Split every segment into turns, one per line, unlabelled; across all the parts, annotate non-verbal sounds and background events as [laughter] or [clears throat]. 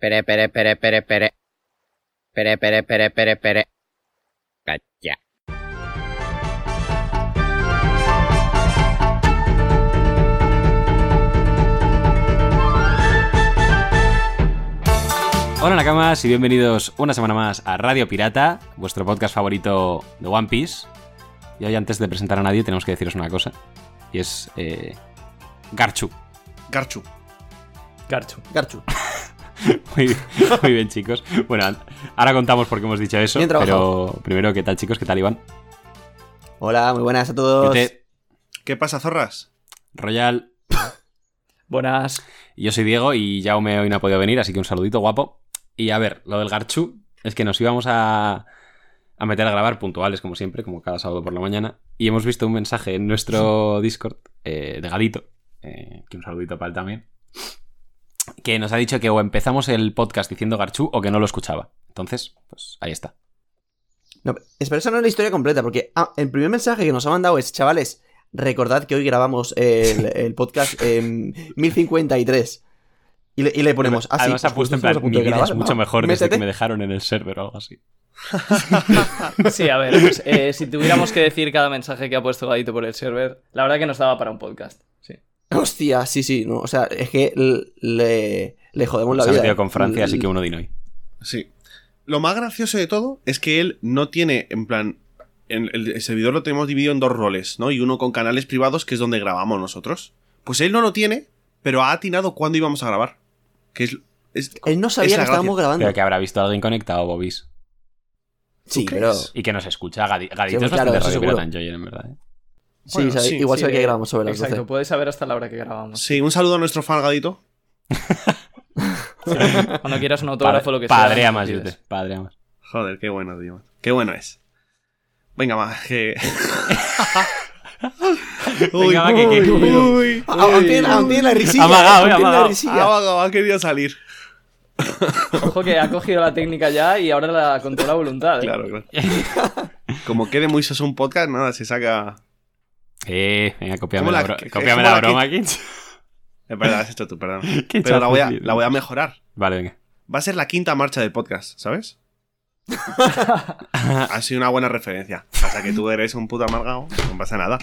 Pere, pere, pere, pere, pere. Pere, pere, pere, pere, pere. Cacha.
Hola Nakamas y bienvenidos una semana más a Radio Pirata, vuestro podcast favorito de One Piece. Y hoy antes de presentar a nadie tenemos que deciros una cosa. Y es... eh, Garchu. [laughs]
Garchu.
Garchu.
Garchu.
Muy, bien- muy bien chicos. Bueno, an- ahora contamos por qué hemos dicho eso.
Bien trabajado.
Pero primero, ¿qué tal chicos? ¿Qué tal Iván?
Hola, muy buenas a todos.
Yute,
¿Qué pasa, zorras?
Royal,
Buenas.
Yo soy Diego y Jaume hoy no ha podido venir, así que un saludito guapo. Y a ver, lo del Garchu es que nos íbamos a, a meter a grabar puntuales, como siempre, como cada sábado por la mañana. Y hemos visto un mensaje en
[laughs]
nuestro Discord eh, de Galito, eh, que un saludito para él también, que nos ha dicho que o empezamos el podcast diciendo Garchu o que no lo escuchaba. Entonces, pues ahí está.
No, es- pero esa no es la historia completa, porque ah, el primer mensaje que nos ha mandado es, chavales, recordad que hoy grabamos
[laughs]
el, el podcast en 1053. Y le, y le ponemos así.
Además, ha puesto en plan, mi vida es
Ah,
mucho mejor desde que me dejaron en el server o algo así.
Sí, a ver, pues, eh, si tuviéramos que decir cada mensaje que ha puesto Gadito por el server, la verdad que nos daba para un podcast. Sí.
Hostia, sí, sí, no, o sea, es que l- le, le jodemos la
Se ha
vida. ¿eh?
metido con Francia,
L-
así que uno dino hoy.
Sí. Lo más gracioso de todo es que él no tiene, en plan, en- el servidor lo tenemos dividido en dos roles, ¿no? Y uno con canales privados, que es donde grabamos nosotros. Pues él no lo tiene, pero ha atinado cuándo íbamos a grabar. Que es... es-
Él no
es
sabía
la
que estábamos
gracia.
grabando.
Pero que habrá visto a alguien conectado, Bobis.
Sí,
¿Tú
pero...
crees?
Y que nos escucha. Gadi- Gadito
Sí,
es
claro,
bastante
eso
radio
seguro.
pirata en Joyer, en verdad. ¿eh?
Sí,
Bueno,
sabe-
sí,
igual
sí,
sabía que
eh,
grabamos sobre las
Exacto,
12.
puedes saber hasta la hora que grabamos.
Sí, un saludo a nuestro falgadito.
Cuando quieras un autógrafo,
Padre-
lo que sea.
padrea más,
decides.
Yute. Padrea más.
Joder, qué bueno, tío. Qué bueno es. Venga, más,
[laughs]
que... uy,
va, que- que-
uy, uy.
Ah, Aún tiene, aún tiene la risilla.
Amagao,
aún
eh,
tiene la
amagao.
risilla.
Ah, va, va, ha querido salir.
Ojo que ha cogido la técnica ya y ahora la controla voluntad. ¿eh?
Claro, claro. Como quede muy soso un podcast, nada, se saca.
[laughs] Eh, venga, copiame
¿Cómo
la,
la-
bro-
que-
cópiame
cómo
la
la-
broma, [laughs] Kitch.
Es verdad, has hecho tú, Eh, perdón.
[laughs]
Kitch
Pero
hace
la voy, a,
bien.
la voy a mejorar.
Vale, venga.
Va a ser la quinta marcha del podcast,
[laughs]
¿sabes? ha sido una buena referencia. Hasta que tú eres un puto amargado, no pasa nada.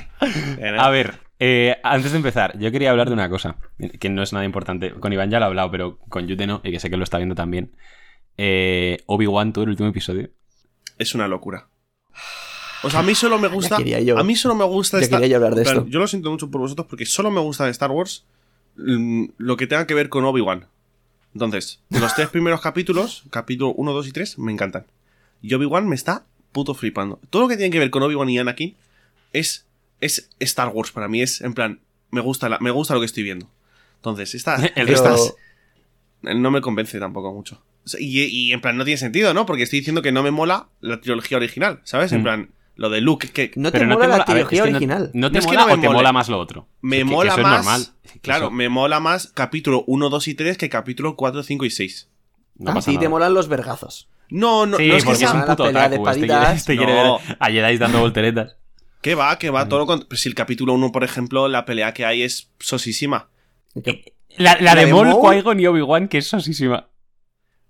Eh,
A ver, eh, antes de empezar, yo quería hablar de una cosa que no es nada importante. Con Iván ya lo he hablado, pero con Yute no, y que sé que lo está viendo también. Eh, Obi-Wan, todo el último episodio.
Es una locura. O sea, a mí solo me gusta.
Ya quería yo.
A mí solo me gusta
Ya
esta-
quería yo hablar de
en plan,
esto.
Yo lo siento mucho por vosotros porque solo me gusta de Star Wars mm, lo que tenga que ver con Obi-Wan. Entonces, los tres primeros capítulos, capítulo 1, 2 y 3, me encantan. Y Obi-Wan me está puto flipando. Todo lo que tiene que ver con Obi-Wan y Anakin es, es Star Wars para mí. Es en plan, me gusta, la- me gusta lo que estoy viendo. Entonces, esta,
[laughs]
El
Pero-
estas- no me convence tampoco mucho. O sea, Y, y en plan, no tiene sentido, ¿no? Porque estoy diciendo que no me mola la trilogía original, ¿sabes? En
Mm.
plan, lo de Luke, que
No te
Pero
mola la
a ver, es
trilogía
que no-
original.
No, te
No es que
mola
no me
o te
mole.
mola más lo otro.
me
Que- que- que
mola
eso
más.
es normal. Que
Claro,
eso
me mola más capítulo 1, 2 y 3 que capítulo 4, 5 y 6.
no
a
pasa
ti Ah, te
nada.
molan los vergazos.
No, no,
Sí,
no es que
porque es
sea.
un puto
La pelea de
otaku. Este quiere,
[laughs]
palitas.
este quiere
No.
ver a Jedi dando volteretas.
Que va, que va, todo lo con- Si el capítulo 1, por ejemplo, la pelea que hay es sosísima.
Eh,
La, la
¿La
de
de
Mol,
Maul?
Qui-Gon y Obi-Wan, que es sosísima.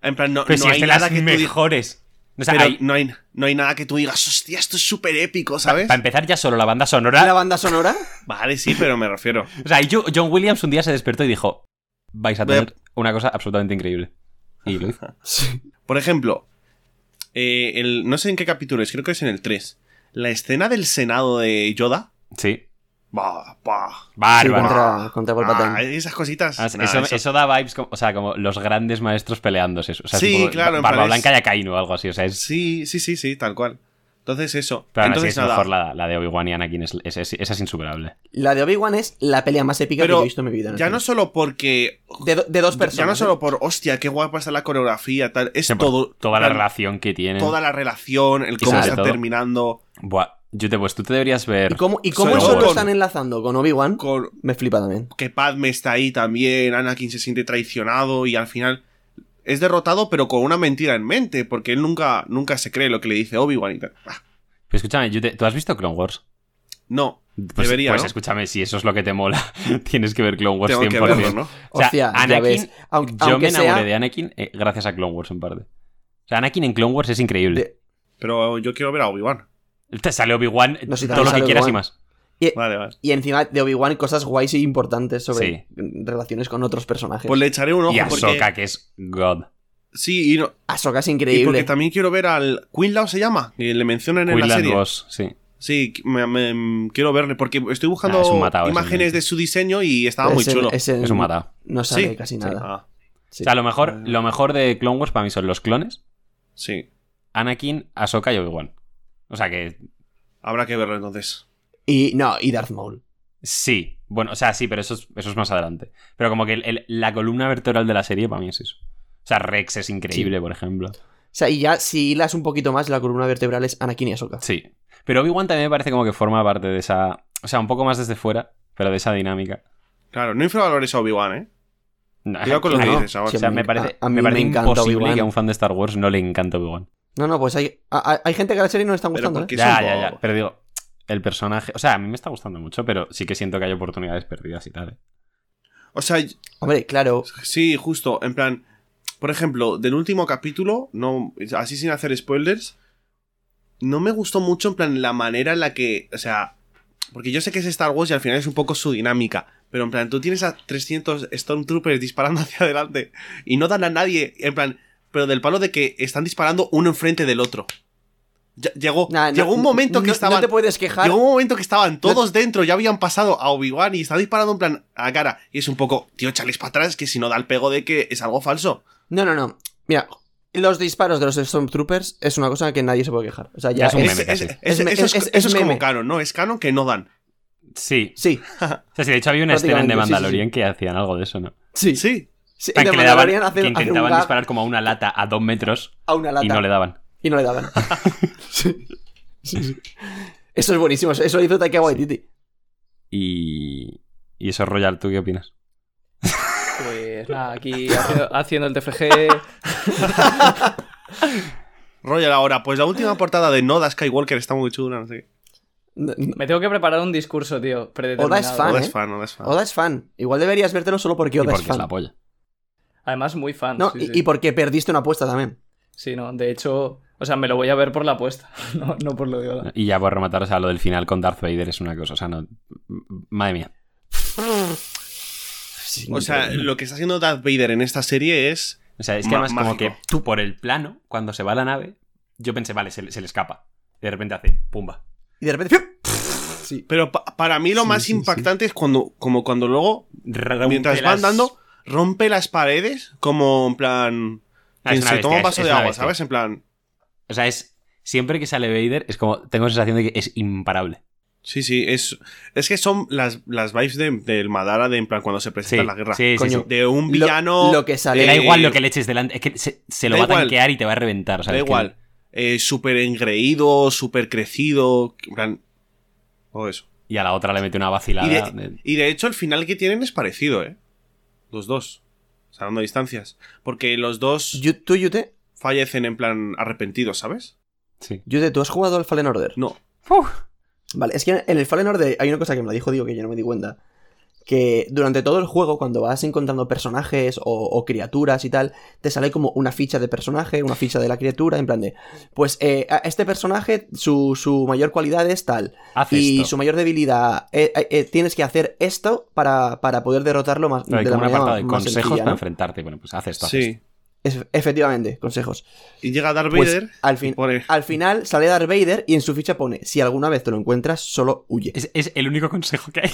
En plan, no,
Pero
no
si es
hay
de las
nada que tú digas.
mejores. O sea,
pero
hay-
no, hay, no hay nada que tú digas, hostia, esto es súper épico, ¿sabes?
Para empezar ya solo la banda sonora.
¿La
[laughs]
banda sonora?
Vale, sí, pero me refiero.
O sea, y yo- John Williams un día se despertó y dijo, vais a
Voy a-
tener una cosa absolutamente increíble. Y lo
[laughs]
hizo.
Por ejemplo, eh, el, no sé en qué capítulo es, creo que es en el 3. La escena del Senado de Yoda.
Sí.
Bah, bah.
Sí,
Bárbaro.
contra, contra Palpatine.
Ah, esas cositas.
Ah, eso,
Nah,
eso- eso da vibes, como, o sea, como los grandes maestros peleándose. O sea, es
Sí,
un poco
claro, en
Barba
plan,
Blanca
es-
y Akainu o algo así. O sea, es...
Sí, sí, sí, sí, tal cual. Entonces eso.
Pero aún así
Entonces
es mejor la, la de Obi-Wan y Anakin. es- es- es- esa es insuperable.
La de Obi-Wan es la pelea más épica
Pero
que yo he visto en mi vida. en el
Ya no
cine.
solo porque...
de, do- de dos
ya
personas.
no
¿eh?
solo por, hostia, qué guapa está la coreografía, tal. Es
Sí, pues,
todo...
Toda la
plan,
relación que tienen.
Toda la relación, el
Y
cómo
sobre
está
todo-
terminando.
Buah, Yute, pues tú te deberías ver...
¿Y cómo, y cómo
Solo
eso
con-
lo están enlazando con Obi-Wan?
Con,
Me flipa también.
que Padme está ahí también, Anakin se siente traicionado y al final es derrotado pero con una mentira en mente, porque él nunca, nunca se cree lo que le dice Obi-Wan y tal. Ah,
Pero escúchame, Yute, ¿tú has visto Clone Wars?
No,
Pues,
debería,
pues
¿no?
escúchame, si eso es lo que te mola, [laughs] tienes que ver Clone Wars
Tengo
100%.
que verlo, ¿no?
O sea,
Hostia, ya
Anakin,
ves. Aunque-
yo
aunque
me enamoré
sea-
de Anakin eh, gracias a Clone Wars en parte. O sea, Anakin en Clone Wars es increíble.
Pero yo quiero ver a Obi-Wan.
Te sale Obi-Wan eh,
No, sí,
todo
también
lo que
sale
quieras y
Obi-Wan.
más.
Vale, vale.
Y encima de Obi-Wan cosas guays y importantes sobre relaciones con otros personajes.
Pues le echaré un ojo
y a
porque...
Ahsoka, que es God.
Sí, y, no-
Ahsoka es
y porque
increíble.
también quiero ver al... Quinlao se llama, que le mencionan en la
Quinlan
serie.
Ross, sí.
Sí, me- me- quiero verle porque estoy buscando
Ah, es un matado,
imágenes
ese,
de su diseño y estaba muy
Ese-
chulo.
ese
Es un matado.
No sale
Sí,
casi
sí.
nada.
Ah,
Sí.
O sea, lo mejor, lo mejor de Clone Wars para mí son los clones,
sí.
Anakin, Ahsoka y Obi-Wan. O sea que
Habrá que verlo entonces.
Y no, y Darth Maul.
sí. Bueno, o sea, sí, pero eso es, eso es más adelante. Pero como que el- el- la columna vertebral de la serie para mí es eso. O sea, Rex es increíble, por ejemplo.
O sea, y ya si hilas un poquito más, la columna vertebral es Anakin y Ahsoka.
Sí. Pero Obi-Wan también me parece como que forma parte de esa. O sea, un poco más desde fuera, pero de esa dinámica.
Claro, no infravalores a Obi-Wan, ¿eh?
No,
Cuidado con lo que
no.
dices ahora.
O sea, me parece,
Ah, A- a mí
me parece
me encanta
imposible
Obi-Wan.
que a un fan de Star Wars no le encante Obi-Wan.
No, no, pues hay, a- a- hay gente que a la serie no le están
Pero
gustando. ¿eh?
porque es
Ya,
un
ya, ya.
bobo.
Pero digo, el personaje. O sea, a mí me está gustando mucho, pero sí que siento que hay oportunidades perdidas y tal. ¿eh?
O sea,
¿eh? Hombre, claro.
sí, justo. En plan, por ejemplo, del último capítulo, no, así sin hacer spoilers, no me gustó mucho en plan la manera en la que, o sea, porque yo sé que es Star Wars y al final es un poco su dinámica, pero en plan, tú tienes a 300 Stormtroopers disparando hacia adelante y no dan a nadie, en plan, pero del palo de que están disparando uno enfrente del otro. Ya- llegó,
Nah, no-
llegó un momento
no-
que estaban
No te puedes quejar.
Llegó un momento que estaban todos dentro, ya habían pasado a Obi-Wan y estaba disparando en plan a cara. Y es un poco, tío, Charles para atrás, que si no da el pego de que es algo falso.
No, no, no. Mira, los disparos de los Stormtroopers es una cosa que nadie se puede quejar. O sea,
Ya
ya,
es un
es-
meme.
Es-
casi.
es- es-
Es me-
eso es,
es-
eso es
es
como
meme.
canon, ¿no? Es canon que no dan.
Sí.
Sí,
O sea, sí, de hecho había una escena en The
Prácticamente, sí, sí,
Mandalorian que hacían algo de eso, ¿no?
sí.
Sí.
sí.
En
de
que, le daban-
Mandalorian hace-
que
hace un
intentaban
gag
disparar como a una lata a dos metros
a una lata
y no le daban.
y no
[laughs]
le daban. Sí. Sí, sí. Eso es buenísimo. Eso lo hizo Taika Waititi.
Y. Y eso, Royal, ¿tú qué opinas?
Pues nada, aquí haciendo, haciendo el TFG.
Royal ahora, pues la última portada de Noda Skywalker está muy chula, no sé qué.
No- no-
Me tengo que preparar un discurso, tío. predeterminado.
Oda es fan,
Noda
¿eh?
es fan, Noda es fan.
Oda es fan. Igual deberías vértelo solo porque
Y
Oda
porque
es
es
fan.
la polla.
Además, muy fan.
No,
sí,
y,
sí.
y porque perdiste una apuesta también.
Sí, no, de hecho, o sea, me lo voy a ver por la apuesta, [laughs] no, no por lo de Oda.
Y ya por rematar, o sea, lo del final con Darth Vader es una cosa, o sea, no. m- Madre mía.
O sea, lo que está haciendo Darth Vader en esta serie es.
O sea, es que
Ma-
además, como
mágico.
que tú por el plano, cuando se va la nave, yo pensé, vale, se, le- se le escapa. Y de repente hace, pumba.
Y de repente. ¡fiu!
Pero pa- para mí lo
Sí,
más
sí, sí.
impactante es cuando, como cuando luego, mientras van dando, rompe las paredes, como en plan.
Ah, es
quien
una
se
bestia,
toma un
es-
vaso
es
de
una
agua,
bestia.
¿sabes? En plan.
O sea, es. Siempre que sale Vader, es como. Tengo la sensación de que es imparable.
Sí, sí, es, es que son las, las vibes de- del Madara de en plan cuando se presenta
Sí,
la guerra.
sí, sí,
Coño,
sí.
De un
Lo-
villano.
lo que sale.
eh,
da igual lo que le eches delante, es que se, se lo
da
va
igual.
a tanquear y te va a reventar. o sea,
Da
es que-
igual. Eh, súper engreído, súper crecido. En plan. Todo eso.
Y a la otra le mete una vacilada.
Y de,
de-
y de hecho, el final que tienen es parecido, ¿eh? Los dos. Salvando distancias. Porque los dos
Yu- tú, Yute,
fallecen en plan arrepentidos, ¿sabes?
Sí.
Yute, tú has jugado al Fallen Order.
No.
Vale, es que en el Fallen Order hay una cosa que me la dijo Digo que yo no me di cuenta. Que durante todo el juego, cuando vas encontrando personajes o, o criaturas y tal, te sale como una ficha de personaje, una ficha de la criatura, en plan de. Pues eh, a este personaje, su, su mayor cualidad es tal.
Hace
Y
esto.
su mayor debilidad. eh, eh, eh, tienes que hacer esto para, para poder derrotarlo más.
Hay
de la
como un
manera
apartado de
más
consejos
sencilla,
para
¿no?
enfrentarte. Bueno, pues haces esto. haz esto.
Sí.
Es- efectivamente, consejos.
Y llega Darth
Pues,
Vader.
al fin-
y pone-
Al final sale Darth Vader y en su ficha pone: Si alguna vez te lo encuentras, solo huye.
Es, es el único consejo que hay.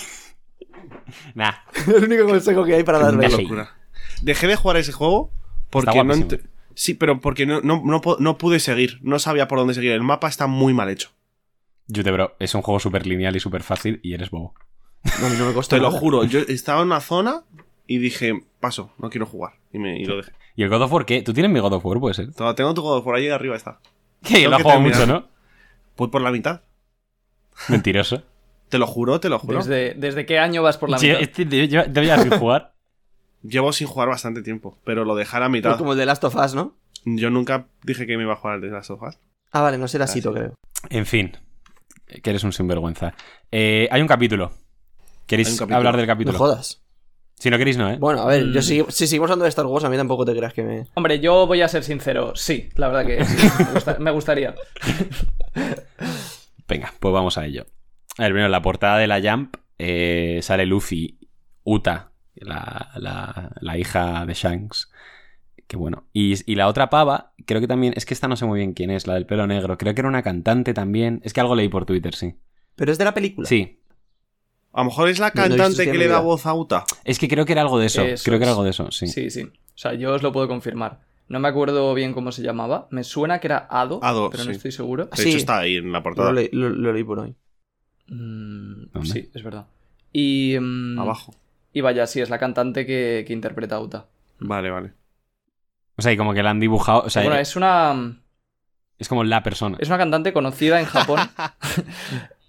nah.
Es [laughs] el único consejo que hay para Darth
Una
Ey.
Vader.
locura. Dejé de jugar ese juego porque
Está
no
guapísimo.
ent- Sí, pero porque no, no- no po- no pude seguir. No sabía por dónde seguir. El mapa está muy mal hecho.
Yute, bro, es un juego súper lineal y súper fácil y eres bobo.
No, no me costó
Te lo
nada.
juro. Yo estaba en una zona y dije, paso, no quiero jugar. Y, me, y lo dejé.
¿Y el God of War qué? ¿Tú tienes mi God of War? Puede ser.
Toma, Tengo tu juego por ahí arriba está.
Que lo
Tengo
ha
que
jugado mucho,
terminar.
¿no?
Pues por la mitad.
Mentiroso.
Te lo juro, te lo juro.
¿Desde, ¿Desde qué año vas por la
Sí,
mitad?
este debe llevar- debe llevar sin jugar.
Llevo sin jugar bastante tiempo, pero lo dejé a la
Pues
mitad.
Como el de Last of Us, ¿no?
Yo nunca dije que me iba a jugar al de las hojas.
Ah, vale, no será
Ah,
Sito,
sí.
creo.
En fin. que eres un sinvergüenza. Eh, hay un capítulo. ¿Queréis
Hay un capítulo.
hablar del
No
capítulo?
jodas.
si no queréis, no, ¿eh?
Bueno, a ver, yo
Mm.
si, si seguimos hablando de Star Wars, a mí tampoco te creas que me.
Hombre, yo voy a ser sincero. Sí, la verdad que sí. Me, gusta- me gustaría.
Venga, pues vamos a ello. A ver, primero, la portada de la Jump eh, sale Luffy, Uta, la, la- la hija de Shanks. Que bueno. Y, y la otra pava, creo que también. Es que esta no sé muy bien quién es, la del pelo negro. Creo que era una cantante también. Es que algo leí por Twitter, sí.
Pero es de la película.
Sí.
A lo mejor es la
No, no he visto
cantante
esta
que le da
realidad.
voz a Uta.
Es que creo que era algo de eso.
Eso
creo que era
es.
algo de eso, [laughs] sí.
Sí, sí. O sea, yo os lo puedo confirmar. No me acuerdo bien cómo se llamaba. Me suena que era Ado,
Ado,
pero no
sí.
estoy seguro.
De
Ah, Sí.
hecho, está ahí en la
Lo,
portada.
leí- lo- lo leí por hoy.
Mm,
¿Dónde?
sí, es verdad. Y, mm,
Abajo.
y vaya, sí, es la cantante que, que interpreta a Uta.
Mm.
Vale, vale.
O sea, y como que la han dibujado. O sea, eh,
bueno,
es...
es una,
como la persona.
es una cantante conocida
[laughs]
en Japón. [laughs]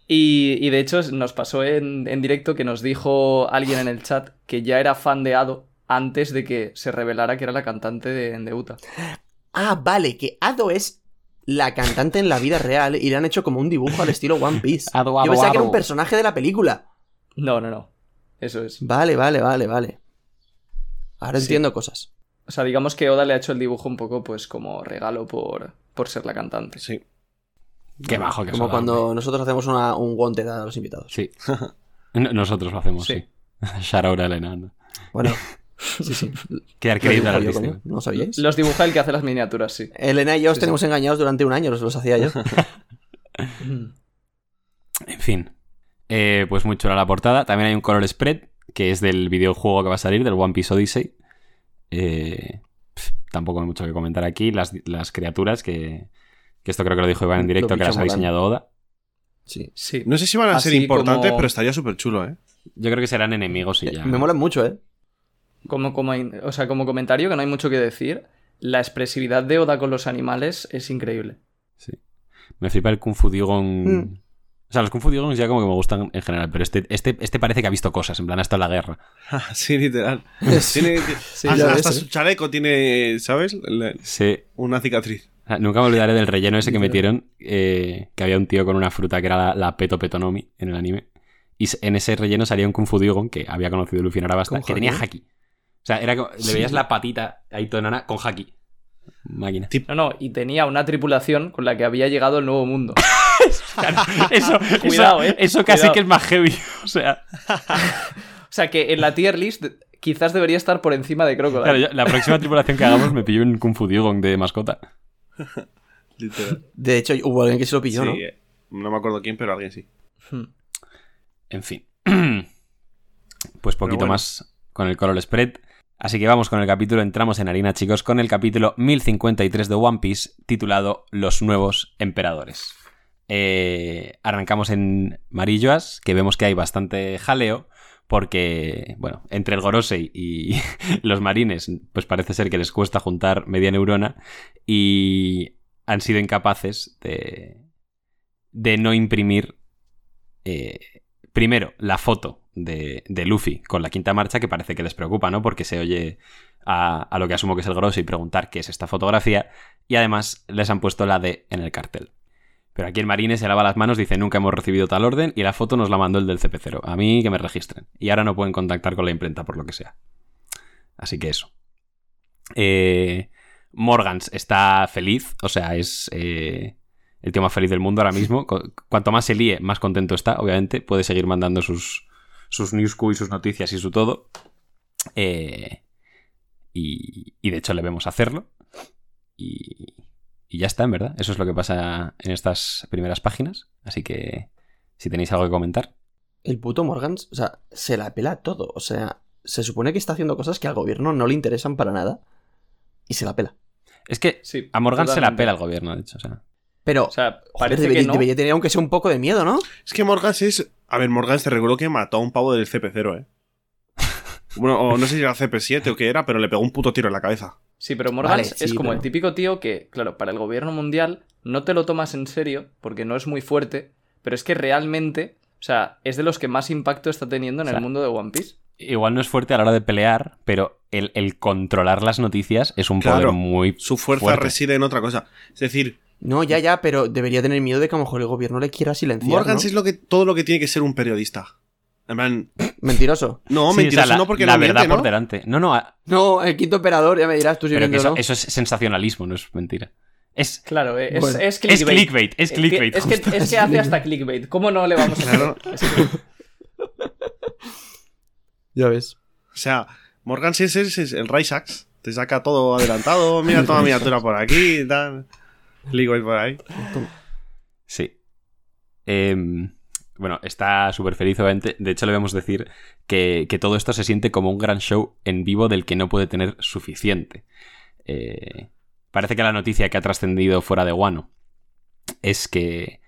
y, y de hecho nos pasó en, en directo que nos dijo alguien en el chat que ya era fan de Ado antes de que se revelara que era la cantante de, de Uta.
Ah, vale, que Ado es la cantante en la vida real y le han hecho como un dibujo al estilo One Piece.
Ado,
Yo
ado,
pensaba que era
ado.
un personaje de la película.
No, no, no. Eso es.
Vale, vale, vale, vale. Ahora
Sí.
entiendo cosas.
O sea, digamos que Oda le ha hecho el dibujo un poco, pues, como regalo por, por ser la cantante.
Sí.
Qué bajo que
Como
sonaba, hombre.
cuando nosotros hacemos una- un wanted a los invitados.
Sí. No- Nosotros lo hacemos, sí. [laughs]
Sí.
Shout out a Elena. ¿no?
Bueno, sí, sí. Lo
Quedar crédito al
dibujo yo,
artista.
coño. ¿No sabíais?
Los dibuja el que hace las miniaturas,
[clears throat]
sí.
Elena y yo os
Sí, sí.
tenemos engañados durante un año, los, los
[laughs]
hacía yo.
En fin. Eh, pues muy chula la portada. También hay un color spread, que es del videojuego que va a salir, del One Piece Odyssey. Eh, pf, tampoco hay mucho que comentar aquí. Las, las criaturas, que, que esto creo que lo dijo Iván en
Los
directo, que
bichos
las ha
volando.
diseñado Oda.
Sí.
Sí.
No sé si van a ser
Así
importantes,
como-
pero estaría súper chulo, ¿eh?
Yo creo que serán enemigos y ya.
Me molan mucho, ¿eh?
Como, como, in- o sea, como comentario, que no hay mucho que decir, la expresividad de Oda con los animales es increíble.
Sí. Me flipa el Kung Fu Digon.
Mm.
O sea, los Kung Fu Digons ya como que me gustan en general, pero este, este, este parece que ha visto cosas, en plan, ha estado en la guerra.
[laughs] sí, literal. Tiene,
Sí,
Ah,
hasta
ya ves,
hasta
¿eh?
su chaleco tiene, ¿sabes? La-
Sí.
Una cicatriz.
O sea, Ah, Nunca me olvidaré del relleno ese que metieron, eh, que había un tío con una fruta que era la, la Peto Petonomi en el anime. Y s- en ese relleno salía un Kung Fu Digon que había conocido Luffy en Arabasta,
¿Con
que tenía
haki?
haki. O sea, era como- le veías la patita ahí toda enana con haki.
[laughs]
Máquina.
No, no, y tenía una tripulación con la que había llegado el nuevo mundo.
Eso, eso,
Cuidado, eh.
eso casi
Cuidado.
que es más heavy. [laughs] O sea,
O sea, que en la tier list quizás debería estar por encima de Crocodile.
claro, yo- la próxima tripulación que hagamos me pillo un Kung Fu Digon de mascota.
Literal.
De hecho, hubo alguien que se lo
Sí,
[laughs] pilló, ¿no?
eh, no me acuerdo quién, pero alguien sí.
Hmm.
En fin. [clears throat] Pues poquito
bueno.
más con el color spread. Así que vamos con el capítulo, entramos en harina, chicos, con el capítulo 1053 de One Piece, titulado Los nuevos emperadores. Eh, arrancamos en Marilloas, que vemos que hay bastante jaleo, porque, bueno, entre el Gorosei y [laughs] los marines, pues parece ser que les cuesta juntar media neurona y han sido incapaces de, de no imprimir eh, Primero, la foto de, de Luffy con la quinta marcha, que parece que les preocupa, ¿no? Porque se oye a, a lo que asumo que es el grosso y preguntar qué es esta fotografía. Y además les han puesto la D en el cartel. Pero aquí el marine se lava las manos, dice nunca hemos recibido tal orden y la foto nos la mandó el del CP0. A mí que me registren. Y ahora no pueden contactar con la imprenta por lo que sea. Así que eso. Eh, Morgans está feliz, o sea, es... eh, el tío más feliz del mundo ahora mismo. Cu- Cuanto más se líe, más contento está, obviamente. Puede seguir mandando sus, sus newscu y sus noticias y su todo. Eh, y, y de hecho le vemos hacerlo. Y, y ya está, en verdad. Eso es lo que pasa en estas primeras páginas. Así que si tenéis algo que comentar.
El puto Morgan, o sea, se la pela todo. O sea, se supone que está haciendo cosas que al gobierno no le interesan para nada y se la pela.
Es que
Sí,
a Morgan se la
totalmente.
pela el gobierno, de hecho. O sea,
Pero
O sea,
joder,
parece
debería,
que no.
debería tener aunque sea un poco de miedo, ¿no?
Es que Morgans es. A ver, Morgans te recuerdo que mató a un pavo del CP0, ¿eh? Bueno, o no sé si era CP7 o qué era, pero le pegó un puto tiro en la cabeza.
Sí, pero Morgan
Vale,
es
sí,
como
pero-
el típico tío que, claro, para el gobierno mundial no te lo tomas en serio porque no es muy fuerte, pero es que realmente, o sea, es de los que más impacto está teniendo
O
en
sea,
el mundo de One Piece.
igual no es fuerte a la hora de pelear, pero el, el controlar las noticias es un
Claro.
poder muy
Su fuerza
Fuerte.
reside en otra cosa. Es decir,
No, ya, ya, pero debería tener miedo de que a lo mejor el gobierno le quiera silenciar.
Morgan
¿no?
es lo que, todo lo que tiene que ser un periodista. En plan,
Mentiroso.
no,
Sí,
mentiroso
o sea, la,
no, porque
la
no
verdad
miente,
por
¿no?
delante. No, no, a-
No, el quinto emperador, ya me dirás tú si
pero que
viéndolo.
eso, eso es sensacionalismo, no es mentira. Es,
Claro, eh, es,
Bueno,
es
es
clickbait.
clickbait, es
Eh,
clickbait.
que- Es que,
justo.
es que hace hasta clickbait. ¿Cómo no le vamos a
Claro.
creer? Es que-
Ya ves.
O sea, Morgan Sis es, es el Ray Sachs. Te saca todo adelantado. Mira toda miniatura por aquí y tal. Ligo por ahí.
Sí. Em, bueno, está súper feliz, obviamente. De hecho, le vamos a decir que, que todo esto se siente como un gran show en vivo del que no puede tener suficiente. Eh, parece que la noticia que ha trascendido fuera de Guano es que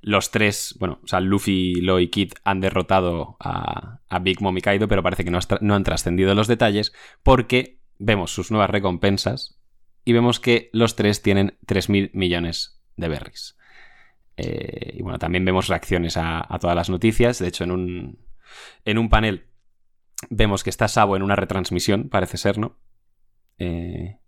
los tres, bueno, o sea, Luffy, Lo y Kid han derrotado a, a Big Mom y Kaido, pero parece que no, has tra- no han trascendido los detalles porque vemos sus nuevas recompensas y vemos que los tres tienen 3.000 millones de berries. Eh, y bueno, también vemos reacciones a, a todas las noticias. De hecho, en un, en un panel vemos que está Sabo en una retransmisión, parece ser, ¿no? Eh,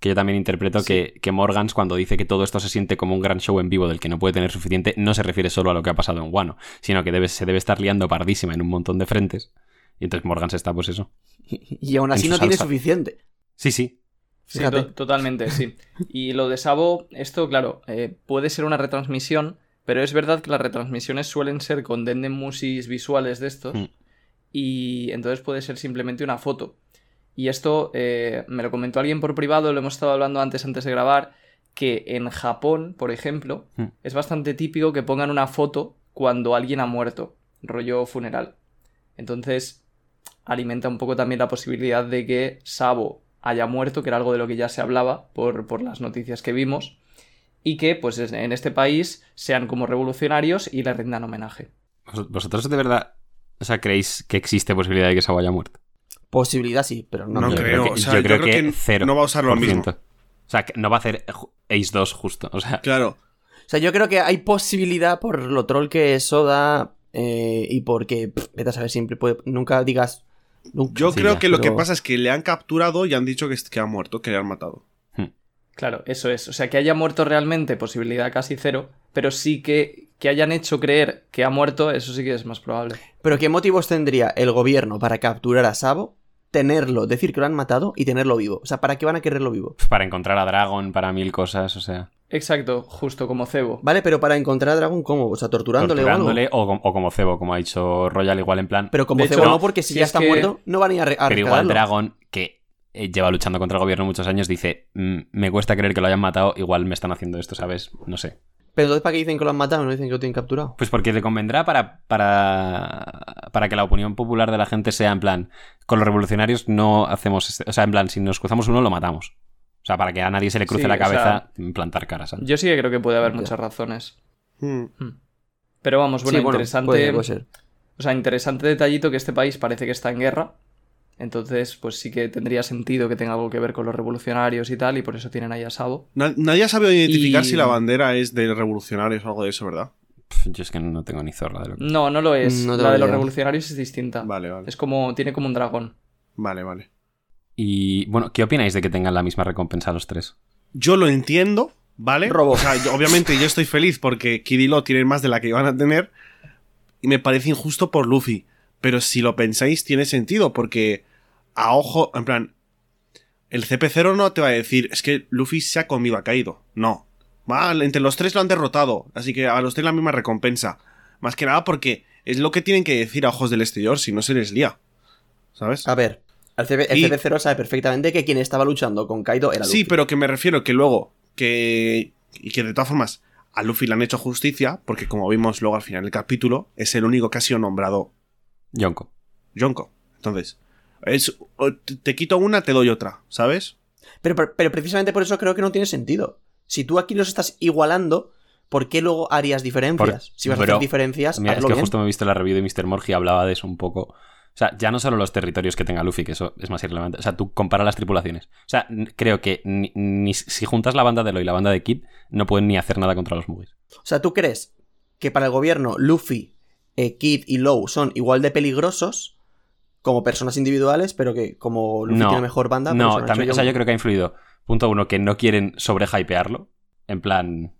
que yo también interpreto que, que Morgans, cuando dice que todo esto se siente como un gran show en vivo del que no puede tener suficiente, no se refiere solo a lo que ha pasado en Guano, sino que debe- se debe estar liando pardísima en un montón de frentes. Y entonces Morgans está, pues eso.
Y, [laughs] y aún así
En su
no tiene
salsa.
suficiente.
Sí, sí.
Sí,
Fíjate.
to- totalmente, sí. Y lo de Sabo, esto, claro, eh, puede ser una retransmisión, pero es verdad que las retransmisiones suelen ser con dendemusis visuales de estos,
Mm.
y entonces puede ser simplemente una foto. Y esto eh, me lo comentó alguien por privado, lo hemos estado hablando antes, antes de grabar, que en Japón, por ejemplo,
Mm.
es bastante típico que pongan una foto cuando alguien ha muerto, rollo funeral. Entonces, alimenta un poco también la posibilidad de que Sabo haya muerto, que era algo de lo que ya se hablaba por, por las noticias que vimos, y que pues es- en este país sean como revolucionarios y le rindan homenaje.
Vos- ¿Vosotros de verdad, o sea, creéis que existe posibilidad de que Sabo haya muerto?
Posibilidad sí, pero no.
No
yo
creo.
creo
creo.
que-
o sea,
yo creo que cero
no va a usar lo
por
mismo.
ciento. O sea, que no va a hacer ju- Ace 2 justo. O sea,
Claro.
O sea, yo creo que hay posibilidad por lo troll que es Soda eh, y porque, pff, vete a saber, siempre puede. Nunca digas. nunca.
Yo
Sí,
creo
ya,
que lo que
pero-
pasa es que le han capturado y han dicho que, es- que ha muerto, que le han matado.
Claro, eso es. O sea, que haya muerto realmente, posibilidad casi cero, pero sí que, que hayan hecho creer que ha muerto, eso sí que es más probable.
Pero ¿qué motivos tendría el gobierno para capturar a Sabo, tenerlo, decir que lo han matado y tenerlo vivo? O sea, ¿para qué van a quererlo vivo?
para encontrar a Dragon, para mil cosas, o sea,
Exacto, justo como cebo.
Vale, pero para encontrar a Dragon, ¿cómo? O sea, torturándole, o algo.
torturándole o, com- o como cebo, como ha dicho Royal, igual en plan. Pero,
Pero como
De
cebo
hecho,
no, porque si,
si
ya
es
está
que-
muerto, no van a ir a re- a
igual
rescatarlo.
Dragon, que eh, lleva luchando contra el gobierno muchos años, dice: "Mm, Me cuesta creer que lo hayan matado, igual me están haciendo esto, ¿sabes? No sé.
Pero entonces, ¿para qué dicen que lo han matado? No dicen que lo tienen capturado.
Pues porque le convendrá para, para, para que la opinión popular de la gente sea en plan, con los revolucionarios no hacemos, este- o sea, en plan, si nos cruzamos uno lo matamos. O sea, para que a nadie se le cruce
Sí,
la
o sea,
cabeza mm, plantar caras. ¿sabes?
Yo sí que creo que puede haber
Ya.
muchas razones.
Hmm.
Hmm. Pero vamos, bueno,
Sí, bueno,
interesante.
puede pues, ser, puede ser.
O sea, interesante detallito que este país parece que está en guerra. Entonces, pues sí que tendría sentido que tenga algo que ver con los revolucionarios y tal, y por eso tienen ahí a Sabo.
Na- Nadie ha sabido identificar
Y-
si la bandera es de revolucionarios o algo de eso, ¿verdad?
Pff, yo es que no tengo ni zorra de lo que...
No, no lo es.
No tengo
la de los
idea.
revolucionarios es distinta.
Vale, vale.
Es como, tiene como un dragón.
Vale, vale.
Y bueno, ¿qué opináis de que tengan la misma recompensa los tres?
Yo lo entiendo, ¿vale?
Robo.
O sea, yo- obviamente yo estoy feliz porque Kid y Lo tienen más de la que iban a tener. Y me parece injusto por Luffy. Pero si lo pensáis, tiene sentido, porque a ojo, en plan, el CP0 no te va a decir, es que Luffy se ha comido, ha caído. No. Mal, entre los tres lo han derrotado. Así que a los tres la misma recompensa. Más que nada porque es lo que tienen que decir a ojos del exterior, si no se les lía. ¿Sabes?
A ver, el, CP, el
Y-
CP0 sabe perfectamente que quien estaba luchando con Kaido era Luffy.
Sí, pero que me refiero que luego, que. Y que de todas formas, a Luffy le han hecho justicia, porque como vimos luego al final del capítulo, es el único que ha sido nombrado
Yonko.
Yonko. Entonces, es, o te te quito una, te doy otra, ¿sabes?
Pero, pero- pero precisamente por eso creo que no tiene sentido. Si tú aquí los estás igualando, ¿por qué luego harías diferencias?
Por-
Si vas a
pero-
hacer diferencias,
Mira, es
Pues hazlo
que
bien.
justo me he visto la review de Mr. Morgi y hablaba de eso un poco. O sea, ya no solo los territorios que tenga Luffy, que eso es más irrelevante. O sea, tú compara las tripulaciones. O sea, n- creo que ni, ni si juntas la banda de Lo y la banda de Kid, no pueden ni hacer nada contra los Moogies.
O sea, ¿tú crees que para el gobierno Luffy, eh, Kid y Low son igual de peligrosos como personas individuales, pero que como Luffy
No.
tiene mejor banda? pues se
No,
lo han
también,
hecho
o sea,
yo-
yo creo que ha influido. Punto uno, que no quieren sobrehypearlo. En plan,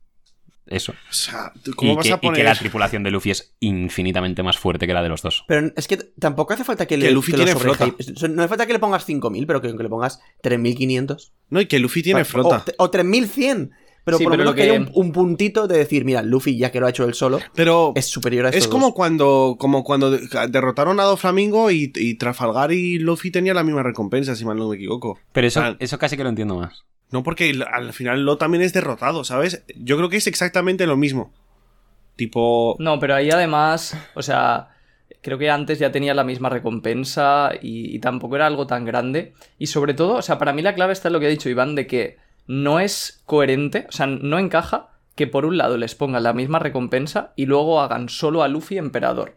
eso.
O sea, ¿tú ¿cómo
Y
vas
que,
a
y que
poner
la tripulación de Luffy es infinitamente más fuerte que la de los dos.
Pero es que t- tampoco hace falta que,
Que
le
Luffy
que lo
tiene flota.
sobrehype- No hace falta que le pongas 5.000, pero que, que le pongas 3.500.
No, y que Luffy tiene
Vale,
flota.
oh,
O, te- o 3.100. Pero
Sí,
por lo
pero
menos
lo
que
que-
haya un, un puntito de decir, mira, Luffy, ya que lo ha hecho él solo,
Pero
es superior a estos
es como
dos.
cuando, como cuando de- derrotaron a Doflamingo y, y Trafalgar y Luffy tenían la misma recompensa, si mal no me equivoco.
Pero eso,
Tal.
eso casi que lo entiendo más.
No, porque el- al final Lo también es derrotado, ¿sabes? Yo creo que es exactamente lo mismo. Tipo.
No, pero ahí además, o sea, creo que antes ya tenía la misma recompensa y, y tampoco era algo tan grande. Y sobre todo, o sea, para mí la clave está en lo que ha dicho Iván de que no es coherente, o sea, no encaja que por un lado les pongan la misma recompensa y luego hagan solo a Luffy emperador.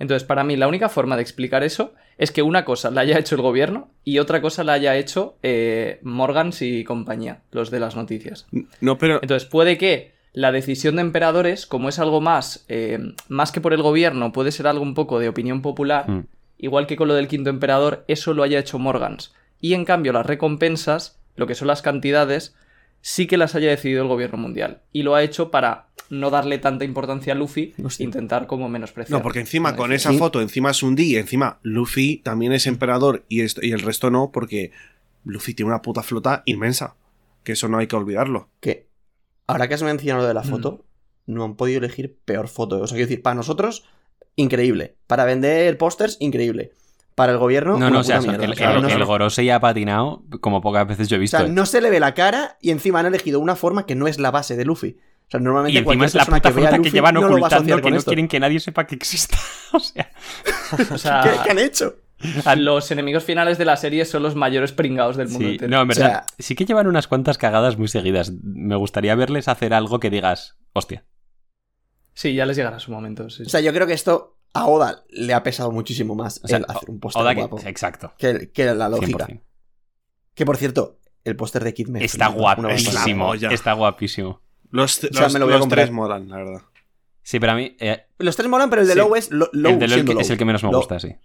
Entonces, para mí la única forma de explicar eso es que una cosa la haya hecho el gobierno y otra cosa la haya hecho eh, Morgans y compañía, los de las noticias.
No, pero.
Entonces puede que la decisión de emperadores, como es algo más, eh, más que por el gobierno, puede ser algo un poco de opinión popular,
Mm.
igual que con lo del quinto emperador, eso lo haya hecho Morgans. Y en cambio las recompensas, lo que son las cantidades, sí que las haya decidido el gobierno mundial. Y lo ha hecho para no darle tanta importancia a Luffy,
Hostia.
intentar como menospreciar.
No,
[laughs]
porque encima
como
con
decía.
esa
Sí.
foto, encima es un D, y encima Luffy también es emperador y, esto- y el resto no, porque Luffy tiene una puta flota inmensa. Que eso no hay que olvidarlo.
Que ahora que has mencionado lo de la
Mm.
foto, no han podido elegir peor foto. O sea, quiero decir, para nosotros, increíble. Para vender pósters, increíble. Para el gobierno,
No, no,
una
o sea,
puta
el,
mierda.
el-
O sea,
el
no se-
Gorosei ha patinado como pocas veces yo he
o
visto.
sea,
¿eh?
no se le ve la cara y encima han elegido una forma que no es la base de Luffy. O sea,
y
normalmente
encima
cualquier
es la
persona
puta
que vea a
fruta que
Luffy
llevan
no lo va a
ocultando
asociar
que
con
no
esto.
quieren que nadie sepa que exista. [laughs] O sea,
O sea,
¿Qué, qué han hecho?
los enemigos finales de la serie son los mayores pringados del mundo
sí,
entero.
no, en verdad,
O sea-
sí que llevan unas cuantas cagadas muy seguidas. Me gustaría verles hacer algo que digas, hostia.
Sí, ya les llegará su momento. sí, sí.
O sea, yo creo que esto a Oda le ha pesado muchísimo más
O sea,
el hacer un póster
Oda que-
guapo
exacto.
que, que la lógica.
100%.
Que por cierto, el póster de Kid me
Está
flipa, una
buena
guapísimo,
olla.
está guapísimo.
Los,
sea,
los-
me lo voy a
los
comprar.
tres molan, la verdad.
Sí, pero a mí eh,
Los tres molan, pero el de
Sí.
Low es lo- Low
el de LOL
siendo
que- es
Low.
el que menos me
Low.
gusta, sí.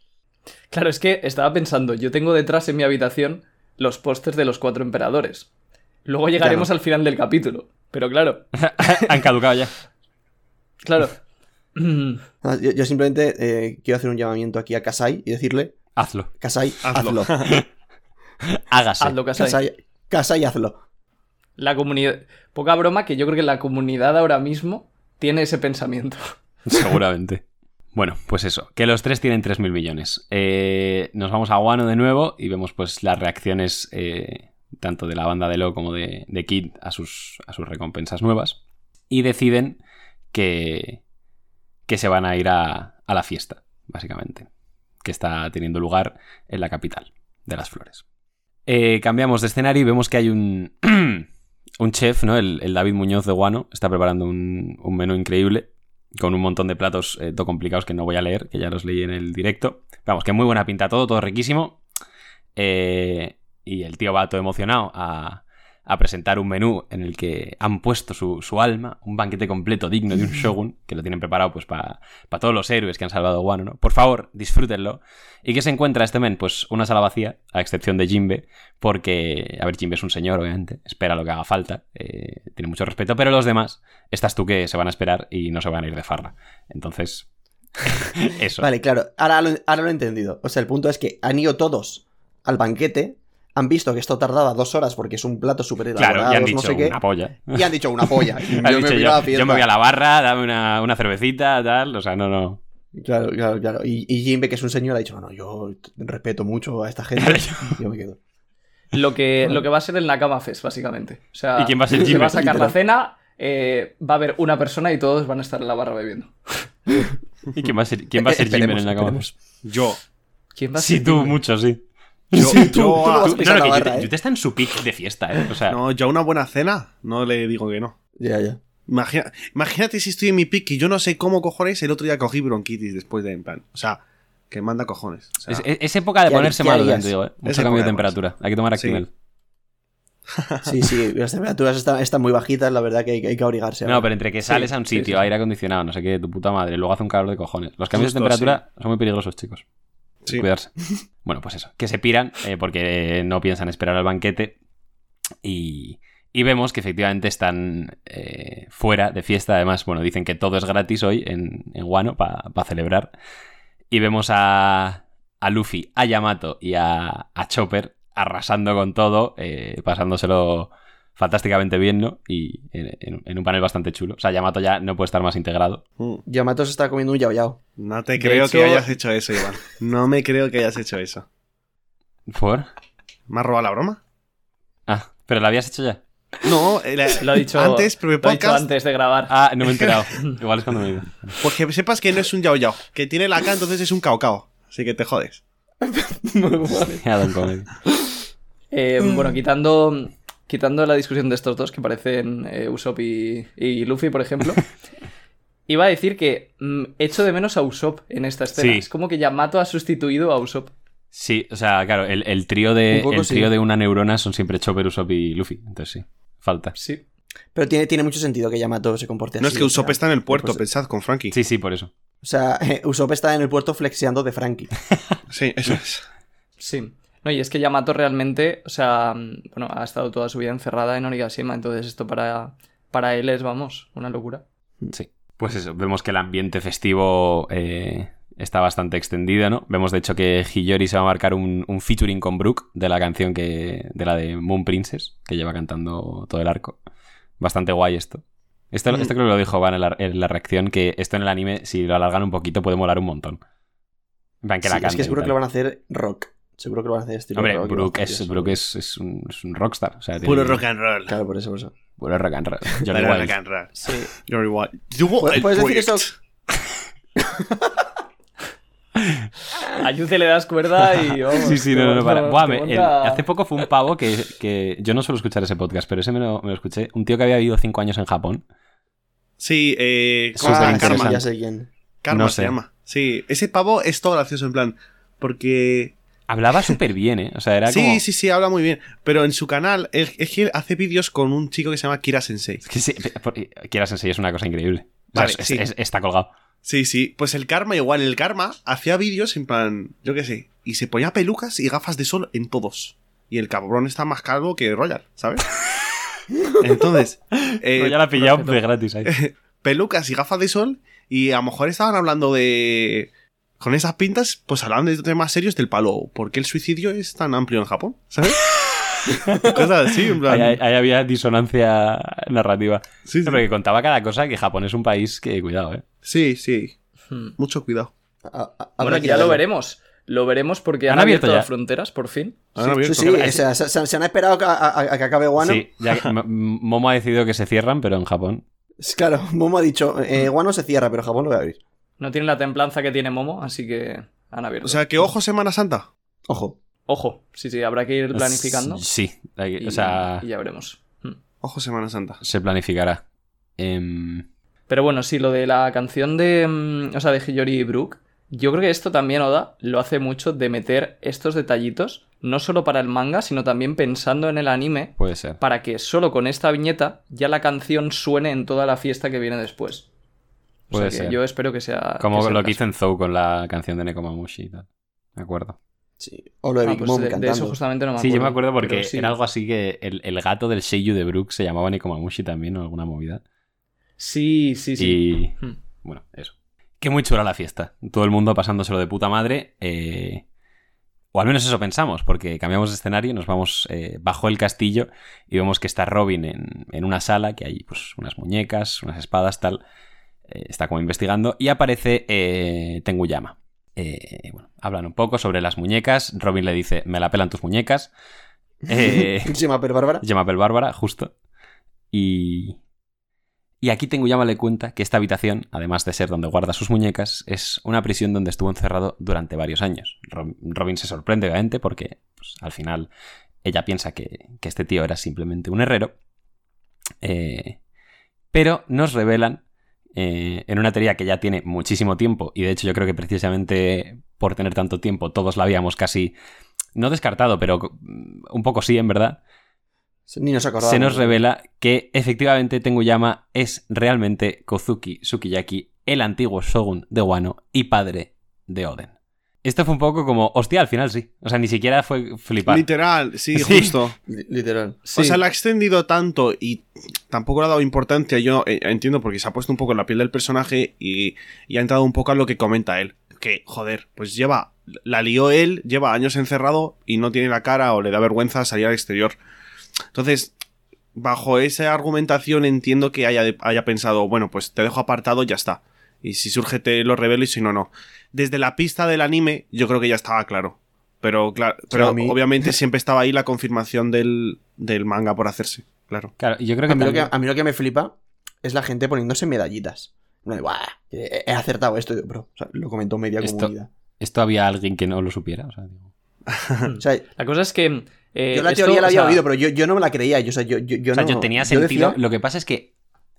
Claro, es que estaba pensando, yo tengo detrás en mi habitación los pósters de los cuatro emperadores. Luego llegaremos al final del capítulo. Pero claro,
Han caducado ya.
claro. Mm, [clears throat]
Ah, Yo, yo simplemente eh, quiero hacer un llamamiento aquí a Kasai y decirle,
Hazlo.
Kasai,
[laughs]
hazlo.
Hazlo.
Hágase.
Hazlo, Kasai.
Kasai, Kasai, hazlo.
La comunidad... Poca broma que yo creo que la comunidad ahora mismo tiene ese pensamiento. [laughs]
Seguramente. Bueno, pues eso, que los tres tienen 3.000 millones. Eh, nos vamos a Guano de nuevo y vemos pues las reacciones eh, tanto de la banda de Lo como de, de Kid a sus, a sus recompensas nuevas. Y deciden que, que se van a ir a, a la fiesta, básicamente, que está teniendo lugar en la capital de las flores. Eh, cambiamos de escenario y vemos que hay un, [clears throat] un chef, ¿no? El, el David Muñoz de Guano, está preparando un- un menú increíble con un montón de platos eh, todo complicados que no voy a leer, que ya los leí en el directo. Vamos, que muy buena pinta todo, todo riquísimo. Eh, y el tío va todo emocionado a, a presentar un menú en el que han puesto su, su alma, un banquete completo digno
[laughs]
de un shogun, que lo tienen preparado pues para todos los héroes que han salvado Guano, ¿no? Por favor, disfrútenlo. ¿Y qué se encuentra este men? Pues una sala vacía, a excepción de Jimbe, porque, a ver, Jimbe es un señor, obviamente, espera lo que haga falta, eh, tiene mucho respeto, pero los demás, estás tú que se van a esperar y no se van a ir de farra. Entonces, [laughs] eso.
Vale, claro, ahora lo, ahora lo he entendido. O sea, el punto es que han ido todos al banquete, han visto que esto tardaba dos horas porque es un plato súper elaborado,
claro, ya han dicho
no sé qué,
una polla.
y han dicho una polla.
[laughs]
yo,
Han
me
dicho,
voy
yo,
a la
yo me voy a
fiesta.
la barra, dame una, una cervecita, tal, o sea, no, no.
Claro, claro, claro. Y, y Jimbe, que es un señor, ha dicho, no, no, yo respeto mucho a esta gente, yo me quedo.
Lo que, lo que va a ser el Nakama Fest, básicamente. O sea,
¿Y quién va a ser
se
Jimmy?
va a sacar la cena, eh, va a haber una persona y todos van a estar en la barra bebiendo.
¿Y quién va a ser, quién
[laughs]
va a ser
Eh,
Jimbe en
esperemos,
la cama?
esperemos.
Yo.
¿Quién va a
Sí,
ser
tú,
Jimmy?
mucho, sí.
[laughs]
Yo,
tú-
yo,
tú lo
a-
vas a
Tú-
pisar
no, no,
la
que
barra,
Yute-
¿eh?
Yute está en su pick de fiesta, ¿eh? O sea,
no, yo a una buena cena no le digo que no.
Ya, ya.
Imagina- imagínate si estoy en mi pick y yo no sé cómo cojones el otro día cogí bronquitis después de en plan. O sea, que manda cojones. O sea,
es, es- es época de
¿Qué har-
ponerse
qué
malo,
harías?
te digo, ¿eh? Mucho
Esa
cambio de
época de ponerse.
temperatura. Hay que tomar
Sí.
Actimel.
Sí, sí, las temperaturas están, están muy bajitas, la verdad que hay, que- hay que abrigarse.
No,
ahora.
pero entre que sales a un
sí,
sitio,
sí.
aire acondicionado, no sé qué, tu puta madre, luego hace un calor de cojones. Los cambios de
Justo,
temperatura son muy peligrosos, chicos.
sí.
Cuidarse. [laughs] Bueno, pues eso. Que se piran eh, porque eh, no piensan esperar al banquete y, y Y vemos que efectivamente están eh, fuera de fiesta. Además, bueno, dicen que todo es gratis hoy en, en Guano para celebrar. Y vemos a, a Luffy, a Yamato y a, a Chopper arrasando con todo, eh, pasándoselo fantásticamente bien, ¿no? Y en, en- en un panel bastante chulo. O sea, Yamato ya no puede estar más integrado.
Mm,
Yamato se está comiendo un yao yao.
No te
De
creo que
hecho-
hayas hecho eso, Iván. No me creo que hayas hecho eso.
¿Por?
¿Me has robado la broma?
Ah, pero la habías hecho ya.
No, eh, la-
Lo he dicho
antes,
lo he
primer
dicho
podcast,
antes de grabar.
Ah, no me he enterado. Igual es cuando me he ido.
pues que sepas que no es un yao yao, que tiene la K, entonces es un cao cao. Así que te jodes.
[laughs] Ya, Don Comedy.
Eh,
Mm.
bueno, quitando, quitando la discusión de estos dos, que parecen eh, Usopp y, y Luffy,
[laughs]
por ejemplo, iba a decir que mm, echo de menos a Usopp en esta escena.
Sí.
Es como que Yamato ha sustituido a Usopp.
Sí, o sea, claro, el, el trío de
Un poco
el trío
sí.
de una neurona son siempre Chopper, Usopp y Luffy. Entonces sí, falta.
Sí.
Pero tiene, tiene mucho sentido que Yamato se comporte
No
así.
es que
o
Usopp
sea.
está en el puerto,
pues-
pensad con Frankie. Sí,
Sí, sí, por eso.
O sea, [laughs] Usopp está en el puerto flexeando de Frankie.
eso es.
Sí. No, y es que Yamato realmente, o sea, mm, bueno, ha estado toda su vida encerrada en Onigashima, entonces esto para, para él es, vamos, una locura.
Sí. Pues eso, vemos que el ambiente festivo eh, está bastante extendido, ¿no? Vemos de hecho que Hiyori se va a marcar un, un featuring con Brooke de la canción que. de la de Moon Princess, que lleva cantando todo el arco. Bastante guay esto. Esto,
Mm.
esto creo que lo dijo Van en la, en la reacción, que esto en el anime, si lo alargan un poquito, puede molar un montón. En plan, que
Sí,
la
es
canten
que
y
seguro
tal.
que lo van a hacer rock. Seguro que lo van a hacer estilo
Hombre,
rock. y
Brooke,
van a hacer
es,
eso.
Brooke es, es un, es un rockstar. O sea, tiene-
Puro rock and roll.
Claro, por eso, por eso.
Puro rock and roll. Johnny
Puro
Wild.
rock and roll.
Sí.
Johnny Wild. Yo-
¿Puedes-
el
puedes decir
proyecto.
eso?
A Yuce le das cuerda y vamos.
[laughs] Sí, sí,
te
no, no, no, para.
monta-
Buah,
te
me- el-
monta-
hace poco fue un pavo que, que- Yo no suelo escuchar ese podcast, pero ese me lo, me lo escuché. Un tío que había vivido cinco años en Japón.
Sí, eh.
Es
¿cómo se llama?
superinteresante.
Karma.
Ah, Ya sé quién.
Karma
No
se
sé.
llama. Sí, ese pavo es todo gracioso, en plan. Porque.
Hablaba súper bien, ¿eh? O sea, era
sí,
como.
sí, sí, habla muy bien. Pero en su canal, él- es que él hace vídeos con un chico que se llama Kira Sensei.
Es que sí, por- quieras enseñar, es una cosa increíble. O sea,
Vale,
es-
sí.
es- está colgado.
Sí, sí. Pues el Karma, igual, el Karma hacía vídeos en plan. Yo qué sé. Y se ponía pelucas y gafas de sol en todos. Y el cabrón está más calvo que Royal,
[laughs]
¿sabes? Entonces. eh,
Pero ya la ha pillado
respeto.
de gratis
[laughs]
ahí.
pelucas y gafas de sol y a lo mejor estaban hablando de... Con esas pintas, pues hablaban de temas serios del palo. ¿Por qué el suicidio es tan amplio en Japón?
[laughs]
¿Sabes? Cosas así, en plan...
Ahí, ahí había disonancia narrativa.
Sí,
Pero
sí.
que contaba cada cosa que Japón es un país que, cuidado, ¿eh?
sí, sí.
Hmm.
Mucho cuidado.
A- a-
Bueno,
habrá que
ya lo
verlo.
veremos. Lo veremos porque
¿Han
han,
abierto
abierto,
ya?
las fronteras, por fin.
Ahora
Sí,
abierto.
sí, o sea, se, se- se han esperado a, a- a que acabe Wano.
Sí, ya que-
[laughs]
M- Momo ha decidido que se cierran, pero en Japón.
Claro, [laughs] Momo ha dicho, eh, Wano se cierra, pero Japón lo va a abrir.
No tienen la templanza que tiene Momo, así que han abierto.
O sea, que ojo Semana Santa.
Ojo.
Ojo, sí, sí, habrá que ir planificando.
Sí. hay que-
Y,
o sea,
y ya veremos. Hmm.
Ojo Semana Santa.
se planificará. Em,
Pero bueno, sí, lo de la canción de. mm, O sea, de Hiyori y Brooke. Yo creo que esto también Oda lo hace mucho de meter estos detallitos, no solo para el manga, sino también pensando en el anime,
puede ser.
para que solo con esta viñeta ya la canción suene en toda la fiesta que viene después. O sea
Puede
que
ser.
yo espero que sea.
Como
sea
lo
el
que hizo
caso.
en Zou con la canción de Nekomamushi y tal. Me acuerdo.
Sí. O lo de
Ah,
Big
pues
Mom
de, de
cantando.
eso
[laughs]
justamente no me acuerdo.
sí, yo me acuerdo porque
pero sí.
era algo así que el, el gato del Seiyu de Brook se llamaba Nekomamushi también o alguna movida.
Sí, sí, sí.
Y
Hmm.
bueno, eso. Que muy chula la fiesta. Todo el mundo pasándoselo de puta madre. eh, O al menos eso pensamos, porque cambiamos de escenario, nos vamos eh, bajo el castillo y vemos que está Robin en, en una sala, que hay pues, unas muñecas, unas espadas, tal. Eh, está como investigando y aparece eh, Tenguyama. Eh, bueno, hablan un poco sobre las muñecas. Robin le dice, me la pelan tus
[laughs]
muñecas. Eh,
Se llama Per Bárbara.
Llama Bel Bárbara, justo. Y. Y aquí Tenguyama le cuenta que esta habitación, además de ser donde guarda sus muñecas, es una prisión donde estuvo encerrado durante varios años. Rob- Robin se sorprende, obviamente, porque pues, al final ella piensa que, que este tío era simplemente un herrero. Eh, pero nos revelan, eh, en una teoría que ya tiene muchísimo tiempo, y de hecho yo creo que precisamente por tener tanto tiempo todos la habíamos casi, no descartado, pero mm, un poco sí, en verdad,
Ni nos acordamos.
se nos revela que efectivamente Tenguyama es realmente Kozuki Sukiyaki, el antiguo shogun de Wano y padre de Oden. Esto fue un poco como, hostia, al final sí. O sea, ni siquiera fue flipar.
Literal, sí,
Sí.
justo.
Li- Literal.
O sea, la ha extendido tanto y tampoco le ha dado importancia. Yo eh, entiendo porque se ha puesto un poco en la piel del personaje y, y ha entrado un poco a lo que comenta él. Que, joder, pues lleva. La lió él, lleva años encerrado y no tiene la cara o le da vergüenza salir al exterior. Entonces, bajo esa argumentación entiendo que haya, haya pensado, bueno, pues te dejo apartado, ya está. Y si surge te lo revelo y si no, no. Desde la pista del anime, yo creo que ya estaba claro. Pero, claro, pero
a mí-
obviamente siempre estaba ahí la confirmación del, del manga por hacerse, claro.
Claro, y yo creo
A
que,
mí, lo que,
también-
a mí lo que me flipa es la gente poniéndose medallitas. En plan de, Buah, he he acertado esto, Yo, bro. O sea, lo comentó media
Esto-
comunidad.
esto había alguien que no lo supiera. O sea, digo, Mm.
O sea,
La cosa es que. eh,
yo la
esto,
teoría la
o
había
sea,
oído, pero yo, yo no me la creía. Yo, o sea, yo, yo, yo
o sea,
no-
yo tenía
yo decía-
sentido. Lo que pasa es que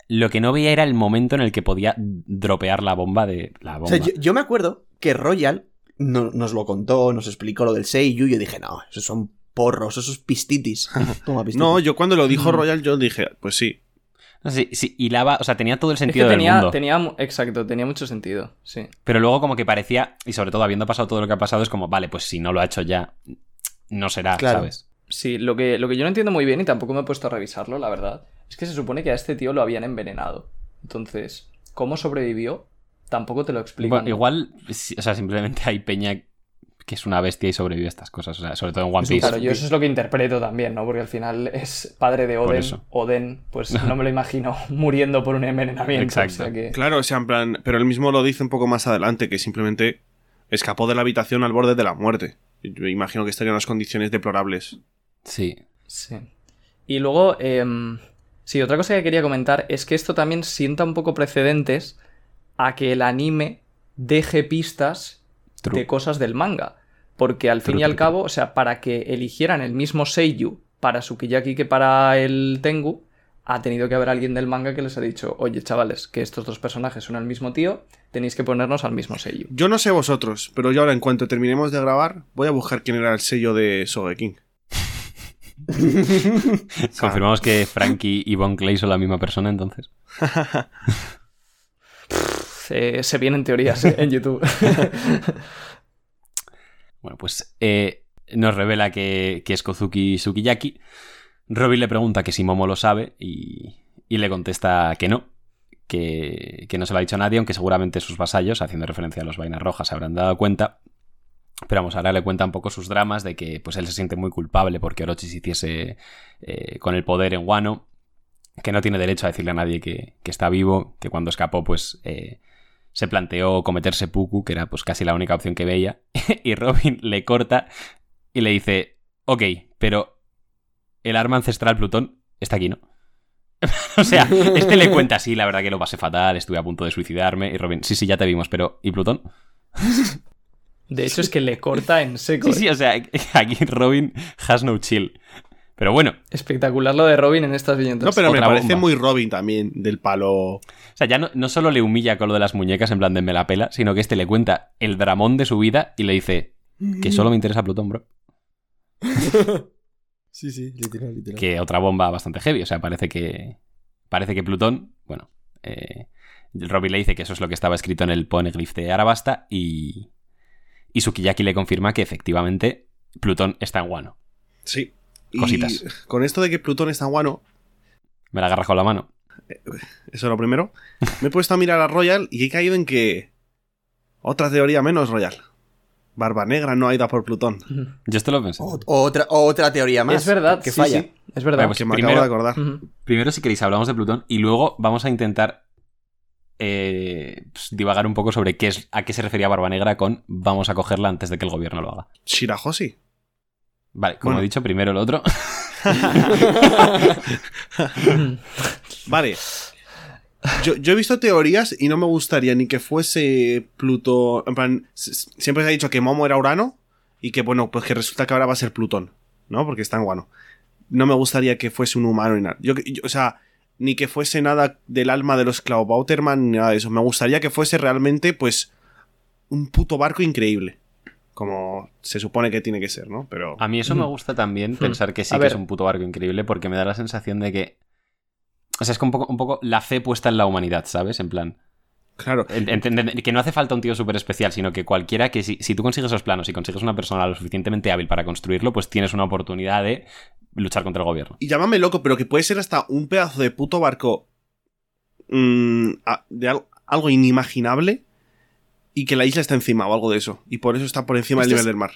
lo que no veía era el momento en el que podía dropear la bomba de la
o
bomba.
sea, yo, yo me acuerdo que Royal no- nos lo contó, nos explicó lo del Seiyu. Yo dije, no, esos son porros,
[laughs]
esos pistitis. Toma, pistitis.
No, yo cuando lo dijo
Mm.
Royal, yo dije, pues sí.
No sé, sí, hilaba, o sea, tenía todo el
es que
sentido del
tenía,
mundo.
tenía. mu- Exacto, tenía mucho sentido. Sí.
Pero luego como que parecía, y sobre todo habiendo pasado todo lo que ha pasado, es como, vale, pues si no lo ha hecho ya, no
Ah,
será,
Claro.
¿sabes?
Sí, lo que, lo que yo no entiendo muy bien y tampoco me he puesto a revisarlo, la verdad, es que se supone que a este tío lo habían envenenado. Entonces, ¿cómo sobrevivió? Tampoco te lo explican.
Bueno, igual, sí, o sea, simplemente hay peña que es una bestia y sobrevive a estas cosas, o sea, sobre todo en One
Es un
Piece.
Claro, yo eso es lo que interpreto también, ¿no? Porque al final es padre de
Por
Oden.
eso.
Oden,
[laughs]
pues no me lo imagino muriendo por un envenenamiento.
Exacto.
o sea que-
Claro, o sea, en plan, pero él mismo lo dice un poco más adelante, que simplemente escapó de la habitación al borde de la muerte. Yo imagino que estaría en unas condiciones deplorables.
Sí.
Sí. Y luego, em, sí, otra cosa que quería comentar es que esto también sienta un poco precedentes a que el anime deje pistas
True.
de cosas del manga. Porque al fin
True,
y al
true, true.
cabo, o sea, para que eligieran el mismo Seiyu para Sukiyaki que para el Tengu, ha tenido que haber alguien del manga que les ha dicho, oye chavales, que estos dos personajes son el mismo tío, tenéis que ponernos al mismo Seiyu.
Yo no sé vosotros, pero yo ahora, en cuanto terminemos de grabar, voy a buscar quién era el sello de
[laughs]
Sogeking.
Ah.
Confirmamos que Frankie y Von Clay son la misma persona, entonces.
Se, se vienen teorías eh,
[laughs]
en YouTube.
Bueno, pues eh, nos revela que, que es Kozuki Sukiyaki. Robin le pregunta que si Momo lo sabe y, y le contesta que no, que, que no se lo ha dicho nadie, aunque seguramente sus vasallos, haciendo referencia a los vainas rojas, se habrán dado cuenta. Pero vamos, ahora le cuenta un poco sus dramas de que pues él se siente muy culpable porque Orochi se hiciese eh, con el poder en Wano, que no tiene derecho a decirle a nadie que, que está vivo, que cuando escapó pues eh, se planteó cometerse puku, que era pues casi la única opción que veía, y Robin [laughs] le corta y le dice, ok, pero el arma ancestral Plutón está aquí, ¿no? [laughs] o sea, este le cuenta, sí, la verdad que lo pasé fatal, estuve a punto de suicidarme, y Robin, sí, sí, ya te vimos, pero ¿y Plutón?
De hecho, es que le corta en seco.
Sí,
eh.
sí, o sea, [laughs] aquí Robin has no chill. Pero bueno,
Espectacular lo de Robin en estas viñetas.
No, pero me
Otra
parece
bomba.
muy Robin también, del palo.
o sea, ya no, no solo le humilla con lo de las muñecas en plan de me la pela, sino que este le cuenta el dramón de su vida y le dice que solo me interesa Plutón, bro.
[laughs] Sí, sí, literal, literal.
que otra bomba bastante heavy. O sea, parece que. Parece que Plutón. Bueno. eh, Robin le dice que eso es lo que estaba escrito en el poneglyph de Arabasta. Y. Y Sukiyaki le confirma que efectivamente Plutón está en Wano.
Sí.
Cositas.
Y con esto de que Plutón es tan guano,
Me la agarra con la mano.
eso es lo primero, me he puesto a mirar a Royal y he caído en que. Otra teoría menos Royal. Barba Negra no ha ido a por Plutón.
Ujú.
Yo esto lo pensé.
O, o otra, o otra teoría más.
Es verdad,
Que
sí,
falla.
sí, es verdad.
Pues
que me
primero-
acabo de acordar.
Ujú.
Primero, si queréis, hablamos de Plutón. Y luego vamos a intentar. eh, pues, divagar un poco sobre qué es, a qué se refería Barba Negra con vamos a cogerla antes de que el gobierno lo haga.
Shirahoshi.
Vale, como
Bueno.
he dicho, primero el otro.
Vale. Yo, yo he visto teorías y no me gustaría ni que fuese Plutón. En plan, s- s- siempre se ha dicho que Momo era Urano y que, bueno, pues que resulta que ahora va a ser Plutón, ¿no? Porque está en Guano. No me gustaría que fuese un humano ni nada. Yo, yo- o sea, ni que fuese nada del alma de los Clawbauterman ni nada de eso. Me gustaría que fuese realmente, pues, un puto barco increíble. Como se supone que tiene que ser, ¿no? Pero.
A mí eso me
Mm.
Ujú.
gusta también, pensar que sí
A
que
ver.
es un puto barco increíble, porque me da la sensación de que. O sea, es como un poco, un poco la fe puesta en la humanidad, ¿sabes? En plan.
Claro.
En- entender que no hace falta un tío súper especial, sino que cualquiera que si, si tú consigues esos planos y consigues una persona lo suficientemente hábil para construirlo, pues tienes una oportunidad de luchar contra el gobierno.
Y llámame loco, pero que puede ser hasta un pedazo de puto barco mm, a- de al- algo inimaginable y que la isla está encima o algo de eso. Y por eso está por encima del
Esto
nivel
es-
del mar.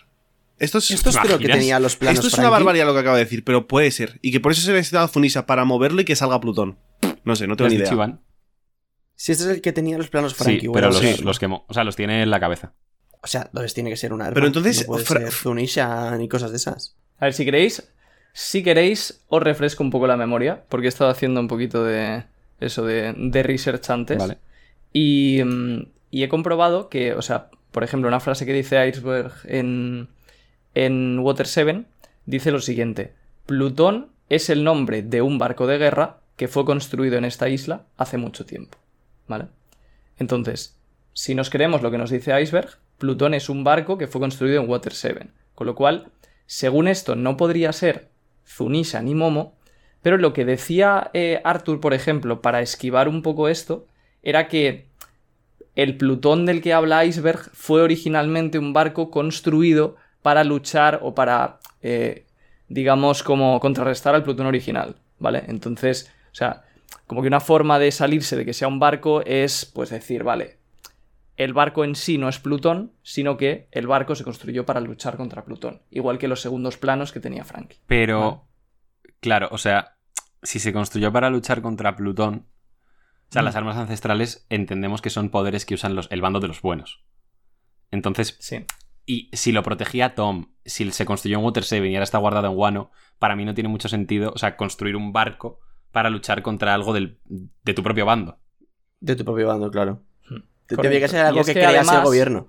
Esto es,
Esto es creo que
imaginas?
tenía los planos.
esto es una
Frankie.
barbaridad lo que acabo de decir, pero puede ser. Y que por eso se necesita Funisa para moverlo y que salga Plutón. No sé, no
¿Lo
tengo
has
ni
dicho,
idea.
Iván?
Si este es el que tenía los planos Frankie,
Sí,
bueno,
pero los,
sí.
los quemó. O sea, los tiene en la cabeza.
O sea, entonces tiene que ser una.
Pero entonces,
No puede
Fra-
ser Zunisha ni cosas de esas.
A ver, si queréis, si queréis, os refresco un poco la memoria, porque he estado haciendo un poquito de eso, de, de research antes.
Vale.
Y, mm, y he comprobado que, o sea, por ejemplo, una frase que dice Iceberg en, en Water 7 dice lo siguiente: Plutón es el nombre de un barco de guerra que fue construido en esta isla hace mucho tiempo. ¿Vale? Entonces, si nos creemos lo que nos dice Iceberg, Plutón es un barco que fue construido en Water 7. Con lo cual, según esto, no podría ser Zunisha ni Momo, pero lo que decía eh, Arthur, por ejemplo, para esquivar un poco esto, era que el Plutón del que habla Iceberg fue originalmente un barco construido para luchar o para, eh, digamos, como contrarrestar al Plutón original, ¿vale? Entonces, o sea, como que una forma de salirse de que sea un barco es, pues, decir, vale, el barco en sí no es Plutón, sino que el barco se construyó para luchar contra Plutón, igual que los segundos planos que tenía Frankie.
Pero, claro, o sea, si se construyó para luchar contra Plutón, o sea,
Mm.
las armas ancestrales entendemos que son poderes que usan los, el bando de los buenos. Entonces,
Sí.
y si lo protegía Tom, si se construyó en Water 7 y ahora está guardado en Wano, para mí no tiene mucho sentido, o sea, construir un barco para luchar contra algo del, de tu propio bando.
De tu propio bando, claro.
Hmm.
Te-
Correcto.
Tendría que ser
Y
algo
es
que,
que
crease el
además-
gobierno.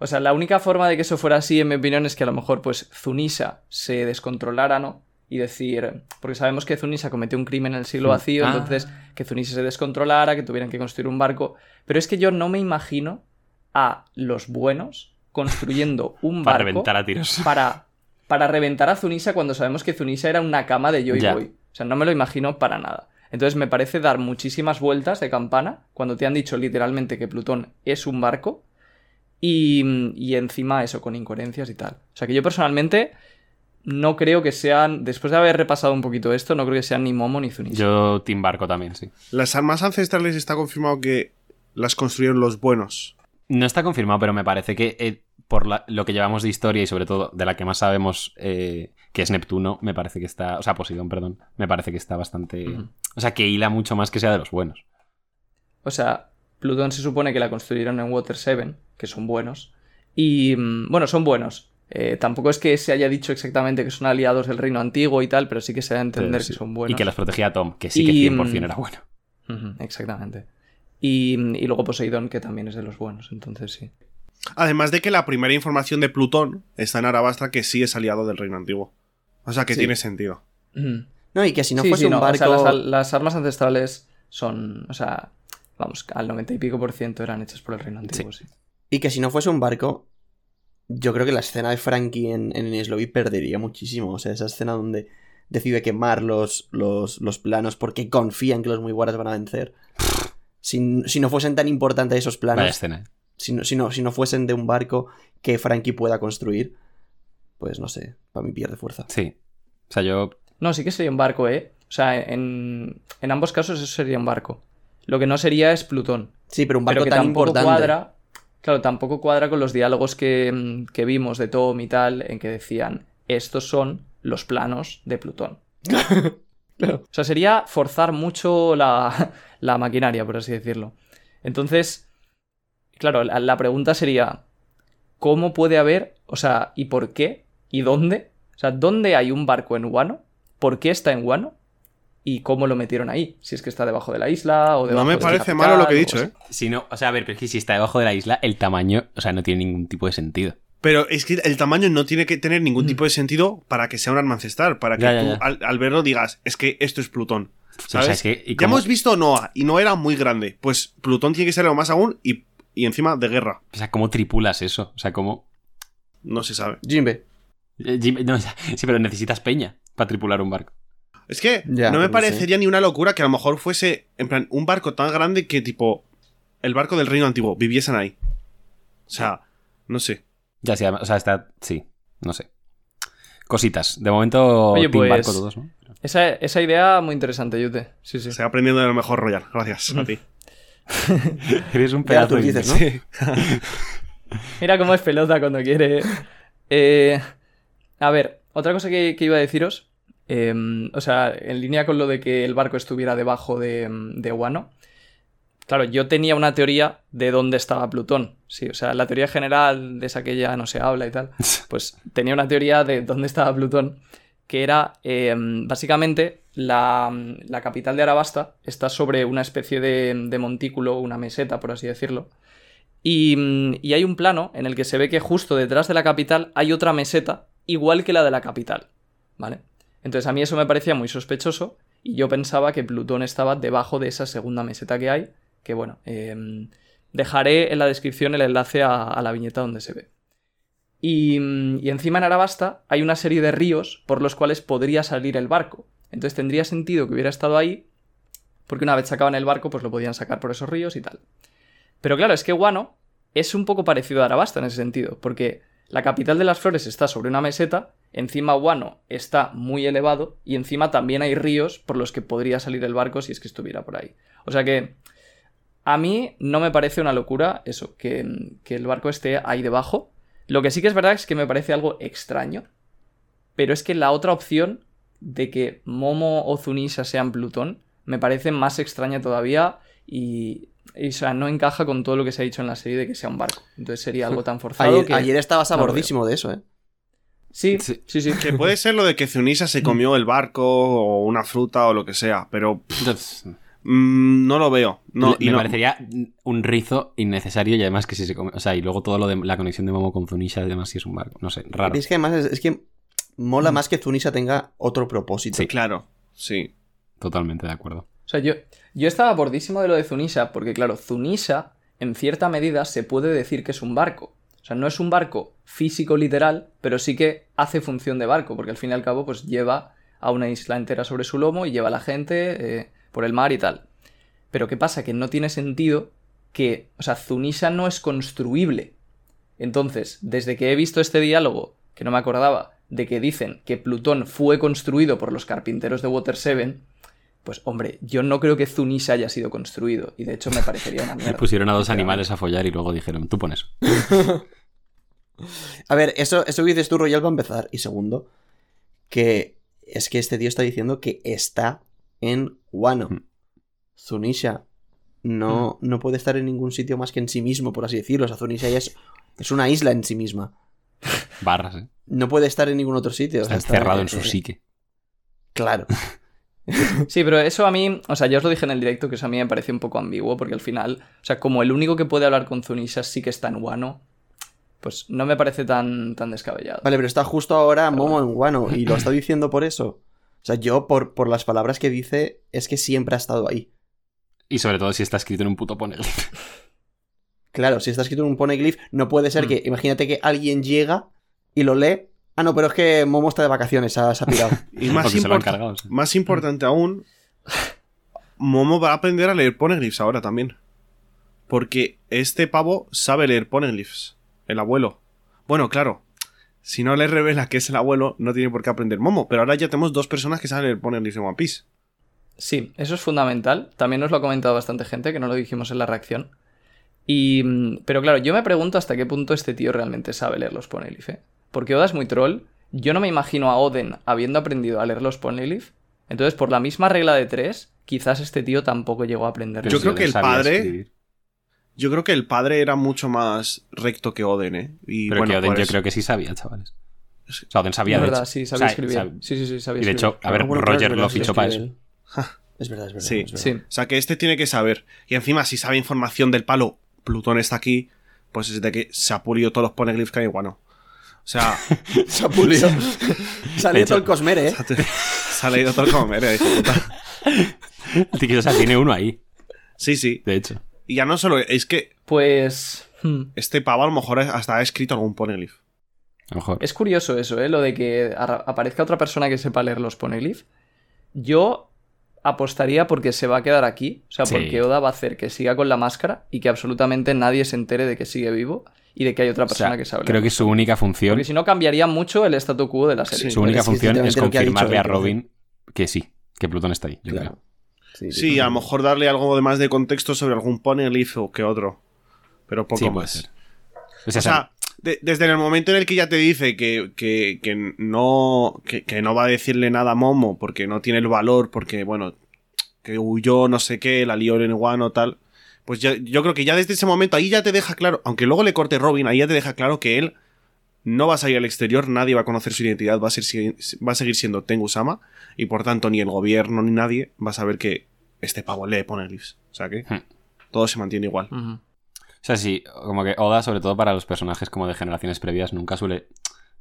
O sea, la única forma de que eso fuera así, en mi opinión, es que a lo mejor, pues, Zunisa se descontrolara, ¿no? Y decir, porque sabemos que Zunisa cometió un crimen en el siglo vacío,
Ah.
entonces que Zunisa se descontrolara, que tuvieran que construir un barco. Pero es que yo no me imagino a los buenos construyendo
[laughs]
un
Para
barco
reventar a tiros.
para, para reventar a Zunisa cuando sabemos que Zunisa era una cama de Joy
Ya.
Boy. O sea, no me lo imagino para nada. Entonces me parece dar muchísimas vueltas de campana cuando te han dicho literalmente que Plutón es un barco y, y encima eso con incoherencias y tal. O sea que yo personalmente no creo que sean, después de haber repasado un poquito esto, no creo que sean ni Momo ni Zunisa.
Yo Team Barco también, sí.
Las armas ancestrales está confirmado que las construyeron los buenos.
No está confirmado, pero me parece que eh, por la- lo que llevamos de historia y sobre todo de la que más sabemos, eh, que es Neptuno, me parece que está, o sea, Poseidón, perdón, me parece que está bastante...
Ujú.
O sea, que hila mucho más que sea de los buenos.
O sea, Plutón se supone que la construyeron en Water 7, que son buenos. Y mm, bueno, son buenos. Eh, tampoco es que se haya dicho exactamente que son aliados del reino antiguo y tal, pero sí que se da a entender
Pero sí.
que son buenos.
Y que las protegía Tom, que sí que
Y,
100%
mm,
era bueno.
Ujú, exactamente. Y, mm, y luego Poseidón, que también es de los buenos, entonces sí.
Además de que la primera información de Plutón está en Arabasta, que sí es aliado del reino antiguo. O sea que
Sí.
tiene sentido.
Ujú.
No, y que [clears throat] si no
Sí,
fuese
sí,
un
no, o
barco.
sea, las, las armas ancestrales son, o sea, vamos, al 90 y pico por ciento eran hechas por el reino antiguo, sí.
Y que si no fuese un barco, yo creo que la escena de Frankie en, en Slovy perdería muchísimo. O sea, esa escena donde decide quemar los, los, los planos porque confían que los muy guaras van a vencer. Si, si no fuesen tan importantes esos
Vaya
planos,
escena. ¿eh?
si no, si, no, si no fuesen de un barco que Frankie pueda construir, pues no sé, para mí pierde fuerza.
Sí. O sea, yo...
No, sí que sería un barco, ¿eh? O sea, en, en ambos casos eso sería un barco. Lo que no sería es Plutón.
Sí, pero un
pero
barco
que
tan
tampoco
importante.
cuadra. Claro, tampoco cuadra con los diálogos que, mm, que vimos de Tom y tal, en que decían, estos son los planos de Plutón.
[laughs] Claro.
O sea, sería forzar mucho la, [laughs] la maquinaria, por así decirlo. Entonces, claro, la, la pregunta sería, ¿cómo puede haber, o sea, y por qué, y dónde? O sea, ¿dónde hay un barco en Guano? ¿Por qué está en Guano? ¿Y cómo lo metieron ahí? Si es que está debajo de la isla o
No
debajo
me
de la
parece malo lo que he
capital, o
dicho,
sea.
¿eh?
Si no, o sea, a ver, pero es que si está debajo de la isla, el tamaño, o sea, no tiene ningún tipo de sentido.
Pero es que el tamaño no tiene que tener ningún
Mm.
tipo de sentido para que sea un arma ancestral, para que
Ya, ya,
tú
ya.
Al, al verlo digas, es que esto es Plutón.
O sea,
¿Sabes?
es que... y
Ya
como-
hemos visto Noah y no era muy grande. Pues Plutón tiene que ser algo más aún y, y encima de guerra.
O sea, ¿cómo tripulas eso? O sea, ¿cómo...?
No se sabe.
Jimbe.
Eh, Jim- no, o sea, [laughs] sí, pero necesitas peña para tripular un barco.
Es que
Ya,
no me
no sé.
parecería ni una locura que a lo mejor fuese, en plan, un barco tan grande que tipo el barco del reino antiguo, viviesen ahí. O sea, no sé.
Ya, sí, además, o sea, está. Sí, no sé. Cositas. De momento,
Oye,
Team
pues-
Barco todos, ¿no?
Esa, esa idea muy interesante, Yute. Sí, sí.
Se va aprendiendo de lo mejor, Royal. Gracias a ti.
[laughs] Eres un
Ya
pedazo
tú
de
dices,
inglés.
Mira cómo es pelota cuando quiere. Eh, a ver, otra cosa que, que iba a deciros, eh, o sea, en línea con lo de que el barco estuviera debajo de, em, de Guano. Claro, yo tenía una teoría de dónde estaba Plutón. Sí, o sea, la teoría general de esa que ya no se habla y tal. Pues tenía una teoría de dónde estaba Plutón, que era eh, básicamente la, la capital de Arabasta está sobre una especie de, de montículo, una meseta, por así decirlo. Y, mm, y hay un plano en el que se ve que justo detrás de la capital hay otra meseta igual que la de la capital, ¿vale? Entonces a mí eso me parecía muy sospechoso y yo pensaba que Plutón estaba debajo de esa segunda meseta que hay, que bueno, em, dejaré en la descripción el enlace a, a la viñeta donde se ve. Y, mm, y encima en Arabasta hay una serie de ríos por los cuales podría salir el barco. Entonces tendría sentido que hubiera estado ahí, porque una vez sacaban el barco, pues lo podían sacar por esos ríos y tal. Pero claro, es que Guano es un poco parecido a Arabasta en ese sentido, porque la capital de las flores está sobre una meseta, encima Guano está muy elevado y encima también hay ríos por los que podría salir el barco si es que estuviera por ahí. O sea que a mí no me parece una locura eso, que, que el barco esté ahí debajo. Lo que sí que es verdad es que me parece algo extraño, pero es que la otra opción de que Momo o Zunisa sean Plutón me parece más extraña todavía y, y, o sea, no encaja con todo lo que se ha dicho en la serie de que sea un barco. Entonces sería algo tan forzado
Ayer,
que...
ayer estabas a
no lo
bordísimo de eso, ¿eh?
Sí,
Sí.
sí, sí.
Que puede ser lo de que Zunisa se comió el barco o una fruta o lo que sea, pero
Entonces,
mm, no lo veo. No,
le-
y
me
no.
parecería un rizo innecesario y además que si se come. O sea, y luego todo lo de la conexión de Momo con Zunisha y demás, si es un barco. No sé, raro.
Y Es que además es, es que mola más que Zunisa tenga otro propósito.
Sí.
Claro, sí.
Totalmente de acuerdo.
O sea, yo, yo estaba bordísimo de lo de Zunisa, porque claro, Zunisa, en cierta medida, se puede decir que es un barco. O sea, no es un barco físico literal, pero sí que hace función de barco, porque al fin y al cabo, pues lleva a una isla entera sobre su lomo y lleva a la gente eh, por el mar y tal. Pero ¿qué pasa? Que no tiene sentido que, o sea, Zunisa no es construible. Entonces, desde que he visto este diálogo, que no me acordaba, de que dicen que Plutón fue construido por los carpinteros de Water 7, pues hombre, yo no creo que Zunisa haya sido construido, y de hecho me parecería una
Me
mierda.
pusieron a dos animales a follar y luego dijeron, tú pones.
A ver, eso, eso que dices tú, Royal, va a empezar. Y segundo, que es que este tío está diciendo que está en Wano.
Mm.
Zunisha no,
Hmm.
no puede estar en ningún sitio más que en sí mismo, por así decirlo. O sea, Zunisha ya es, es una isla en sí misma.
Barras, ¿eh?
No puede estar en ningún otro sitio. o
Está
sea,
encerrado en
eh,
su
eh,
psique.
Claro.
Sí, pero eso a mí, o sea, ya os lo dije en el directo que eso a mí me parece un poco ambiguo, porque al final, o sea, como el único que puede hablar con Zunisa sí que está en Wano, pues no me parece tan, tan descabellado.
Vale, pero está justo ahora Momo en Guano y lo está diciendo por eso. O sea, yo por, por las palabras que dice es que siempre ha estado ahí.
Y sobre todo si está escrito en un puto [laughs] ponel.
Claro, si está escrito en un poneglyph, no puede ser
Mm.
que, imagínate que alguien llega y lo lee. Ah, no, pero es que Momo está de vacaciones, se ha, se ha pirado.
Y más,
Porque se lo han
import-
cargado. sí.
más importante aún, Momo va a aprender a leer poneglyphs ahora también. Porque este pavo sabe leer poneglyphs. El abuelo. Bueno, claro. Si no le revela que es el abuelo, no tiene por qué aprender Momo. Pero ahora ya tenemos dos personas que saben leer poneglyphs en One Piece.
Sí, eso es fundamental. También nos lo ha comentado bastante gente, que no lo dijimos en la reacción. Y, mm, pero claro, yo me pregunto hasta qué punto este tío realmente sabe leer los Ponelif, ¿eh? Porque Oda es muy troll. Yo no me imagino a Oden habiendo aprendido a leer los Ponelif. Entonces, por la misma regla de tres, quizás este tío tampoco llegó a aprender
Pero
Yo
si
creo
no
que el
sabía
padre-
escribir.
Yo creo que el padre era mucho más recto que Oden, ¿eh? Y
Pero
bueno,
que Oden
por
yo
eso.
creo que sí sabía, chavales. O sea, Oden sabía
Es
de
verdad,
hecho.
sí, sabía
O sea,
escribir.
sabe-
Sí, sí, sí, sabía
Y de
escribir.
hecho, [laughs] a ver,
Ah, bueno, claro,
Roger lo
es verdad, sí,
fichó para
escribe
eso.
él.
[laughs] Ja,
Es verdad, es verdad.
Sí.
es verdad.
Sí.
O sea, que este tiene que saber. Y encima, si sabe información del palo, Plutón está aquí, pues es de que se ha pulido todos los poneglyphs que hay en Guano. O sea,
[laughs]
[laughs]
Se
[laughs]
ha pulido. Se ha
De
leído
hecho-
el Cosmere, ¿eh?
se ha leído todo el comer, eh, hijo de puta.
El tío, O sea, tiene uno ahí,
Sí, sí.
de hecho.
Y ya no solo, es que
Pues. hmm,
este pavo a lo mejor hasta ha escrito algún poneglyph.
A lo mejor.
Es curioso eso, ¿eh? Lo de que arra- aparezca otra persona que sepa leer los Poneglyph. Yo apostaría porque se va a quedar aquí. O sea,
Sí.
porque Oda va a hacer que siga con la máscara y que absolutamente nadie se entere de que sigue vivo y de que hay otra
O sea,
persona que sabe.
creo que su única función,
Porque si no, cambiaría mucho el statu quo de la serie.
su única
es que
función es
exactamente lo que ha dicho
confirmarle a
Rick, ¿no?
Robin que sí, que Plutón está ahí. yo creo.
Claro. Sí,
Sí, a lo mejor darle algo de más de contexto sobre algún poneglyph o que otro. Pero poco
Sí, puede
más.
ser. O sea,
O sea, de- desde el momento en el que ya te dice que, que- que no, que, que no va a decirle nada a Momo porque no tiene el valor, porque, bueno, que huyó, no sé qué, la lió en Guano, tal. Pues ya- yo creo que ya desde ese momento ahí ya te deja claro, aunque luego le corte Robin, ahí ya te deja claro que él no va a salir al exterior, nadie va a conocer su identidad, va a, ser, si- va a seguir siendo Tengu-sama y por tanto ni el gobierno ni nadie va a saber que este pavo le pone lips. O sea que
Hmm.
todo se mantiene igual.
Ujú.
O sea, sí, como que Oda, sobre todo para los personajes como de generaciones previas, nunca suele.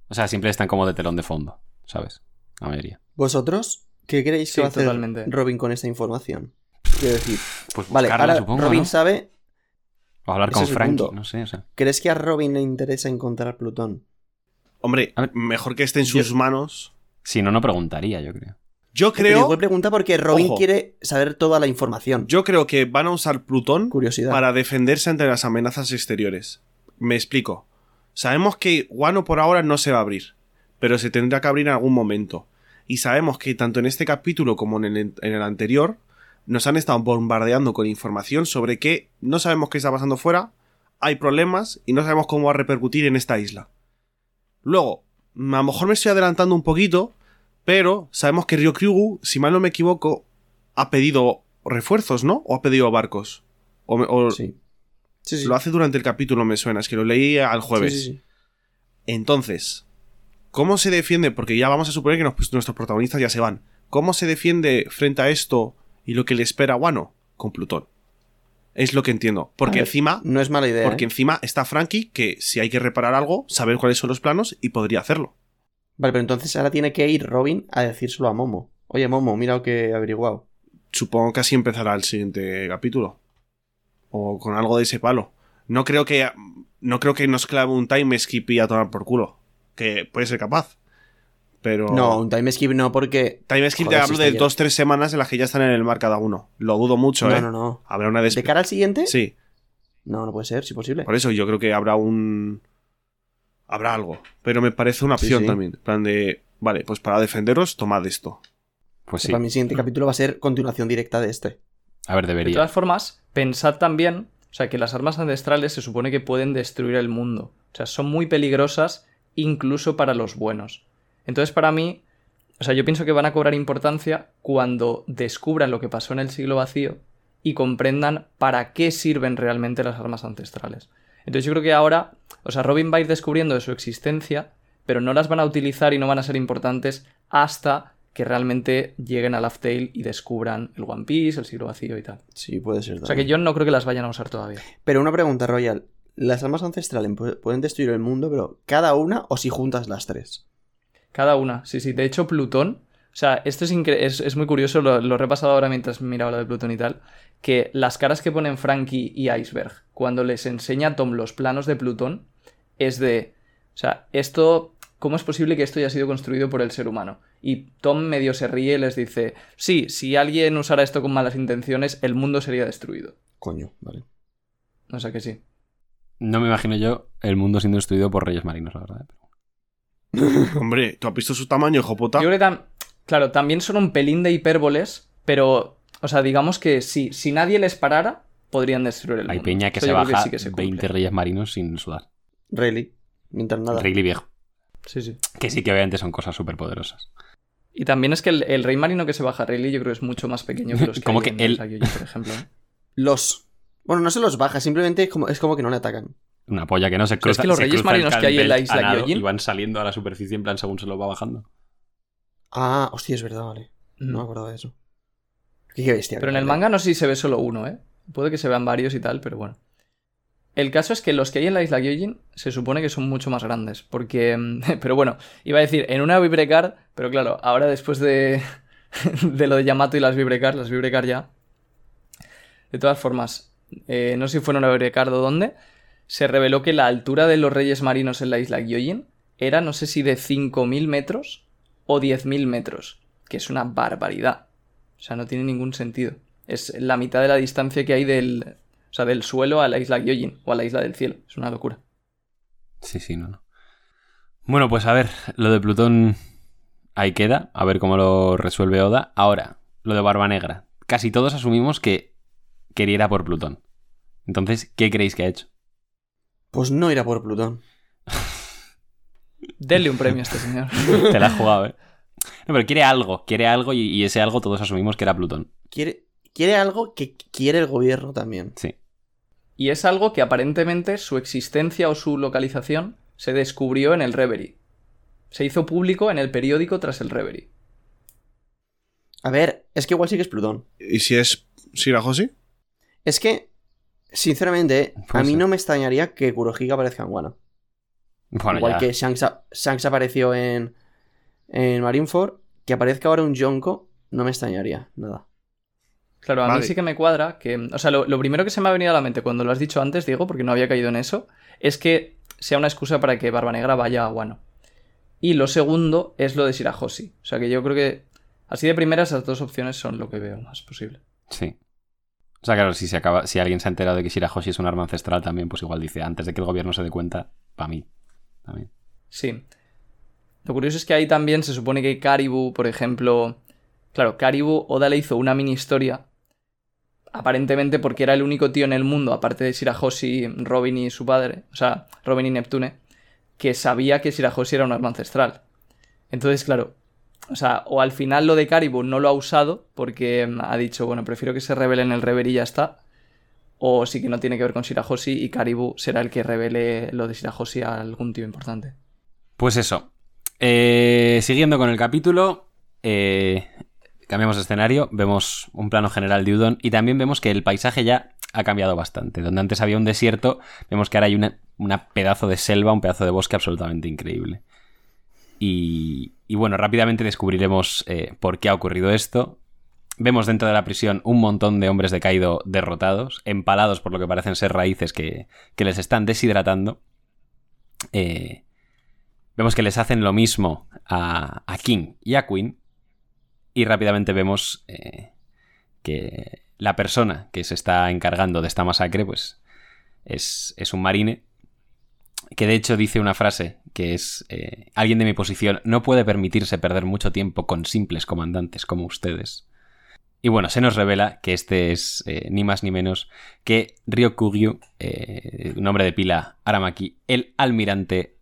O sea, siempre están como de telón de fondo, ¿sabes? La mayoría.
¿Vosotros qué creéis que
Sí,
va a hacer
totalmente.
Robin con esta información? Quiero decir,
Pues
vale,
buscarla,
ahora
supongo,
Robin
¿no?
sabe.
O hablar
ese
con
es el
Frankie,
punto.
no sé, o sea.
¿Crees que a Robin le interesa encontrar Plutón?
Hombre,
A ver.
mejor que esté en sus manos.
Si no, no preguntaría, yo creo.
Yo
Pero
creo,
igual pregunta porque Robin
Ojo.
quiere saber toda la información.
yo creo que van a usar Plutón
Curiosidad.
para defenderse ante las amenazas exteriores. Me explico. Sabemos que Guano por ahora no se va a abrir, pero se tendrá que abrir en algún momento. Y sabemos que tanto en este capítulo como en el, en el anterior nos han estado bombardeando con información sobre que no sabemos qué está pasando fuera, hay problemas y no sabemos cómo va a repercutir en esta isla. Luego, mm, a lo mejor me estoy adelantando un poquito, pero sabemos que Ryokryugu, si mal no me equivoco, ha pedido refuerzos, ¿no? O ha pedido barcos. O, me- o-
Sí. Sí, sí.
lo hace durante el capítulo, me suena, es que lo leí al jueves.
Sí, sí, sí.
Entonces, ¿cómo se defiende? Porque ya vamos a suponer que nos- pues, nuestros protagonistas ya se van. ¿Cómo se defiende frente a esto y lo que le espera a Wano? Con Plutón. Es lo que entiendo. Porque
A ver,
encima.
No es mala idea.
Porque
¿eh?
encima está Frankie, que si hay que reparar algo, saber cuáles son los planos y podría hacerlo.
Vale, pero entonces ahora tiene que ir Robin a decírselo a Momo. Oye, Momo, mira lo que he averiguado.
Supongo que así empezará el siguiente capítulo. O con algo de ese palo. No creo que. No creo que nos clave un time skip y a tomar por culo. Que puede ser capaz. Pero.
No, un time skip no, porque.
Time skip
Joder,
te
si
hablo
está
de
ya.
dos, tres semanas en las que ya están en el mar cada uno. Lo dudo mucho,
No,
¿eh?
no, no.
Habrá una
¿De
despedida.
cara al siguiente?
Sí,
No, no puede ser, si posible.
por eso yo creo que habrá un. Habrá algo. Pero me parece una
Sí,
opción
sí.
también. En plan de. Vale, pues para defenderos, tomad esto.
Pues sí.
Para mí el siguiente capítulo va a ser continuación directa de este.
A ver,
De
debería.
todas formas, pensad también, o sea, que las armas ancestrales se supone que pueden destruir el mundo. O sea, son muy peligrosas incluso para los buenos. Entonces, para mí, o sea, yo pienso que van a cobrar importancia cuando descubran lo que pasó en el siglo vacío y comprendan para qué sirven realmente las armas ancestrales. Entonces, yo creo que ahora, o sea, Robin va a ir descubriendo de su existencia, pero no las van a utilizar y no van a ser importantes hasta que realmente lleguen a Laugh Tale y descubran el One Piece, el siglo vacío y tal.
Sí, puede ser.
O sea que
también.
yo no creo que las vayan a usar todavía.
Pero una pregunta, Royal. Las armas ancestrales pu- pueden destruir el mundo, pero cada una o si juntas las tres.
Cada una, sí, sí. De hecho, Plutón. O sea, esto es, incre- es, es muy curioso, lo, lo he repasado ahora mientras miraba lo de Plutón y tal, que las caras que ponen Frankie y Iceberg cuando les enseña a Tom los planos de Plutón es de, o sea, esto, ¿cómo es posible que esto haya sido construido por el ser humano? Y Tom medio se ríe y les dice, sí, si alguien usara esto con malas intenciones, el mundo sería destruido.
Coño, vale.
O sea que sí.
No me imagino yo el mundo siendo destruido por reyes marinos, la verdad.
Hombre, ¿tú has visto su tamaño, hijo puta?
Yo creo que tam- claro, también son un pelín de hipérboles, pero, o sea, digamos que si, si nadie les parara, podrían destruir el
Hay
mundo.
peña que
Eso
se
yo creo
baja
sí que se cumple.
20 reyes marinos sin sudar.
Really. Mientras nada.
Rigly viejo.
Sí, sí.
Que sí que obviamente son cosas súper poderosas.
Y también es que el, el rey marino que se baja Rayleigh yo creo que es mucho más pequeño que los
[laughs]
que
Como
hay
que
en
él-
Usagi Oji, por ejemplo. ¿eh?
Los. Bueno, no se los baja, simplemente es como, es como que no le atacan.
Una polla que no se
Pero es
cruza.
que los
se
reyes
cruza el
marinos que hay en la
Calpel
isla
a nado
Gyojin-
Y van saliendo a la superficie en plan según se lo va bajando.
Ah, hostia, es verdad, vale.
[laughs]
No me acordaba de eso. Qué qué bestia.
Pero en
qué
el
bestia.
manga no sé si se ve solo uno, ¿eh? Puede que se vean varios y tal, pero bueno. El caso es que los que hay en la isla Gyojin se supone que son mucho más grandes, porque... [laughs] mm, Pero bueno, iba a decir, en una Vibrecar, pero claro, ahora después de, [laughs] de lo de Yamato y las Vibrecar, las Vibrecar ya... De todas formas, eh, no sé si fue en una Vibrecar o dónde, se reveló que la altura de los reyes marinos en la isla Gyojin era, no sé si de 5.000 metros o 10.000 metros, que es una barbaridad. O sea, no tiene ningún sentido. Es la mitad de la distancia que hay del, o sea, del suelo a la isla Gyojin o a la isla del cielo. Es una locura.
Sí, sí, no, no. Bueno, pues a ver, lo de Plutón ahí queda, a ver cómo lo resuelve Oda. Ahora, lo de Barba Negra. Casi todos asumimos que quería ir a por Plutón. Entonces, ¿qué creéis que ha hecho?
Pues no irá por Plutón.
Denle un premio a este señor.
Te la has jugado, ¿eh? No, pero quiere algo, quiere algo y, y ese algo todos asumimos que era Plutón.
Quiere, quiere algo que quiere el gobierno también.
Sí.
Y es algo que aparentemente su existencia o su localización se descubrió en el Reverie. Se hizo público en el periódico tras el Reverie.
A ver, es que igual sí que es Plutón.
¿Y si es Shirahoshi?
Es que, sinceramente, eh, a
Pues
Puede
mí
ser.
no me extrañaría que Kurohige aparezca en Wano.
Bueno,
Igual
ya.
que Shanks, a- Shanks apareció en, en Marineford, que aparezca ahora un Yonko, no me extrañaría nada.
Claro, a
Vale.
mí sí que me cuadra que. mm, O sea, lo, lo primero que se me ha venido a la mente cuando lo has dicho antes, Diego, porque no había caído en eso, es que sea una excusa para que Barba Negra vaya a Guano. Y lo segundo es lo de Shirahoshi. O sea, que yo creo que. Así de primera, esas dos opciones son lo que veo más posible.
Sí. O sea, claro, si, se acaba, si alguien se ha enterado de que Shirahoshi es un arma ancestral también, pues igual dice, antes de que el gobierno se dé cuenta, para mí. También.
Sí. Lo curioso es que ahí también se supone que Caribou, por ejemplo. Claro, Caribou Oda le hizo una mini historia. Aparentemente porque era el único tío en el mundo, aparte de Shirahoshi, Robin y su padre, o sea, Robin y Neptune, que sabía que Shirahoshi era un arma ancestral. Entonces, claro, o sea, o al final lo de Caribou no lo ha usado porque mm, ha dicho, bueno, prefiero que se revele en el Rever y ya está. O sí que no tiene que ver con Shirahoshi y Caribou será el que revele lo de Shirahoshi a algún tío importante.
Pues eso. Eh, siguiendo con el capítulo, eh, cambiamos de escenario, vemos un plano general de Udon y también vemos que el paisaje ya ha cambiado bastante. Donde antes había un desierto, vemos que ahora hay una, una pedazo de selva, un pedazo de bosque absolutamente increíble. Y, y bueno, rápidamente descubriremos eh, por qué ha ocurrido esto. Vemos dentro de la prisión un montón de hombres de Kaido derrotados, empalados por lo que parecen ser raíces que, que les están deshidratando. Eh, Vemos que les hacen lo mismo a, a King y a Queen. Y rápidamente vemos eh, que la persona que se está encargando de esta masacre, pues, es, es un marine. Que de hecho dice una frase que es: eh, Alguien de mi posición no puede permitirse perder mucho tiempo con simples comandantes como ustedes. Y bueno, se nos revela que este es eh, ni más ni menos que Ryokugyu, eh, nombre de pila Aramaki, el almirante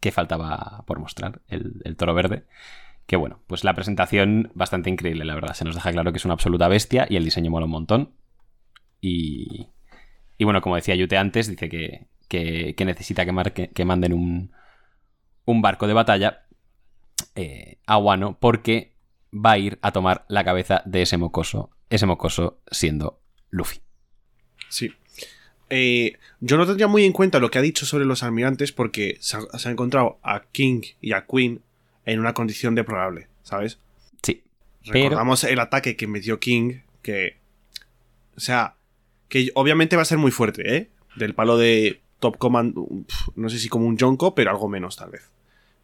que faltaba por mostrar, el, el toro verde. Que bueno, pues la presentación bastante increíble, la verdad. Se nos deja claro que es una absoluta bestia y el diseño mola un montón. Y, y bueno, como decía Yute antes, dice que, que- que necesita que, marque- que manden un, un barco de batalla eh, a Wano porque va a ir a tomar la cabeza de ese mocoso, ese mocoso siendo Luffy.
Sí. Eh, yo no tendría muy en cuenta lo que ha dicho sobre los almirantes porque se ha, se ha encontrado a King y a Queen en una condición deplorable, ¿sabes?
Sí, Pero-
Recordamos el ataque que metió King, que... O sea, que obviamente va a ser muy fuerte, ¿eh? Del palo de Top Command... pf, No sé si como un Yonko, pero algo menos tal vez.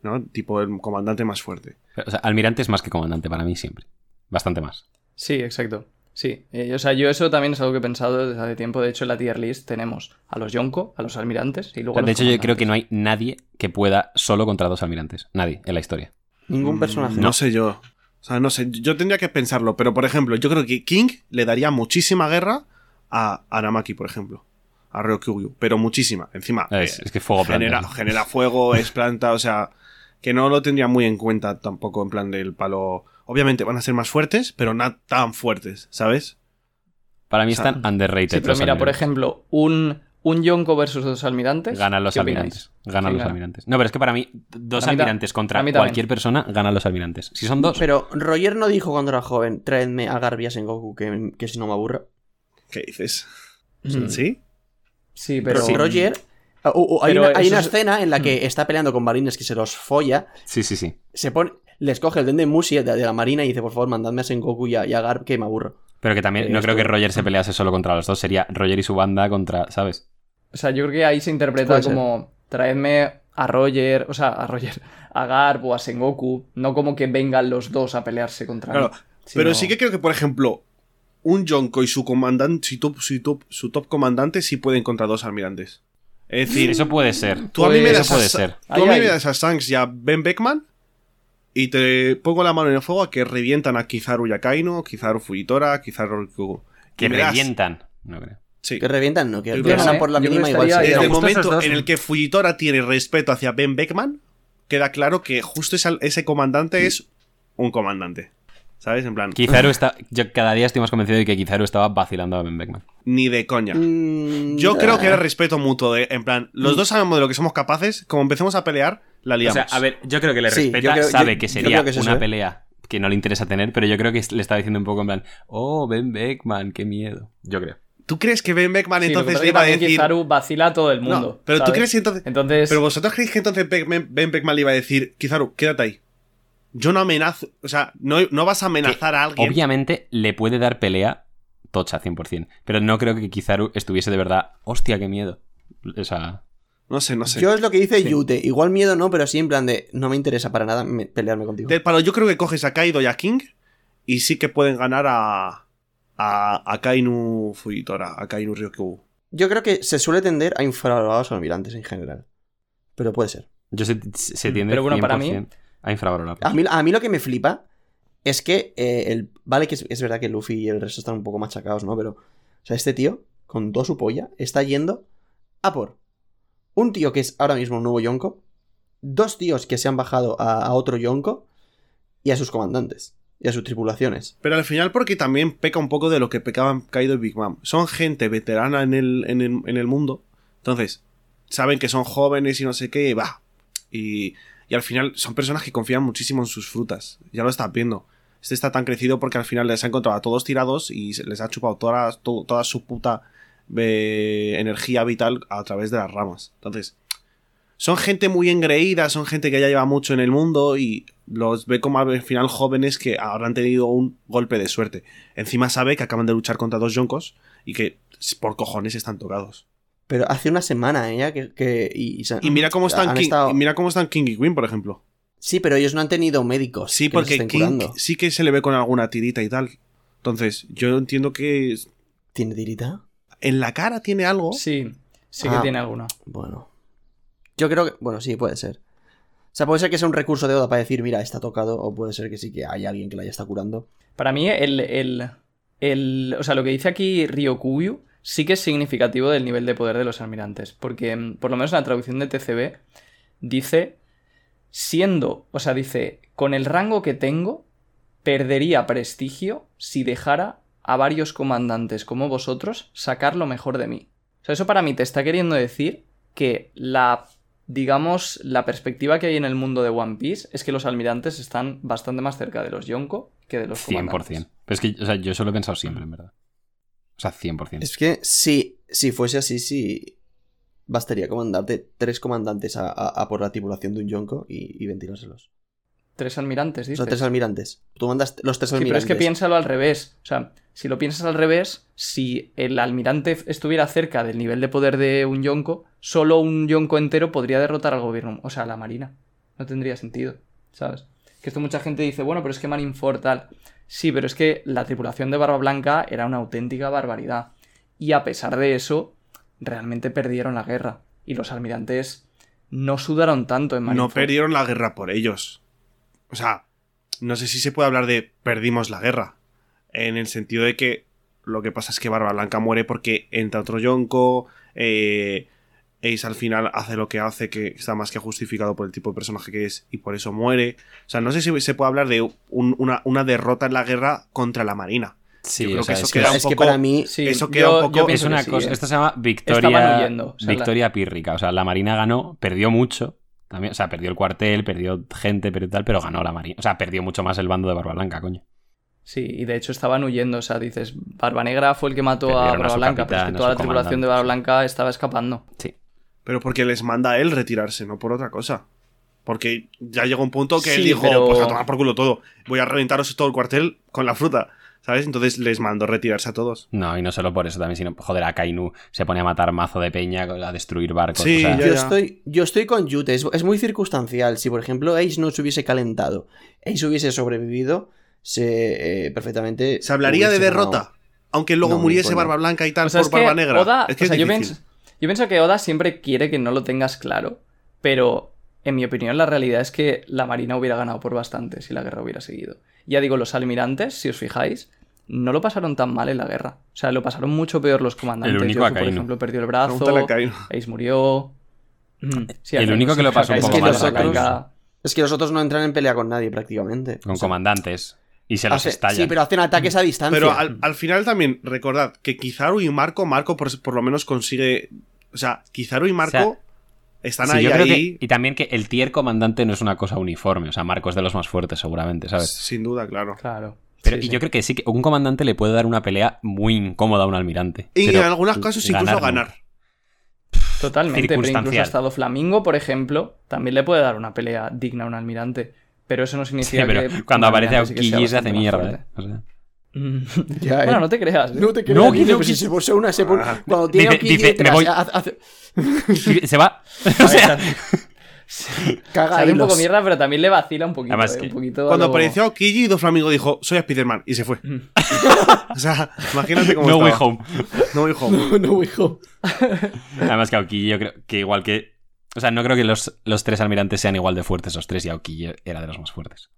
¿No? Tipo el comandante más fuerte.
o sea, almirante es más que comandante para mí siempre. Bastante más.
Sí, exacto. Sí, Eh, o sea, yo eso también es algo que he pensado desde hace tiempo. De hecho, en la tier list tenemos a los Yonko, a los almirantes y
O
luego
sea,
a los
de hecho, yo creo que
comandantes.
no hay nadie que pueda solo contra dos almirantes. Nadie en la historia.
Ningún
Mm,
personaje.
No, sé yo. O sea, no sé. Yo tendría que pensarlo. Pero, por ejemplo, yo creo que King le daría muchísima guerra a Aramaki, por ejemplo. A Ryokugyu. Pero muchísima. Encima.
Es,
eh,
es que fuego planta.
genera, genera fuego, es planta. O sea, que no lo tendría muy en cuenta tampoco en plan del palo. Obviamente van a ser más fuertes, pero no tan fuertes, ¿sabes?
Para mí
o sea,
están underrated.
Sí, pero
los
mira, por
almirantes.
ejemplo, un, un Yonko versus dos almirantes.
Ganan los
¿qué opináis?
almirantes. Ganan
Sí,
los
gana.
almirantes. No, pero es que para mí, dos
A mí ta-
almirantes contra
a mí también.
cualquier persona ganan los almirantes. Si son dos,
Pero Roger no dijo cuando era joven, traedme a Garbias en Goku, que, que si no me aburra.
¿Qué dices?
Mm,
¿Sí?
Sí, pero.
Ro- Roger... ah, uh, uh, hay
Pero
una, hay
eso
una
es- Mm.
escena en la que está peleando con marines que se los folla,
sí, sí, sí.
se pone, les coge el Dende Mushi de, de la marina y dice, por favor, mandadme a Sengoku y a, y a Garp que me aburro.
Pero que también,
Eh,
no creo que
esto-
Roger se pelease solo contra los dos. Sería Roger y su banda contra, ¿sabes?
O sea, yo creo que ahí se interpreta
Puede ser.
como traedme a Roger, [laughs] o sea, a Roger, a Garp o a Sengoku, no como que vengan los dos a pelearse contra
Claro.
mí.
Pero
no-
sí que creo que, por ejemplo, un Yonko y su comandante, su top, su top, su top comandante, sí pueden contra dos almirantes. Es decir,
Eso puede ser.
tú a mí me
Pues-
das
eso puede
a,
ser.
tú a mí
Ahí, ahí.
me das a Shanks y a Ben Beckman y te pongo la mano en el fuego a que revientan a Kizaru Yakaino, Kizaru Fujitora, Kizaru Ryugu. Y
Que
me das-
revientan. No creo.
Sí.
Que revientan, ¿no? Que
Yo creo
ganan
que-
por la
yo creo
mínima
que
igual.
estaría-
sí.
Desde el
justo
momento
esos dos,
en
¿no?
el que Fujitora tiene respeto hacia Ben Beckman, queda claro que justo ese, ese comandante es un comandante. ¿Sabes? En plan,
Kizaru está. Yo cada día estoy más convencido de que Kizaru estaba vacilando a Ben Beckman.
ni de coña.
Mm,
Yo
nah.
creo que era respeto mutuo, de, en plan,
Mm.
los dos sabemos de lo que somos capaces, como empecemos a pelear, la
O
liamos.
sea, a ver, yo creo que le
Sí,
respeta,
yo creo-
sabe
yo-
que
yo
sería
creo que es
una
eso, ¿eh?
pelea que no le interesa tener, pero yo creo que le está diciendo un poco en plan, oh, Ben Beckman, qué miedo. Yo creo.
¿Tú crees que Ben Beckman
Sí, lo que
entonces
pasa es
le
que
iba a
también
decir...
Kizaru vacila a todo el
No,
mundo.
pero tú
¿sabes?
crees que entonces...
Entonces,
Pero vosotros creéis que entonces Beckman- Ben Beckman le iba a decir, Kizaru, quédate ahí. Yo no amenazo, o sea, no, no vas a amenazar a alguien.
Obviamente le puede dar pelea tocha 100%, pero no creo que Kizaru estuviese de verdad, hostia, qué miedo. O sea,
No sé, no sé.
Yo es lo que dice
Sí.
Yute. Igual miedo no, pero así en plan de no me interesa para nada me- pelearme contigo.
Del palo, yo creo que coges a Kaido y a King y sí que pueden ganar a... A, a Kainu Fujitora, a Kainu Ryokyu.
Yo creo que se suele tender a infravalorados almirantes en general. Pero puede ser.
yo se, se
Mm,
tiende
pero bueno, para mí-
100% a infravalorar.
A mí, a mí lo que me flipa es que eh, el. Vale, que es, es verdad que Luffy y el resto están un poco machacados, ¿no? Pero. O sea, este tío, con toda su polla, está yendo a por un tío que es ahora mismo un nuevo Yonko, dos tíos que se han bajado a, a otro Yonko y a sus comandantes y a sus tripulaciones.
Pero al final, porque también peca un poco de lo que pecaban Kaido y Big Mom. Son gente veterana en el, en el, en el mundo. Entonces, saben que son jóvenes y no sé qué, y va. Y, y al final, son personas que confían muchísimo en sus frutas. Ya lo estás viendo. Este está tan crecido porque al final les ha encontrado a todos tirados y se- les ha chupado toda, to- toda su puta eh, energía vital a través de las ramas. Entonces, son gente muy engreída, son gente que ya lleva mucho en el mundo y los ve como al final jóvenes que habrán tenido un golpe de suerte. Encima sabe que acaban de luchar contra dos yoncos y que por cojones están tocados.
Pero hace una semana ella que. que- y, y se-
Y mira cómo están
han
King,
estado-
y mira cómo están King y Queen, por ejemplo.
Sí, pero ellos no han tenido médicos.
Sí,
que los
porque
estén
King
curando.
sí que se le ve con alguna tirita y tal. Entonces, yo entiendo que
¿Tiene tirita?
en la cara tiene algo.
sí, sí que
Ah.
tiene alguna.
Bueno. Yo creo que. Bueno, sí, puede ser. O sea, puede ser que sea un recurso de Oda para decir, mira, está tocado, o puede ser que sí que hay alguien que la haya está curando.
Para mí, el, el, el- o sea, lo que dice aquí Ryokuyu sí que es significativo del nivel de poder de los almirantes. Porque, mm, por lo menos en la traducción de TCB, dice, siendo, o sea, dice, con el rango que tengo, perdería prestigio si dejara a varios comandantes como vosotros sacar lo mejor de mí. O sea, eso para mí te está queriendo decir que la, digamos, la perspectiva que hay en el mundo de One Piece es que los almirantes están bastante más cerca de los Yonko que de los
100%.
comandantes.
Pero es que o sea, yo eso lo he pensado siempre, en verdad. O sea, 100%.
Es que si, si fuese así, sí. Bastaría comandarte tres comandantes a, a- a por la tripulación de un Yonko y, y ventilárselos.
Tres almirantes,
O
dices.
sea, tres almirantes. Tú mandas los tres
Sí, pero
almirantes.
es que piénsalo al revés. O sea, si lo piensas al revés, si el almirante f- estuviera cerca del nivel de poder de un yonko, solo un yonko entero podría derrotar al gobierno, o sea, a la marina. No tendría sentido, ¿sabes? Que esto mucha gente dice, bueno, pero es que Marineford tal. Sí, pero es que la tripulación de Barba Blanca era una auténtica barbaridad. Y a pesar de eso, realmente perdieron la guerra. Y los almirantes no sudaron tanto en
No
Marineford.
perdieron la guerra por ellos. O sea, no sé si se puede hablar de perdimos la guerra. En el sentido de que lo que pasa es que Barba Blanca muere porque entra otro Yonko. Eh, Ace al final hace lo que hace, que está más que justificado por el tipo de personaje que es y por eso muere. O sea, no sé si se puede hablar de un- una, una derrota en la guerra contra la Marina.
sí,
yo creo
o sea,
que eso
es
queda
Es
un
que
poco-
para mí.
Sí,
Eso queda un poco-
yo
es
pienso que
una
sí,
cosa.
¿eh?
Esto se llama
Estaban
victoria,
huyendo, o sea, la-
victoria pírrica. O sea, la Marina ganó, perdió mucho. También, o sea, perdió el cuartel, perdió gente, perdió tal, pero ganó la Marina. O sea, perdió mucho más el bando de Barba Blanca, coño.
Sí, y de hecho estaban huyendo, o sea, dices, Barba Negra fue el que mató a
Perdieron a
Barba
su
Blanca, pero es
capitán,
que
a
toda
su
la tripulación de Barba Blanca estaba escapando.
Sí.
Pero porque les manda a él retirarse, no por otra cosa. Porque ya llegó un punto que él
Sí,
dijo,
pero-
pues a tomar por culo todo. Voy a reventaros todo el cuartel con la fruta. ¿Sabes? Entonces les mandó retirarse a todos.
No, y no solo por eso también, sino, joder, a Kainu se pone a matar mazo de peña, a destruir barcos.
Sí,
o sea,
ya-
Yo estoy, yo estoy con Yute, es, es muy circunstancial. Si, por ejemplo, Ace no se hubiese calentado, Ace hubiese sobrevivido, se eh, perfectamente.
Se hablaría de
hubiese ganado.
derrota. Aunque luego
No,
muriese
coño.
Barba Blanca y tal
O sea,
por
es que
Barba Negra.
Oda-
es que
o sea,
es
yo,
difícil.
pienso, yo pienso que Oda siempre quiere que no lo tengas claro, pero en mi opinión la realidad es que la Marina hubiera ganado por bastante si la guerra hubiera seguido. Ya digo, los almirantes, si os fijáis, no lo pasaron tan mal en la guerra. O sea, lo pasaron mucho peor los comandantes.
El único
Yofu, por
Akainu.
ejemplo, perdió el
Pregúntale a
brazo,
Caín.
Ace murió... Mm, sí,
El
Akainu
único que lo
siempre
pasó un
Akainu, es
poco
que
mal
los
era Akainu.
Akainu-
Es que los otros no entran en pelea con nadie prácticamente.
Con
O sea,
comandantes. Y se los
hace-
estallan.
Sí, pero hacen ataques a distancia.
Pero al, al final también, recordad que Kizaru y Marco, Marco por, por lo menos consigue. O sea, Kizaru y Marco
O
están
Sí,
ahí.
yo creo que-
ahí
y también que el tier comandante no es una cosa uniforme. O sea, Marco es de los más fuertes, seguramente, ¿sabes?
Sin duda, claro.
Claro.
Pero,
Sí,
y
sí.
yo creo que sí que un comandante le puede dar una pelea muy incómoda a un almirante.
Y
Pero
en algunos casos incluso
ganar no.
ganar.
Totalmente, pero incluso
circunstancial.
estado Flamingo, por ejemplo, también le puede dar una pelea digna a un almirante. Pero eso no
Sí,
significa
pero
que.
cuando
un
aparece
almirante sí que sea
Aokiji se hace
bastante más
mierda,
fuerte.
¿eh? O sea,
Mm.
[laughs]
Ya, eh.
bueno, no te creas. ¿eh?
te
No, Guido,
pues
Guido.
se puso una, se puso- Cuando tiene
Dice-
Aokiji
dice, me
detrás,
voy.
hace- hace-
y se
[laughs]
va.
A
O
ver,
sea,
se-
caga
se hace un
hilos.
poco mierda, pero también le vacila un poquito.
Además
eh,
que
un poquito
Cuando
lo-
apareció Okiji, Doflamingo dijo, soy Spider-Man, y se fue.
Mm.
[laughs] o sea, imagínate cómo
no
estaba.
way home.
No way home.
no, hijo.
Además que Aokiji yo creo que igual que... O sea, no creo que los, los tres almirantes sean igual de fuertes los tres y Aokiji era de los más fuertes.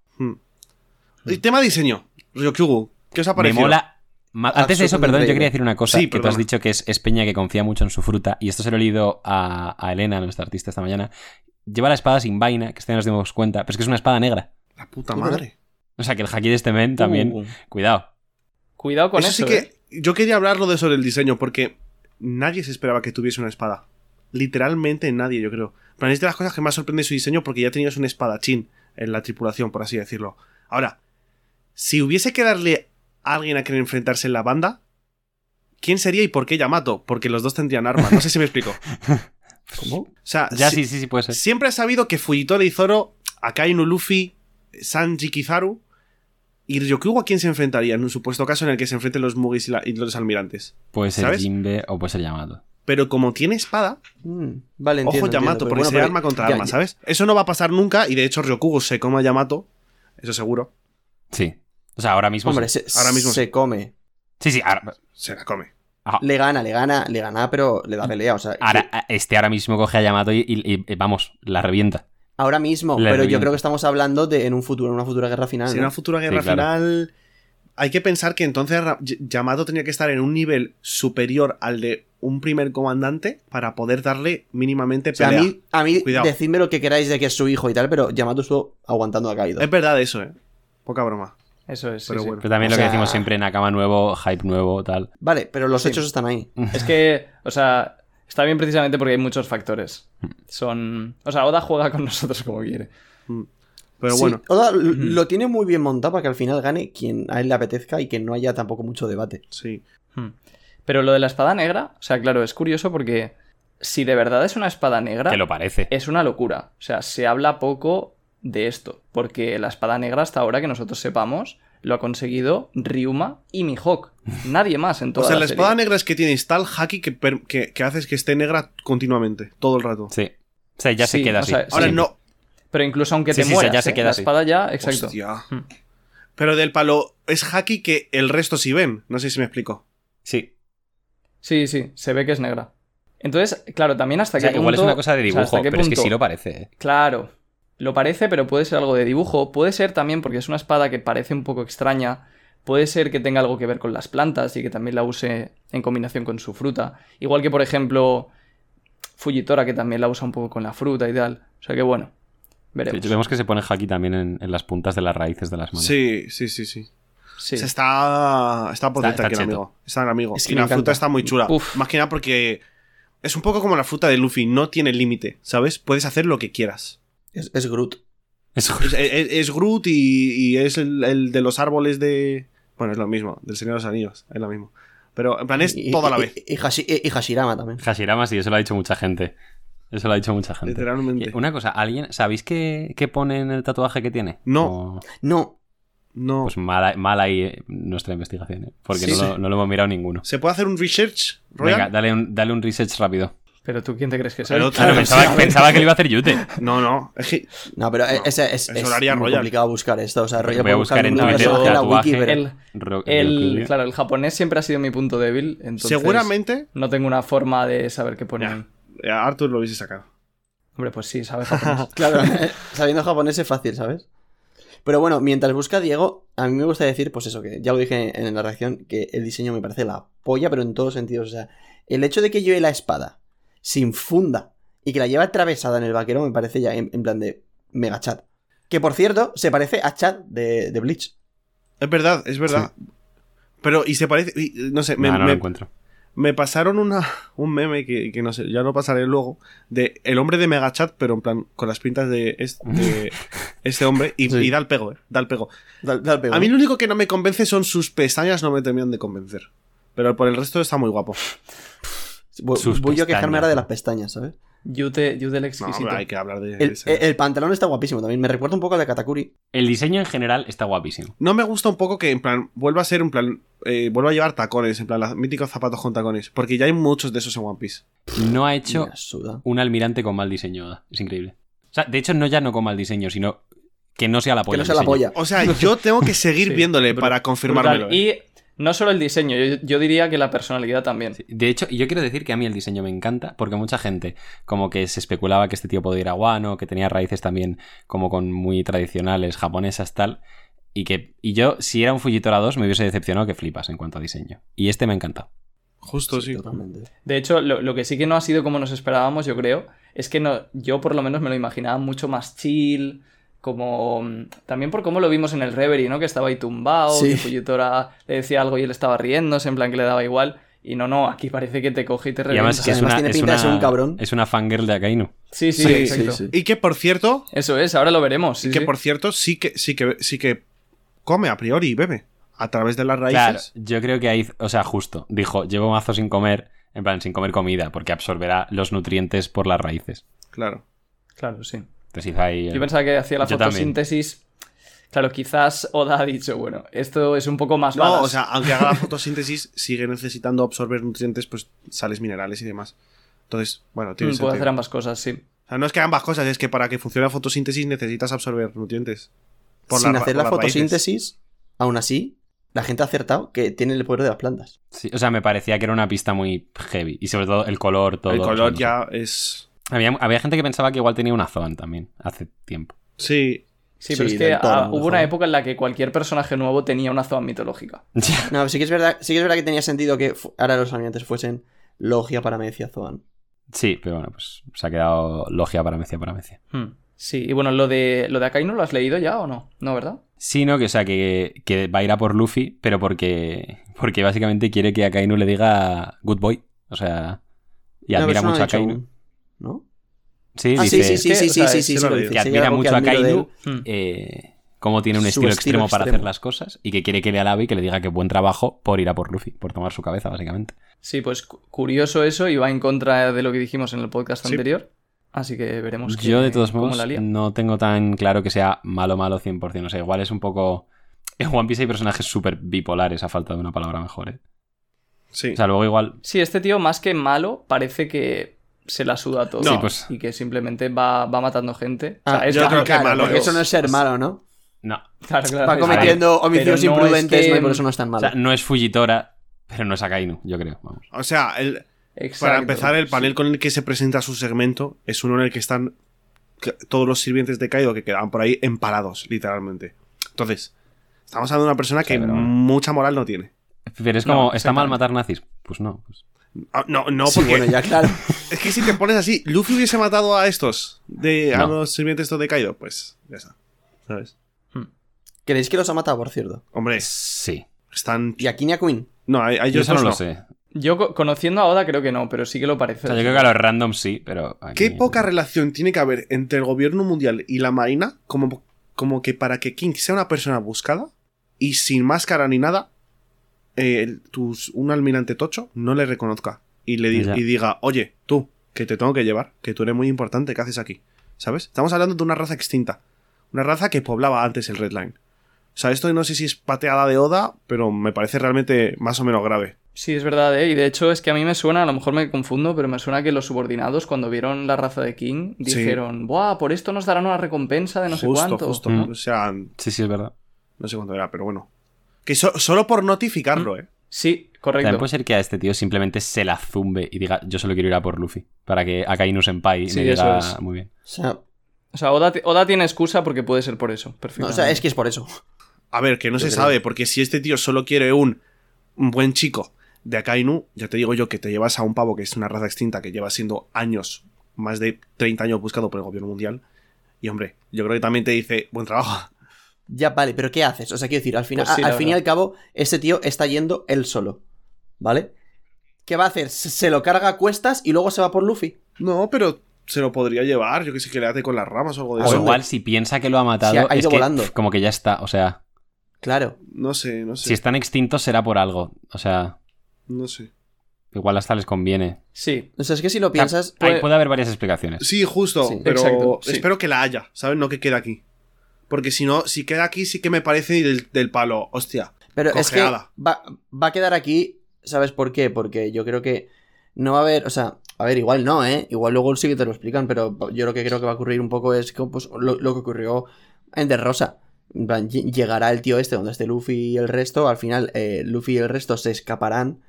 Y tema diseño. Ryokyugu, ¿qué os ha
Me
parecido?
mola... ma- Antes de eso,
Absolutamente
perdón, yo
increíble.
quería decir una cosa
Sí,
que tú
perdona.
has dicho que es, es Peña que confía mucho en su fruta y esto se lo he leído a, a Elena, nuestra artista esta mañana. Lleva la espada sin vaina, que este no nos dimos cuenta, pero es que es una espada negra.
La puta madre.
O sea, que el haki de este men [laughs] también...
Uh.
Cuidado.
Cuidado con
eso,
eso.
sí que
¿eh?
yo quería hablarlo de sobre el diseño, porque nadie se esperaba que tuviese una espada. Literalmente nadie, yo creo. Pero es de las cosas que más sorprende su diseño porque ya tenías un espadachín en la tripulación, por así decirlo. Ahora, si hubiese que darle a alguien a quien enfrentarse en la banda, ¿quién sería y por qué Yamato? Porque los dos tendrían armas. No sé si me explico. O
¿Cómo?
sea,
Ya sí,
si-
sí, sí puede ser.
Siempre he sabido que Fujitora y Zoro, Akainu, Luffy, Sanji, Kizaru y Ryokugo a quién se enfrentaría en un supuesto caso en el que se enfrenten los Mugis y, la- y los almirantes.
Puede ser
¿Sabes?
Jinbe o puede ser Yamato.
Pero como tiene espada,
Mm, Vale,
ojo
entiendo,
Yamato,
entiendo, pero
porque
bueno,
sería
pero-
arma contra
ya,
arma,
ya-
¿sabes? Eso no va a pasar nunca y de hecho Ryokugo se coma a Yamato, eso seguro,
Sí. O sea, ahora mismo...
Hombre,
sí.
se,
Ahora mismo
se come.
Sí, sí, ahora,
se la come.
Le gana, le gana, le gana, pero le da pelea. O sea,
Ahora, a- este ahora mismo coge a Yamato y, y- y, vamos, la revienta.
ahora mismo,
Le
pero yo
revienta.
creo que estamos hablando de en un futuro, en una futura guerra final.
Si en
¿no?
una futura guerra
Sí, claro.
final... Hay que pensar que entonces Ra- Y- Yamato tenía que estar en un nivel superior al de un primer comandante para poder darle mínimamente
O sea,
pelea.
a mí, a mí
Cuidado.
decidme lo que queráis de que es su hijo y tal, pero Yamato estuvo aguantando a Kaido.
Es verdad eso, ¿eh? Poca broma.
Eso es. sí,
Pero
sí.
bueno.
Pero también
O
lo
sea-
que decimos siempre, Nakama nuevo, hype nuevo, tal.
Vale, pero los
Sí.
hechos están ahí.
Es que, o sea, está bien precisamente porque hay muchos factores. Son. O sea, Oda juega con nosotros como quiere.
Pero
Sí,
bueno,
Oda l- lo tiene muy bien montado para que al final gane quien a él le apetezca y que no haya tampoco mucho debate.
sí.
Hmm. Pero lo de la espada negra, o sea, claro, es curioso porque si de verdad es una espada negra,
Que lo parece.
es una locura. O sea, se habla poco de esto, porque la espada negra hasta ahora que nosotros sepamos lo ha conseguido Ryuma y
[laughs]
Mihawk. Nadie más en toda
O sea, la
serie.
espada negra es que tienes tal haki que, per- que, que haces que esté negra continuamente, todo el rato.
Sí. O sea, ya
Sí,
se queda
o
así.
sea,
Ahora
sí.
no.
Pero incluso aunque
Sí,
te
sí,
mueras,
ya se
¿eh?
queda
la
así.
espada ya, exacto.
Hostia.
Hmm.
Pero del palo, es haki que el resto sí ven. No sé si me explico.
Sí.
Sí, sí, se ve que es negra. Entonces, claro, también hasta
O sea,
qué
igual es
punto-
una cosa de
o sea,
dibujo,
hasta qué
pero es que
punto-
sí lo parece. ¿eh?
Claro, lo parece, pero puede ser algo de dibujo. Puede ser también porque es una espada que parece un poco extraña. Puede ser que tenga algo que ver con las plantas y que también la use en combinación con su fruta. Igual que, por ejemplo, Fujitora, que también la usa un poco con la fruta y tal. O sea que bueno, veremos.
Sí, vemos que se pone haki también en, en las puntas de las raíces de las manos.
Sí, sí, sí, sí.
Sí.
O sea, está, está por
Está-
dentro
está
aquí el
cheto.
amigo. Está el amigo.
Es que
y
me
la fruta
encanta.
está muy chula.
Uf.
Más que nada porque es un poco como la fruta de Luffy. No tiene límite, ¿sabes? Puedes hacer lo que quieras.
Es, es Groot.
Eso- [laughs]
Es, es- es Groot y, y es el, el de los árboles de... Bueno, es lo mismo. Del Señor de los Anillos. Es lo mismo. Pero en plan es
Y-
toda la
y-
vez.
Y, y Hashi- y- y Hashirama también.
Hashirama sí, eso lo ha dicho mucha gente. Eso lo ha dicho mucha gente.
Literalmente.
Y Una cosa, ¿alguien sabéis qué, qué pone en el tatuaje que tiene?
No.
O-
No,
No.
pues mala, mala ahí eh, nuestra investigación, ¿eh? porque
Sí,
no,
sí.
Lo, no lo hemos mirado ninguno.
¿Se puede hacer un research, Royal?
[laughs]
Venga, dale un, dale un research rápido.
Pero tú, ¿quién te crees que soy?
El otro-
Ah, no, pensaba, pensaba que lo iba a hacer Yute.
No, no, es que
No, pero e-,
No,
ese es,
eso
es
lo haría
muy
Royal.
complicado buscar esto. O sea, rollo
Voy a
puedo
buscar en
un
Twitter
caso de la
tatuaje.
wiki, pero...
El-
Ro-
el-
Rokugyo.
claro, el japonés siempre ha sido mi punto débil, entonces
seguramente
no tengo una forma de saber qué poner.
Ya. a Arthur lo hubiese sacado.
Hombre, pues sí, sabes
[laughs]
japonés.
Claro, sabiendo japonés es fácil, ¿sabes? Pero bueno, mientras busca Diego, a mí me gusta decir, pues eso, que ya lo dije en la reacción, que el diseño me parece la polla, pero en todos sentidos. O sea, el hecho de que lleve la espada sin funda y que la lleva atravesada en el vaquero me parece ya en, en plan de mega chat. Que por cierto, se parece a Chad de, de Bleach.
Es verdad, es verdad. Pero, y se parece, y, no sé, me,
Nah, no lo
me-
encuentro.
me pasaron una, [laughs] un meme que, que no sé, ya lo pasaré luego, de el hombre de Megachat, pero en plan, con las pintas de este,
[laughs]
de este hombre, y,
Sí.
y da el pego, eh, da el pego.
Da- da el pego, ¿eh?
A mí
¿no?
lo único que no me convence son sus pestañas, no me terminan de convencer. Pero por el resto está muy guapo.
Voy-
sus
voy yo a quejarme ahora de
pestañas,
las
¿no?
pestañas, ¿sabes?
Yute, Yute el
No,
exquisito.
hombre, hay que hablar de... de
El,
eh,
ese-
el pantalón está guapísimo también. Me recuerda un poco al de Katakuri.
El diseño en general está guapísimo.
No me gusta un poco que, en plan, vuelva a ser, en plan, eh, vuelva a llevar tacones, en plan, los míticos zapatos con tacones, porque ya hay muchos de esos en One Piece.
No ha
Yo...
hecho
suda.
un almirante con mal diseño. Oda. Es increíble. O sea, de hecho, no ya no con mal diseño, sino que no sea la polla.
Que no
el
sea la
diseño.
polla.
O
[laughs]
sea, yo tengo que seguir
Sí,
viéndole
bru-
para confirmármelo.
Brutal.
eh.
Y no solo el diseño, yo, yo diría que la personalidad también.
Sí, De hecho, yo quiero decir que a mí el diseño me encanta, porque mucha gente como que se especulaba que este tío podía ir a guano, que tenía raíces también como con muy tradicionales japonesas, tal, y que y yo, si era un Fujitora 2, me hubiese decepcionado que flipas en cuanto a diseño. Y este me ha encantado.
Justo, sí.
Totalmente.
De hecho, lo, lo que sí que no ha sido como nos esperábamos, yo creo, es que no, yo por lo menos me lo imaginaba mucho más chill, como... mm, También por cómo lo vimos en el Reverie, ¿no? Que estaba ahí tumbado,
Sí.
que Fujitora le decía algo y él estaba riéndose, en plan que le daba igual. Y no, no, aquí parece que te coge y te
Y
revienta.
además que es
Además
una,
tiene
es
pinta de ser
una-
un cabrón.
Es una fangirl de Akainu.
Sí, sí,
Sí,
exacto.
sí, sí.
Y que, por cierto,
Eso es, ahora lo veremos. sí,
que
sí.
por cierto sí que sí que sí que come a priori y bebe a través de las
Claro,
raíces.
yo creo que ahí, o sea, justo, dijo, llevo mazo sin comer, en plan, sin comer comida, porque absorberá los nutrientes por las raíces.
Claro.
Claro, sí.
Entonces hizo ahí... el-
Yo pensaba que hacía la
Yo también.
fotosíntesis. Claro, quizás Oda ha dicho, bueno, esto es un poco más
No,
badass.
o sea, aunque haga la fotosíntesis sigue necesitando absorber nutrientes, pues sales minerales y demás. Entonces, bueno, tiene
Mm,
sentido.
puedo hacer ambas cosas, sí.
O sea, no es que ambas cosas, es que para que funcione la fotosíntesis necesitas absorber nutrientes. Por
sin
las ra-
hacer
por
la
las raíces.
fotosíntesis, aún así, la gente ha acertado que tiene el poder de las plantas.
Sí, o sea, me parecía que era una pista muy heavy. Y sobre todo el color, todo.
El
o sea,
color
no sé.
ya es
Había, había gente que pensaba que igual tenía una zona también, hace tiempo. [laughs]
sí,
Sí, pero
Sí,
es que
del todo,
ah,
del
hubo
todo.
una época en la que cualquier personaje nuevo tenía una zona mitológica.
No, sí que es verdad, sí que es verdad que tenía sentido que fu- ahora los ambientes fuesen logia para Mecia Zoan.
sí, pero bueno, pues se ha quedado logia para Mecia, para Mecia.
Hmm. Sí, y bueno, lo de, lo de Akainu lo has leído ya o no? No, ¿verdad?
Sino que, o sea, que, que va a ir a por Luffy, pero porque, porque básicamente quiere que Akainu le diga good boy. O sea, y
No, pero
admira
eso no
mucho
lo
a
ha dicho
Akainu.
aún, ¿No?
Sí,
ah, sí,
dice
sí, sí, sí,
es que,
sí,
o sea,
sí,
es
sí,
que
sí,
lo
lo
leí.
dice.
que
Sí,
admira
algo
mucho a
admiro de
Akainu,
Hmm.
eh, cómo tiene un
Su
estilo,
estilo
extremo para hacer
extremo.
las cosas y que quiere que le alabe y que le diga que buen trabajo por ir a por Luffy, por tomar su cabeza, básicamente.
Sí, pues cu- curioso eso y va en contra de lo que dijimos en el podcast
Sí.
anterior. Así que veremos que-
Yo, de todos
cómo
modos,
la lía.
no tengo tan claro que sea malo, malo 100%. O sea, igual es un poco. En One Piece hay personajes súper bipolares, a falta de una palabra mejor. ¿eh?
sí.
O sea, luego igual.
Sí, este tío, más que malo, parece que se la suda todo.
No. Sí,
pues-
Y que simplemente va, va matando gente.
Ah,
es
yo
malo,
creo que
claro,
malo
porque
es.
eso no es ser malo, ¿no?
No.
Claro, claro.
Va
es-
cometiendo homicidios
pero no es
imprudentes,
que-
no, y por eso no es tan
O
malo.
sea, no es Fujitora, pero no es Akainu, yo creo. Vamos.
O sea, el,
Exacto.
para empezar el panel
Sí.
con el que se presenta su segmento es uno en el que están que- todos los sirvientes de Kaido que quedaban por ahí empalados, literalmente. Entonces, estamos hablando de una persona que
Sí, pero-
mucha moral no tiene.
Pero es
No,
como, ¿está mal
exactamente.
matar nazis? Pues no. pues-
Ah, No, no,
Sí,
porque
bueno, ya claro.
es que si te pones así, Luffy hubiese matado a estos, de, a
No.
los sirvientes estos de Kaido, pues ya está. ¿Sabes?
¿Creéis que los ha matado, por cierto?
Hombre,
Sí.
están...
Y a Kinia Queen.
No, a, a
Yo
ellos
eso no
dos
lo
no.
sé.
Yo co- conociendo a Oda creo que no, pero sí que lo
O
parece.
sea, yo creo que a los random sí, pero. aquí-
Qué poca relación tiene que haber entre el gobierno mundial y la marina como, como que para que King sea una persona buscada y sin máscara ni nada, eh, el- tus- un almirante tocho no le reconozca y le di-
Ya.
y diga, oye, tú, que te tengo que llevar, que tú eres muy importante, ¿qué haces aquí? ¿Sabes? Estamos hablando de una raza extinta, una raza que poblaba antes el Red Line. O sea, esto no sé si es pateada de Oda, pero me parece realmente más o menos grave.
Sí, es verdad, ¿eh? Y de hecho es que a mí me suena, a lo mejor me confundo, pero me suena que los subordinados cuando vieron la raza de King
Sí.
dijeron, ¡buah! Por esto nos darán una recompensa de no sé
justo,
cuánto.
justo.
Mm.
O sea,
Sí, sí, es verdad.
no sé cuánto era, pero bueno. Que so- solo por notificarlo, ¿eh?
Sí,
También
correcto.
puede ser que a este tío simplemente se la zumbe y diga, yo solo quiero ir a por Luffy. Para que Akainu Senpai
Sí,
me diga,
eso es.
muy bien.
O sea,
O sea, Oda, ti- Oda tiene excusa porque puede ser por eso.
no, o
Perfecto.
sea, es que es por eso.
A ver, que no
Yo
se
creo.
sabe, porque si este tío solo quiere un un buen chico de Akainu, ya te digo yo que te llevas a un pavo que es una raza extinta que lleva siendo años, más de 30 años buscado por el gobierno mundial. Y hombre, yo creo que también te dice buen trabajo. [laughs]
Ya, vale, pero ¿qué haces? O sea, quiero decir, al, final,
Pues sí,
a- al
la
fin y
verdad.
al cabo, este tío está yendo él solo. ¿Vale? ¿Qué va a hacer? Se- Se lo carga a cuestas y luego se va por Luffy.
No, pero se lo podría llevar, yo que sé, que le ate con las ramas o algo de
¿A
O
eso.
dónde?
igual si piensa que lo ha matado,
Si ha- ha
es
ido
que,
volando.
pf, como que ya está. O sea,
Claro.
No sé, no
si
sé.
están extintos será por algo. O sea,
No sé.
igual hasta les conviene.
Sí,
O sea, es que si lo
O sea,
piensas.
hay-
pues-
puede haber varias explicaciones.
Sí, justo,
Sí,
pero
exacto, sí.
espero que la haya, ¿sabes? No que quede aquí. Porque si no, si queda aquí, sí que me parece del, del palo. Hostia.
Pero es que
Cojeada.
va, va a quedar aquí, ¿sabes por qué? Porque yo creo que no va a haber, o sea, a ver, igual no, ¿eh? Igual luego sí que te lo explican, pero yo lo que creo que va a ocurrir un poco es que, pues, lo, lo que ocurrió en The Rosa. En plan, lle- Llegará el tío este donde esté Luffy y el resto, al final eh, Luffy y el resto se escaparán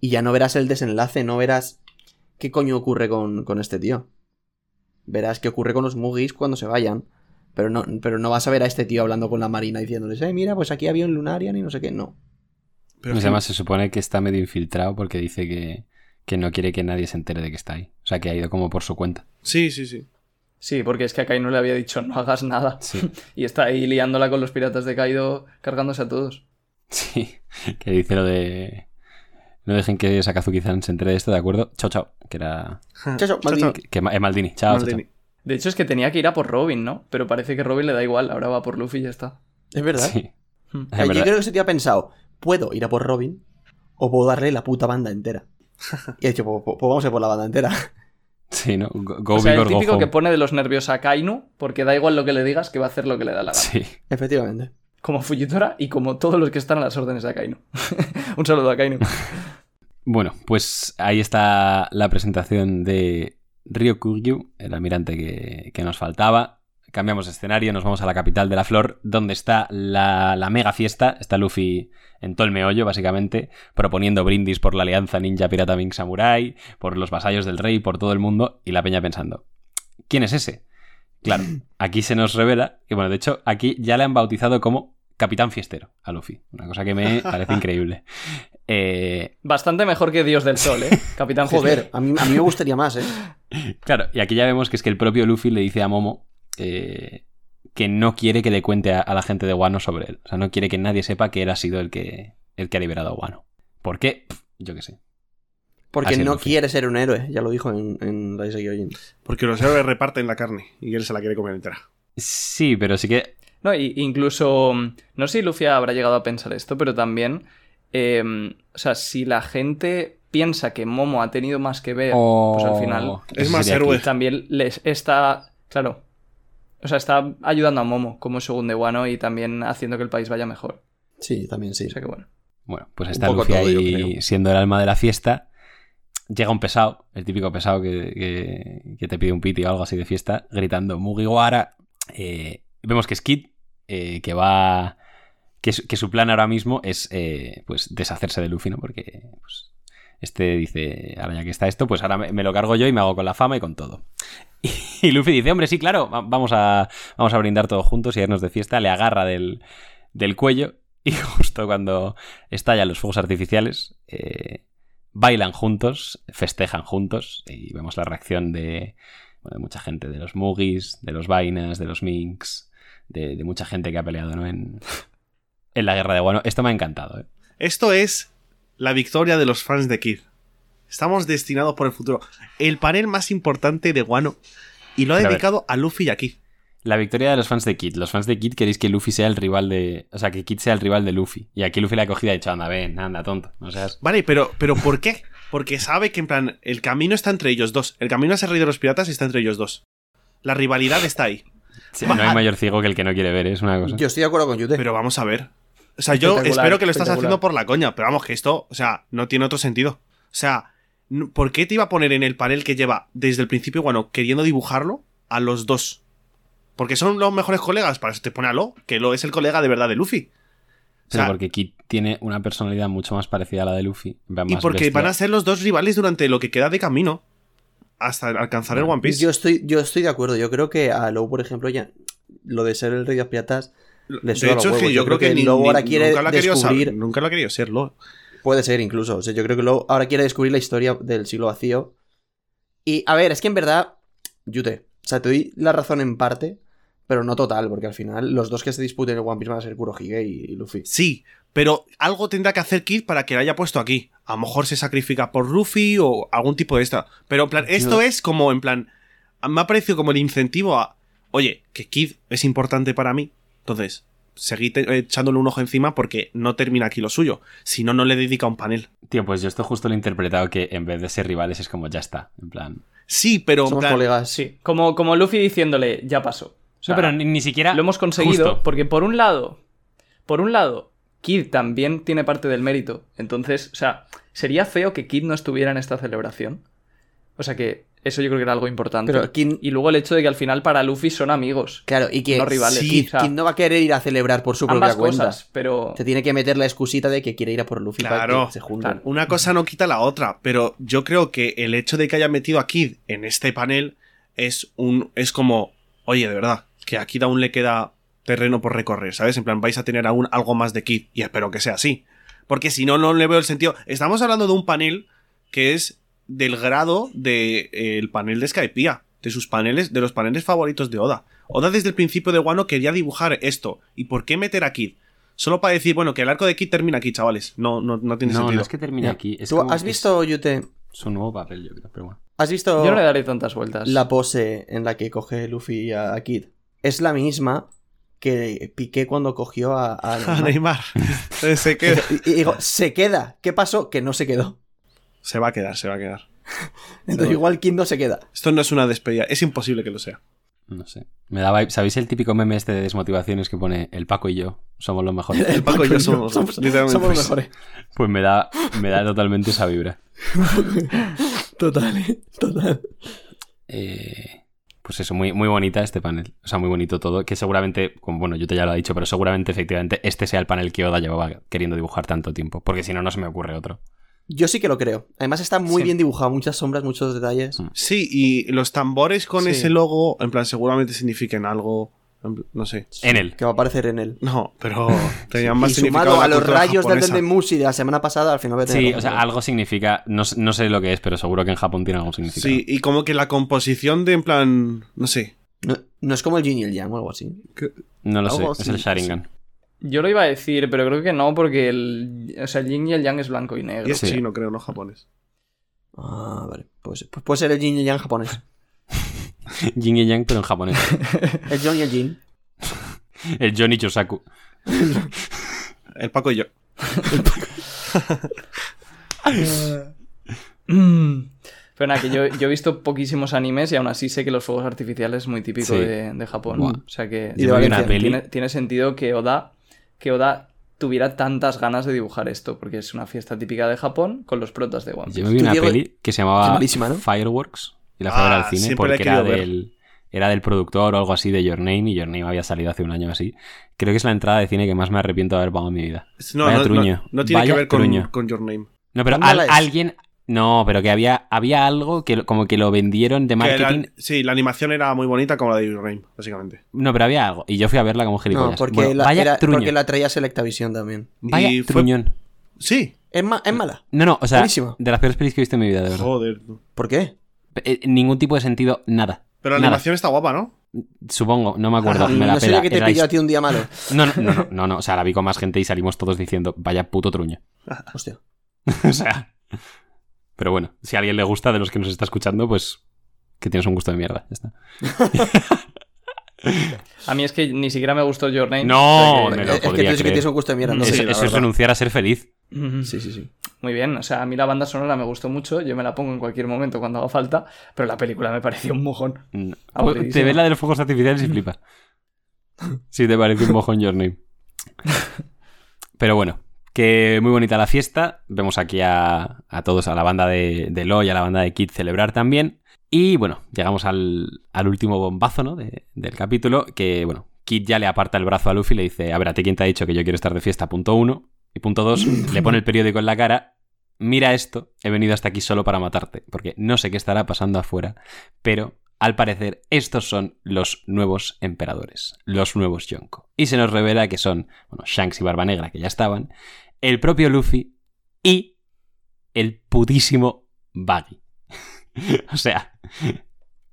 y ya no verás el desenlace, no verás qué coño ocurre con, con este tío. Verás qué ocurre con los Mugis cuando se vayan. Pero no, pero no vas a ver a este tío hablando con la marina diciéndoles, eh, mira, pues aquí había un Lunarian y no sé qué. No.
Pero
Y
es que-
además se supone que está medio infiltrado porque dice que, que no quiere que nadie se entere de que está ahí. O sea, que ha ido como por su cuenta.
Sí, sí, sí.
sí, porque es que a Kaido le había dicho no hagas nada.
Sí.
Y está ahí liándola con los piratas de Kaido cargándose a todos.
Sí, que dice lo de... No dejen que Sakazuki-san se entere de esto, ¿de acuerdo? Chao, chao. Que era...
Ah,
Chao, chao, Maldini.
Que, que Ma- eh, Maldini. Chao, chao,
Maldini.
De hecho, es que tenía que ir a por Robin, ¿no? Pero parece que Robin le da igual, ahora va por Luffy y ya está.
Es
chao.
verdad.
Sí,
Hmm.
O
es
sea, yo
verdad.
creo que ese tío ha pensado, ¿puedo ir a por Robin? ¿O puedo darle la puta
[laughs]
banda entera? Y ha dicho, pues, pues vamos a ir por la banda entera. [laughs]
Sí, ¿no? Go, go
O sea,
big
el
or go
típico que
home.
pone de los nervios a Kainu, porque da igual lo que le digas, que va a hacer lo que le da la gana.
Sí.
Efectivamente.
Como Fujitora y como todos los que están a las órdenes de Akainu. [laughs] Un saludo a Akainu.
Bueno, pues ahí está la presentación de Ryokuryu, el almirante que, que nos faltaba. Cambiamos de escenario, nos vamos a la capital de la flor, donde está la, la mega fiesta. Está Luffy en todo el meollo, básicamente, proponiendo brindis por la alianza ninja pirata Ming Samurai, por los vasallos del rey, por todo el mundo, y la peña pensando, ¿quién es ese? Claro, aquí se nos revela, y bueno, de hecho, aquí ya le han bautizado como Capitán Fiestero a Luffy, una cosa que me parece increíble. Eh,
Bastante mejor que Dios
[laughs]
del Sol, ¿eh? Capitán
Joder,
Fiestero.
a mí, a mí me gustaría más, ¿eh?
Claro, y aquí ya vemos que es que el propio Luffy le dice a Momo eh, que no quiere que le cuente a, a la gente de Wano sobre él. O sea, no quiere que nadie sepa que él ha sido el que, el que ha liberado a Wano. ¿Por qué? Pff, yo qué sé.
Porque
Así es,
no
Luffy.
quiere ser un héroe, ya lo dijo en, en Rise of Gyojin.
Porque los héroes reparten la carne y él se la quiere comer entera.
Sí, pero sí que.
No, y incluso. mm, No sé si Luffy habrá llegado a pensar esto, pero también. eh, o sea, si la gente piensa que Momo ha tenido más que ver,
Oh.
pues al final.
Es
Eso
más
sería
héroe.
También les está. Claro. O sea, está ayudando a Momo como segundo de Wano y también haciendo que el país vaya mejor.
Sí, también sí.
O sea que bueno.
Bueno, pues está
poco
Luffy
todo, yo
ahí
creo.
siendo el alma de la fiesta. Llega un pesado, el típico pesado que, que- que te pide un piti o algo así de fiesta, gritando Mugiwara. Eh, vemos que es Kid, eh, que va. Que, su- que su plan ahora mismo es eh, pues deshacerse de Luffy, ¿no? Porque pues, este dice, ahora ya que está esto, pues ahora me, me lo cargo yo y me hago con la fama y con todo. [laughs] Y Luffy dice, hombre, sí, claro, va- vamos a, vamos a brindar todos juntos y a irnos de fiesta. Le agarra del, del cuello y [laughs] justo cuando estallan los fuegos artificiales, eh, bailan juntos, festejan juntos y vemos la reacción de, bueno, de mucha gente, de los Mugis, de los Vainas, de los Minks, de, de mucha gente que ha peleado ¿no? en, en la guerra de Guano. Esto me ha encantado. ¿eh?
Esto es la victoria de los fans de Kid. Estamos destinados por el futuro. El panel más importante de Guano. Y lo ha
Pero a ver.
dedicado a Luffy y a Kid.
La victoria de los fans de Kid. Los fans de Kid queréis que Luffy sea el rival de. O sea, que Kid sea el rival de Luffy. Y aquí Luffy le ha cogido y ha dicho, anda, ven, anda, tonto. No seas.
Vale, pero, pero ¿por qué? Porque sabe que en plan, el camino está entre ellos dos. El camino hacia el rey de los piratas está entre ellos dos. La rivalidad está ahí.
No hay mayor ciego que el que no quiere ver, ¿eh? es una cosa.
Yo estoy de acuerdo con Yute.
Pero vamos a ver. O sea, yo
Espectacular,
espero que lo estás
espectacular.
haciendo por la coña, pero vamos, que esto, o sea, no tiene otro sentido. O sea, n- ¿por qué te iba a poner en el panel que lleva desde el principio, bueno, queriendo dibujarlo a los dos? Porque son los mejores colegas, para eso te pone a Lo, que Lo es el colega de verdad de Luffy. O
Pero
sea,
porque Kid tiene una personalidad mucho más parecida a la de Luffy. en plan,
y
más
porque
bestia.
van a ser los dos rivales durante lo que queda de camino hasta alcanzar el One Piece.
Yo estoy, yo estoy de acuerdo. Yo creo que a Lobo, por ejemplo, ya lo de ser el rey de los piratas le
de
suda los
hecho, es que
huevos.
yo, creo que, ni-
Lobo
ni-
ahora quiere
nunca lo ha querido saber,
descubrir.
nunca lo ha querido ser Lo.
Puede ser incluso. O sea, yo creo que Lobo ahora quiere descubrir la historia del siglo vacío. Y a ver, es que en verdad, Yute, o sea, te doy la razón en parte, pero no total, porque al final los dos que se disputen en One Piece van a ser Kurohige y, y Luffy.
Sí, pero algo tendrá que hacer Kid para que la haya puesto aquí. A lo mejor se sacrifica por Ruffy o algún tipo de esta. Pero en plan, esto es como en plan. Me ha parecido como el incentivo a. Oye, que Kid es importante para mí. Entonces, seguid te- eh, echándole un ojo encima porque no termina aquí lo suyo. Si no, no le dedica un panel.
Tío, pues yo esto justo lo he interpretado que en vez de ser rivales es como ya está. En plan.
Sí, pero en
Somos
plan.
colegas.
Sí, como, como Luffy diciéndole, ya pasó. O sea,
no, pero ni, ni siquiera.
lo hemos conseguido
Justo.
porque por un lado, por un lado, Kid también tiene parte del mérito. Entonces, o sea, sería feo que Kid no estuviera en esta celebración. O sea que eso yo creo que era algo importante.
Pero ¿quién-
Y luego el hecho de que al final para Luffy son amigos.
Claro, y que
No rivales,
sí,
o sea,
quien no va a querer ir a celebrar por su propia
Ambas
cuenta.
cosas, pero...
Se tiene que meter la excusita de que quiere ir a por Luffy para
Claro,
que se junten.
claro.
Una cosa no quita la otra, pero yo creo que el hecho de que haya metido a Kid en este panel es un es como, oye, de verdad, que a Kid aún le queda terreno por recorrer, ¿sabes? En plan, vais a tener aún algo más de Kid y espero que sea así. Porque si no, no le veo el sentido. Estamos hablando de un panel que es del grado del panel de Skypiea, de sus paneles, de los paneles favoritos de Oda. Oda desde el principio de Wano quería dibujar esto. ¿Y por qué meter a Kid? Solo para decir, bueno, que el arco de Kid termina aquí, chavales. No, no, no tiene
No,
sentido.
no es que termine
Ya.
aquí. Es
Eh, ¿Tú
como-
has visto, Yute,
Es su nuevo papel, yo creo, pero bueno.
has visto
Yo no le daré tantas vueltas.
la pose en la que coge Luffy a, a Kid? Es la misma que Piqué cuando cogió a,
[laughs]
a
A
Neymar.
Neymar. se queda.
Y, y digo, se queda. ¿Qué pasó? Que no se quedó.
Se va a quedar, se va a quedar.
Entonces, igual Kid no se queda.
Esto no es una despedida, es imposible que lo sea.
No sé. Me da vibe- ¿Sabéis el típico meme este de desmotivaciones que pone el Paco y yo somos los mejores?
[laughs]
[laughs]
El Paco y yo somos,
somos,
literalmente,
somos los
eso.
mejores.
Pues me da, me da totalmente esa vibra.
[laughs]
Total, eh, total.
Eh, pues eso, muy, muy bonita este panel. O sea, muy bonito todo. Que seguramente, como, bueno, yo te ya lo he dicho, pero seguramente efectivamente este sea el panel que Oda llevaba queriendo dibujar tanto tiempo. Porque si no, no se me ocurre otro.
Yo sí que lo creo. Además está muy
Sí.
bien dibujado, muchas sombras, muchos detalles.
Mm.
Sí, y los tambores con
Sí.
ese logo, en plan, seguramente signifiquen algo. en pl- No sé.
En él.
Que va a aparecer en él.
No, pero tenían más
Y
significado
sumado
la
a los
cultura
rayos del
japonesa.
Duende Musi de la semana pasada, al final va a tener
Sí,
razón.
o sea, algo significa. No, s- no sé lo que es, pero seguro que en Japón tiene algún significado.
Sí, y como que la composición de, en plan, no sé.
no, no es como el Jin y el Yang o algo así.
No lo sé,
Algo
es el
sí,
Sharingan.
Yo lo iba a decir, pero creo que no, porque el, o sea, el yin y el yang es blanco y negro.
Y es
Sí.
chino, creo, no japonés.
Ah, vale. Pues, pues puede ser el Jin y el Yang japonés.
[laughs] Yin y Yang, pero en japonés.
[laughs] El John y el Jin.
El Johnny Chosaku.
El Paco y yo.
Mm. Pero nada, que yo, yo he visto poquísimos animes y aún así sé que los fuegos artificiales es muy típico
Sí.
de, de Japón.
Buah.
O sea que
Y de
Yo vi una
Valencia,
peli.
tiene, tiene sentido que Oda, que Oda tuviera tantas ganas de dibujar esto, porque es una fiesta típica de Japón con los protas de One
Yo
Piece.
me vi
Tú,
una
Diego,
peli que se
es
llamaba
malísima, ¿no?
Fireworks y la fui a ver
Ah,
al cine
siempre la he
porque era
querido ver.
del, era del productor o algo así de Your Name y Your Name había salido hace un año o así. Creo que es la entrada de cine que más me arrepiento de haber pagado en mi vida.
No,
Vaya
no, no,
truño.
no tiene
Vaya
que ver con,
truño.
con Your Name.
No, pero
¿Tan mala
al-
es?
alguien... No, pero que había, había algo que lo- como que lo vendieron de
Que la-
marketing.
sí, la animación era muy bonita como la de Your Name, básicamente.
No, pero había algo. Y yo fui a verla como gilipollas.
No, porque,
Bueno,
la,
vaya
era-
truño.
porque la traía Selectavision también.
Vaya
Y fue-
truñón.
Sí.
Es, ma- es mala.
No, no, o sea,
Buenísima.
de las peores pelis que he visto en mi vida, de verdad.
Joder. tú.
¿Por qué?
Eh, ningún tipo de sentido, nada.
Pero la
Nada.
animación está guapa, ¿no?
Supongo, no me acuerdo.
Ah,
me la
no
pela.
sería que te
Era este.
pilló a ti un
[laughs]
día malo.
No, no, no, no, no, no, O sea, la vi con más gente y salimos todos diciendo, vaya puto truño. [laughs]
Ah, Hostia.
o sea. Pero bueno, si a alguien le gusta de los que nos está escuchando, pues que tienes un gusto de mierda. Ya está.
A mí es que ni siquiera me gustó Your Name.
No,
o
me
sea que-
lo
es que tú
podría
sí que
creer.
tienes un gusto de mierda. No
Sí,
eso
sé.
la
eso es
verdad.
renunciar a ser feliz.
Ujú.
Sí, sí, sí.
Mm. Muy bien, o sea, a mí la banda sonora me gustó mucho, yo me la pongo en cualquier momento cuando haga falta, pero la película me pareció un mojón.
No.
Aburridísimo.
Te ves la de los fuegos artificiales y flipas. Si te parece un mojón your name. Pero bueno, que muy bonita la fiesta. Vemos aquí a, a todos, a la banda de, de Lo y a la banda de Kid celebrar también. Y bueno, llegamos al, al último bombazo ¿no? de- del capítulo, que bueno, Kid ya le aparta el brazo a Luffy y le dice, a ver, ¿a ti quién te ha dicho que yo quiero estar de fiesta? Punto uno. Y punto dos, le pone el periódico en la cara. Mira esto, he venido hasta aquí solo para matarte, porque no sé qué estará pasando afuera, pero al parecer estos son los nuevos emperadores, los nuevos Yonko. Y se nos revela que son, bueno, Shanks y Barba Negra, que ya estaban, el propio Luffy y el putísimo Baggy. [laughs] o sea,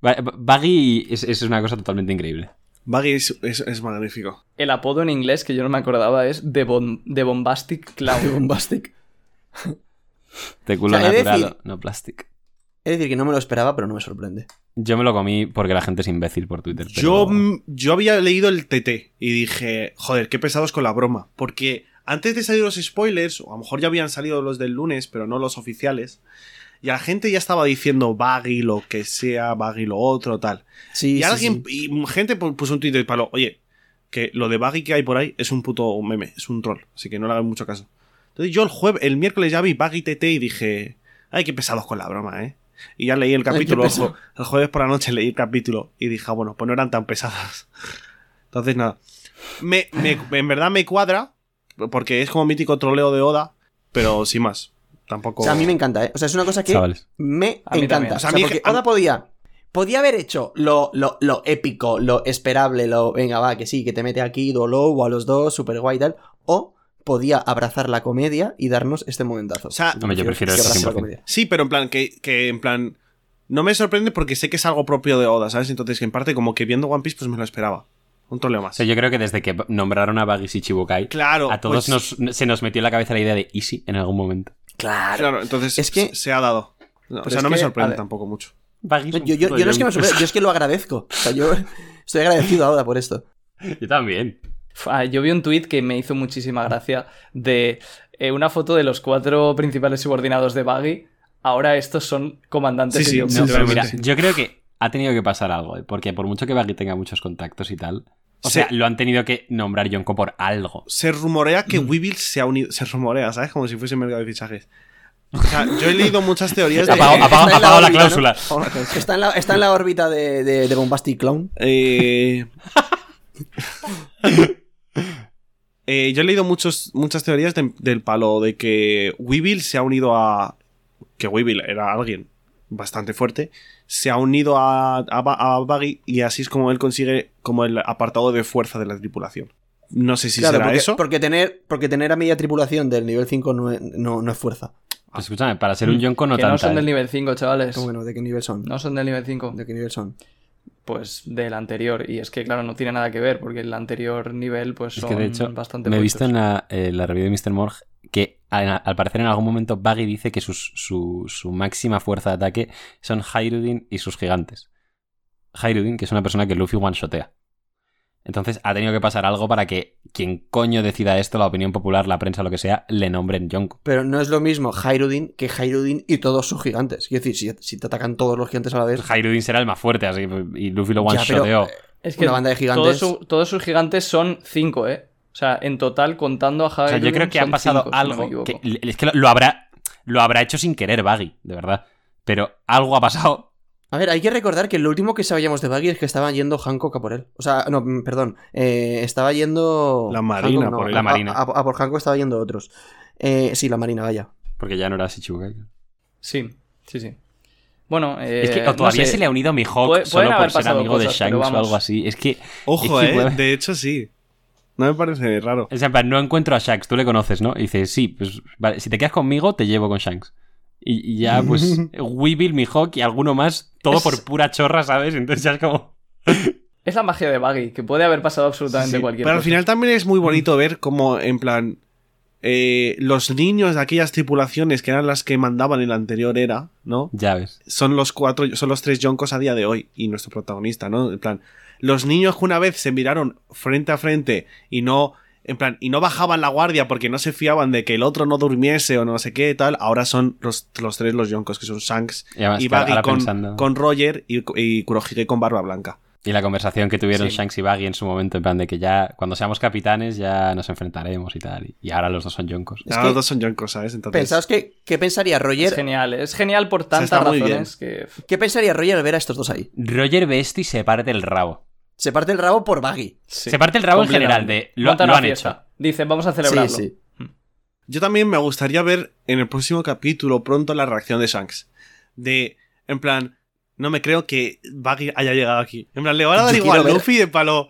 Ba- Ba- Baggy es, es una cosa totalmente increíble.
Baggy es, es- es magnífico.
El apodo en inglés que yo no me acordaba es The, Bon- The Bombastic Clown.
Bombastic.
De culo
O sea, he de
natural,
decir-
no plastic.
Es decir, que no me lo esperaba, pero no me sorprende.
Yo me lo comí porque la gente es imbécil por Twitter. pero-
Yo, mm, yo había leído el TT y dije, joder, qué pesados con la broma. Porque antes de salir los spoilers, o a lo mejor ya habían salido los del lunes, pero no los oficiales, y la gente ya estaba diciendo Baggy lo que sea, Baggy lo otro, tal.
Sí,
Y,
sí,
alguien,
sí.
y gente pu- puso un tweet de palo, oye, que lo de Baggy que hay por ahí es un puto meme, es un troll, así que no le hagan mucho caso. Entonces yo el jueves, el miércoles ya vi Baggy TT y dije, ay, qué pesados con la broma, ¿eh? Y ya
[laughs]
leí el
qué
capítulo,
pesado.
ojo, el jueves por la noche leí el capítulo y dije, ah, bueno, pues no eran tan pesadas. [laughs] Entonces nada, me, me- en verdad me cuadra, porque es como mítico troleo de Oda, pero sin más, tampoco...
O sea, a mí me encanta, ¿eh? O sea, es una cosa que
Chavales.
me
A mí también.
encanta.
O
O
sea,
sea,
a mí-
porque
a-
Oda podía, podía haber hecho lo, lo, lo épico, lo esperable, lo venga, va, que sí, que te mete aquí Dolo o a los dos, super guay y tal. O podía abrazar la comedia y darnos este momentazo.
o sea,
Hombre, yo prefiero
Que
eso
abrace la
100%.
comedia.
Sí, pero en plan, que, que en plan. No me sorprende porque sé que es algo propio de Oda, ¿sabes? Entonces, que en parte, como que viendo One Piece, pues me lo esperaba. Un troleo
O
más.
sea, yo creo que desde que nombraron a Baggy y Chibukai,
claro.
a todos
pues,
nos- se nos metió en la cabeza la idea de Easy en algún momento.
Claro.
Claro, entonces
Es que-
se ha dado. No, o
Pero
sea,
es
no me
que, a
sorprende
ver.
tampoco mucho.
Baggy es
No,
un
Yo, yo-
puto
yo no es que me
yonko.
sorprenda, yo es que lo agradezco. O sea, yo estoy agradecido a Oda por esto.
Yo también.
Ah, Yo vi un tuit que me hizo muchísima gracia de eh, una foto de los cuatro principales subordinados de Baggy. Ahora estos son comandantes
Sí, sí,
de Yonko.
No, pero
Totalmente.
mira, yo creo que ha tenido que pasar algo, ¿eh? porque por mucho que Baggy tenga muchos contactos y tal, o
Sí.
sea, lo han tenido que nombrar Yonko por algo.
Se rumorea
Mm.
que Weevil se ha unido. Se rumorea, ¿sabes? Como si fuese mercado
[laughs]
de fichajes. O sea, yo he leído muchas teorías de.
Apagado,
Está en
apagado,
la
apagado la,
órbita, ¿no?
cláusula.
Está en la, está en la órbita de, de, de Bombastic Clown.
Eh, [laughs] eh, yo he leído muchos, muchas teorías de- del palo de que Weevil se ha unido a. Que Weevil era alguien bastante fuerte. Se ha unido a, a, Ba- a Baggy y así es como él consigue como el apartado de fuerza de la tripulación. No sé si será
porque,
eso.
porque tener, porque tener a media tripulación del nivel 5 no, es- no, no es fuerza.
Pues escúchame, para
Mm.
ser un Yonko no
que no
tanto.
son del nivel 5, chavales.
¿Cómo que no? ¿De qué nivel son?
No son del nivel 5.
¿De qué nivel son?
Pues del anterior. Y es que, claro, no tiene nada que ver, porque el anterior nivel, pues
Es
son
que de hecho,
bastante
me he
muchos.
visto en la, eh, la review de Mr. Morg que a- al parecer en algún momento Baggy dice que sus- su, su máxima fuerza de ataque son Hyrudin y sus gigantes. Hyrudin, que es una persona que Luffy one-shotea. Entonces ha tenido que pasar algo para que quien coño decida esto, la opinión popular, la prensa, lo que sea, le nombren Yonko.
Pero no es lo mismo Hyrudin que Hyrudin y todos sus gigantes. Es decir, si, si te atacan todos los gigantes a la vez,
Hyrudin será el más fuerte, así y Luffy lo
Ya, pero,
one-shoteó.
eh,
Es que
una banda de
todos,
gigantes.
su- todos sus gigantes son 5, ¿eh? O sea, en total, contando a
O
Javier.
sea, yo creo que ha pasado algo. que- es que lo, lo habrá, lo habrá hecho sin querer Baggy, de verdad. Pero algo ha pasado.
A ver, hay que recordar que lo último que sabíamos de Baggy es que estaba yendo Hancock a por él. O sea, no, mm, perdón. eh, estaba yendo.
La Marina
Hancock, no,
por él.
a-
La Marina.
A, a por Hancock estaba yendo otros. Eh, sí, la Marina, vaya.
Ah,
Porque ya no era Shichibukai.
Sí, sí, sí. Bueno, eh,
es que o
no
todavía
sé.
se le ha unido Mihawk
Puede-
solo
pueden
por
haber
ser
pasado
amigo de
cosas, pero
Shanks o
vamos.
algo así. Es que,
Ojo,
es que
eh.
puede-
De hecho, sí. No me parece raro.
o sea, en plan, no encuentro a Shanks, tú le conoces, ¿no? Y dices, sí, pues vale, si te quedas conmigo, te llevo con Shanks. Y, y ya,
[laughs]
pues, Weevil, Mihawk y alguno más, todo
Es-
por pura chorra, ¿sabes? Entonces ya es como.
Es la magia de Baggy, que puede haber pasado absolutamente
Sí,
cualquier
Pero al
cosa.
final también es muy bonito ver cómo, en plan, eh, los niños de aquellas tripulaciones que eran las que mandaban en la anterior era, ¿no?
Ya ves.
Son los cuatro, son los tres yoncos a día de hoy y nuestro protagonista, ¿no? En plan, los niños que una vez se miraron frente a frente y no, en plan, y no bajaban la guardia porque no se fiaban de que el otro no durmiese o no sé qué tal, ahora son los, los tres los yoncos que son Shanks
Y además,
y
claro,
Baggy
ahora
con,
pensando.
con Roger y, y Kurohige con Barba Blanca.
Y la conversación que tuvieron
Sí.
Shanks y Baggy en su momento, en plan de que ya cuando seamos capitanes ya nos enfrentaremos y tal. Y- Y ahora los dos son yoncos.
Es
Ahora
que-
los dos son yonkos, ¿sabes? Entonces,
Pensaos que, ¿qué pensaría
Es
Roger?
genial, es genial por tantas
está muy
razones que. pff,
¿Qué pensaría Roger al ver a estos dos ahí?
Roger ve esto y se parte el rabo.
Se parte el rabo por Baggy.
sí,
Se parte el rabo en general
completamente.
de, lo-
Montan
lo
una
han
fiesta. Dicen, vamos a celebrarlo.
Sí, sí.
Yo también me gustaría ver en el próximo capítulo pronto la reacción de Shanks. De, en plan, no me creo que Baggy haya llegado aquí. En plan, le van a dar
Yo
igual
quiero ver-
Luffy de palo.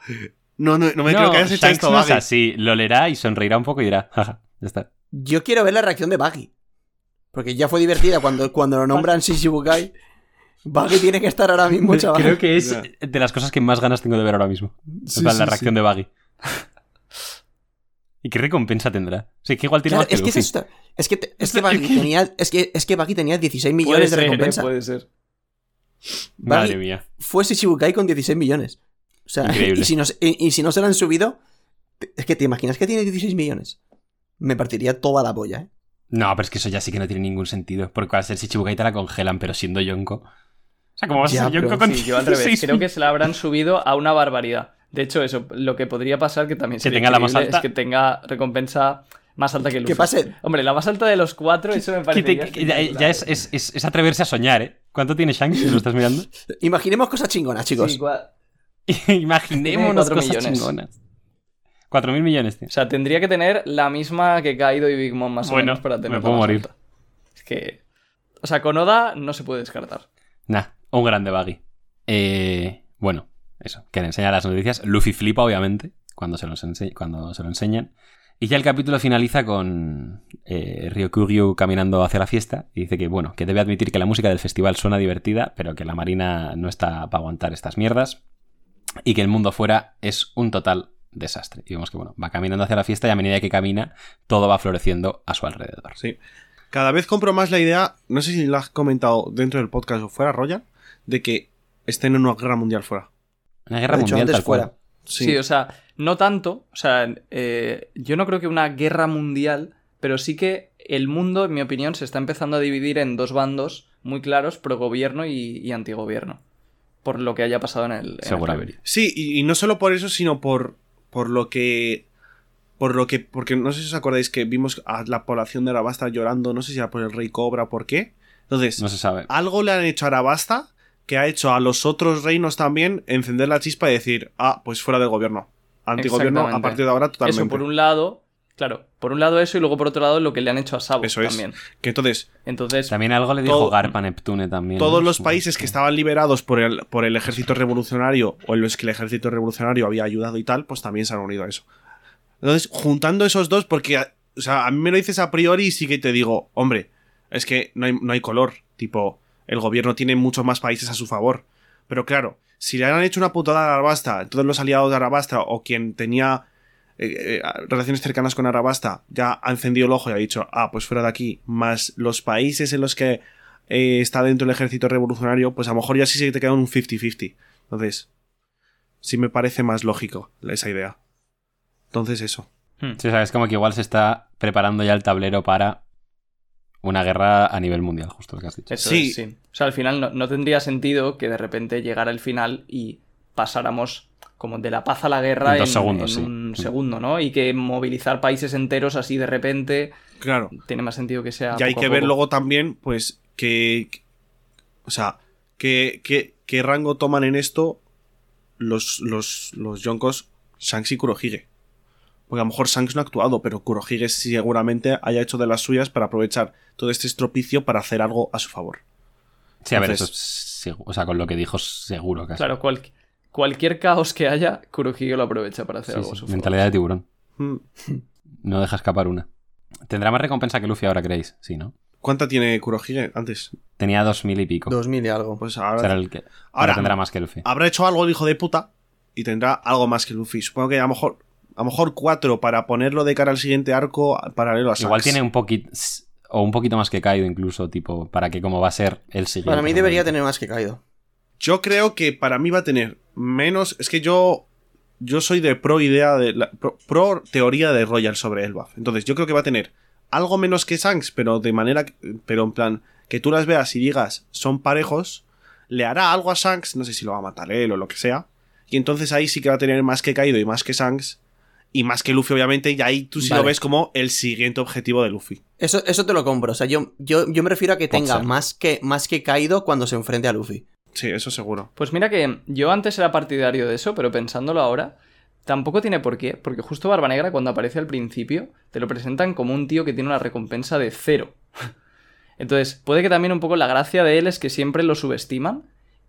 No, no, no me
no,
creo que hayas hecho
Shanks
esto,
no es
Baggy.
así. Lo leerá y sonreirá un poco y dirá, jaja, ya está.
Yo quiero ver la reacción de Baggy. Porque ya fue divertida cuando, cuando lo nombran Shishibukai. Baggy tiene que estar ahora mismo, chaval.
Creo que es
Ya.
de las cosas que más ganas tengo de ver ahora mismo. En plan, la reacción de Baggy. ¿Y qué recompensa tendrá? O sea, que igual tiene
Claro,
más que
es que es
Luffy.
esto. Es que, te-
[laughs]
es que Baggy tenía, es que, es que Baggy tenía 16
Puede
millones de
ser, eh,
recompensa.
puede ser.
Madre
Baggy
mía.
fue Shishibukai con 16 millones. O sea,
Increíble.
y si, nos- y- y si no se la han subido, te- es que te imaginas que tiene 16 millones. Me partiría toda la polla, ¿eh?
No, pero es que eso ya sí que no tiene ningún sentido. Porque al ser Shichibukai te la congelan, pero siendo Yonko. O sea, ¿cómo vas
Ya,
a ser Yonko
pero
con
Sí,
[laughs]
yo al revés.
16?
Creo que se la habrán subido a una barbaridad. De hecho, eso, lo que podría pasar, que también
Que
sería
tenga la más
increíble,
alta.
es que tenga recompensa más alta que Luffy.
Que pase.
Hombre, la más alta de los cuatro, eso me
Que
parece.
te- que ya ya es, es- es- es atreverse a soñar, ¿eh? ¿Cuánto tiene Shanks? Si ¿Lo estás
[laughs]
mirando? [laughs]
Imaginemos cosas chingonas, chicos.
Imaginémonos
Tiene cuatro
cosas
millones.
chingonas. 4.000 millones, tío.
O sea, tendría que tener la misma que Kaido y Big Mom más
Bueno,
o menos para tener
me puedo
la más
morir.
alta. Es que. O sea, con Oda no se puede descartar.
Nah, un grande Baggy. Eh, bueno, eso, que le enseña las noticias. Luffy flipa, obviamente, cuando se, los ense- cuando se lo enseñan. Y ya el capítulo finaliza con eh, Ryokuryu caminando hacia la fiesta y dice que, bueno, que debe admitir que la música del festival suena divertida, pero que la marina no está para aguantar estas mierdas y que el mundo fuera es un total desastre. Y vemos que, bueno, va caminando hacia la fiesta y a medida que camina, todo va floreciendo a su alrededor.
Sí. Cada vez compro más la idea, no sé si la has comentado dentro del podcast o fuera, Roger, de que estén en una guerra mundial fuera.
Una
Lo
guerra
he dicho
mundial
antes
tal cual.
fuera.
Sí. o sea, no tanto. O sea, eh, yo no creo que una guerra mundial, pero sí que el mundo, en mi opinión, se está empezando a dividir en dos bandos muy claros, pro-gobierno y, y antigobierno. Por lo que haya pasado en el. en el
Eh,
Seguramente.
Reverie.
Sí, y, y no solo por eso, sino por, por lo que. Por lo que. Porque no sé si os acordáis que vimos a la población de Arabasta llorando, no sé si era por el rey Cobra o por qué. Entonces,
No se sabe.
algo le han hecho a Arabasta que ha hecho a los otros reinos también encender la chispa y decir, ah, pues fuera del gobierno. Antigobierno a
Exactamente.
partir de ahora totalmente.
Eso por un lado. Claro, por un lado eso y luego por otro lado lo que le han hecho a Sabo
Eso es.
también.
Que entonces,
Entonces,
También algo le dijo
Todo-
Garpa a Neptune también.
todos
¿no?
los
Sí.
países que estaban liberados por el, por el ejército revolucionario o en los que el ejército revolucionario había ayudado y tal, pues también se han unido a eso. Entonces, juntando esos dos, porque, o sea, a mí me lo dices a priori y sí que te digo, hombre, es que no hay, no hay color. Tipo, el gobierno tiene muchos más países a su favor. Pero claro, si le han hecho una putada a Arabasta, entonces los aliados de Arabasta o quien tenía eh, eh, relaciones cercanas con Arabasta ya ha encendido el ojo y ha dicho, ah, pues fuera de aquí, más los países en los que eh, está dentro del ejército revolucionario, pues a lo mejor ya sí se te queda un 50-50. Entonces, sí me parece más lógico esa idea. Entonces, eso.
hmm.
Sí, o sea, es como que igual se está preparando ya el tablero para una guerra a nivel mundial, justo lo que has dicho.
Eso
Sí.
es, sí. O sea, al final no, no tendría sentido que de repente llegara el final y pasáramos como de la paz a la guerra
En
en,
dos segundos,
en
sí.
un
Mm.
segundo, ¿no? Y que movilizar países enteros así de repente
Claro.
tiene más sentido que sea.
Y hay
poco a
que ver
poco.
luego también, pues, que. que- O sea, qué qué- qué rango toman en esto los, los, los yonkos Shanks y Kurohige. Porque a lo mejor Shanks no ha actuado, pero Kurohige sí seguramente haya hecho de las suyas para aprovechar todo este estropicio para hacer algo a su favor.
Sí, a ver, eso
Entonces-
es segu- O sea, con lo que dijo, seguro casi.
Claro, cual- cualquier caos que haya, Kurohige lo aprovecha para
Sí,
hacer algo.
sí,
a su favor.
Mentalidad de tiburón.
Hmm.
No deja escapar una. Tendrá más recompensa que Luffy ahora, creéis. Sí, ¿no?
¿Cuánta tiene Kurohige antes?
Tenía dos mil y pico.
2000 y algo.
Pues
O sea,
ahora.
era el que- ahora,
Ahora,
tendrá más que Luffy.
habrá hecho algo el hijo de puta y tendrá algo más que Luffy. Supongo que a lo mejor, a lo mejor cuatro para ponerlo de cara al siguiente arco paralelo a Shanks.
Igual tiene un poquito. O un poquito más que Kaido, incluso, tipo, para que como va a ser el siguiente.
Para mí debería
¿no?
tener más que caído.
Yo creo que para mí va a tener menos. Es que yo. Yo soy de pro idea de. la- pro, pro teoría de Royal sobre el buff. Entonces, yo creo que va a tener algo menos que Shanks, pero de manera. que- Pero en plan, que tú las veas y digas, son parejos. Le hará algo a Shanks, no sé si lo va a matar él o lo que sea. Y entonces ahí sí que va a tener más que Kaido y más que Shanks. Y más que Luffy, obviamente. Y ahí tú sí lo
Vale.
ves como el siguiente objetivo de Luffy.
Eso, eso te lo compro. O sea, yo, yo, yo me refiero a que
Puede
tenga
ser.
más que, más que Kaido cuando se enfrente a Luffy.
Sí, eso seguro.
Pues mira que yo antes era partidario de eso, pero pensándolo ahora, tampoco tiene por qué, porque justo Barba Negra cuando aparece al principio, te lo presentan como un tío que tiene una recompensa de cero. [laughs] Entonces, puede que también un poco la gracia de él es que siempre lo subestiman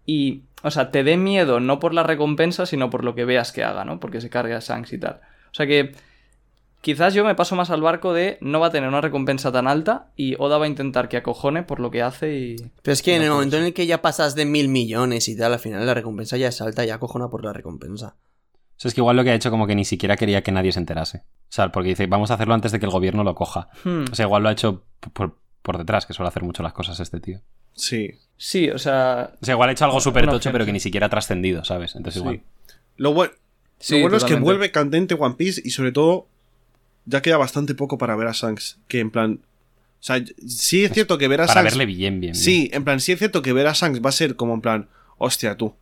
y, o sea, te dé miedo no por la recompensa, sino por lo que veas que haga, ¿no? Porque se carga a Shanks y tal. O sea que quizás yo me paso más al barco de no va a tener una recompensa tan alta y Oda va a intentar que acojone por lo que hace y...
Pero es que en
No
el
puede
momento en el que ya pasas de mil millones y tal, al final la recompensa ya es alta, ya cojona por la recompensa.
O sea, es que igual lo que ha hecho como que ni siquiera quería que nadie se enterase. O sea, porque dice, vamos a hacerlo antes de que el gobierno lo coja.
Hmm.
O sea, igual lo ha hecho p- por, por detrás, que suele hacer mucho las cosas este tío.
Sí.
Sí, o sea,
O sea, igual ha hecho algo súper
Una
tocho,
opción,
pero que
sí.
ni siquiera ha trascendido, ¿sabes? Entonces
sí.
igual.
Lo, bue-
Sí,
lo bueno es que
totalmente.
vuelve candente One Piece y sobre todo ya queda bastante poco para ver a Shanks. Que en plan... O sea, sí es cierto que ver a
Para
Shanks...
verle bien, bien. bien.
Sí, en plan, sí es cierto que ver a Shanks va a ser como en plan, hostia, tú.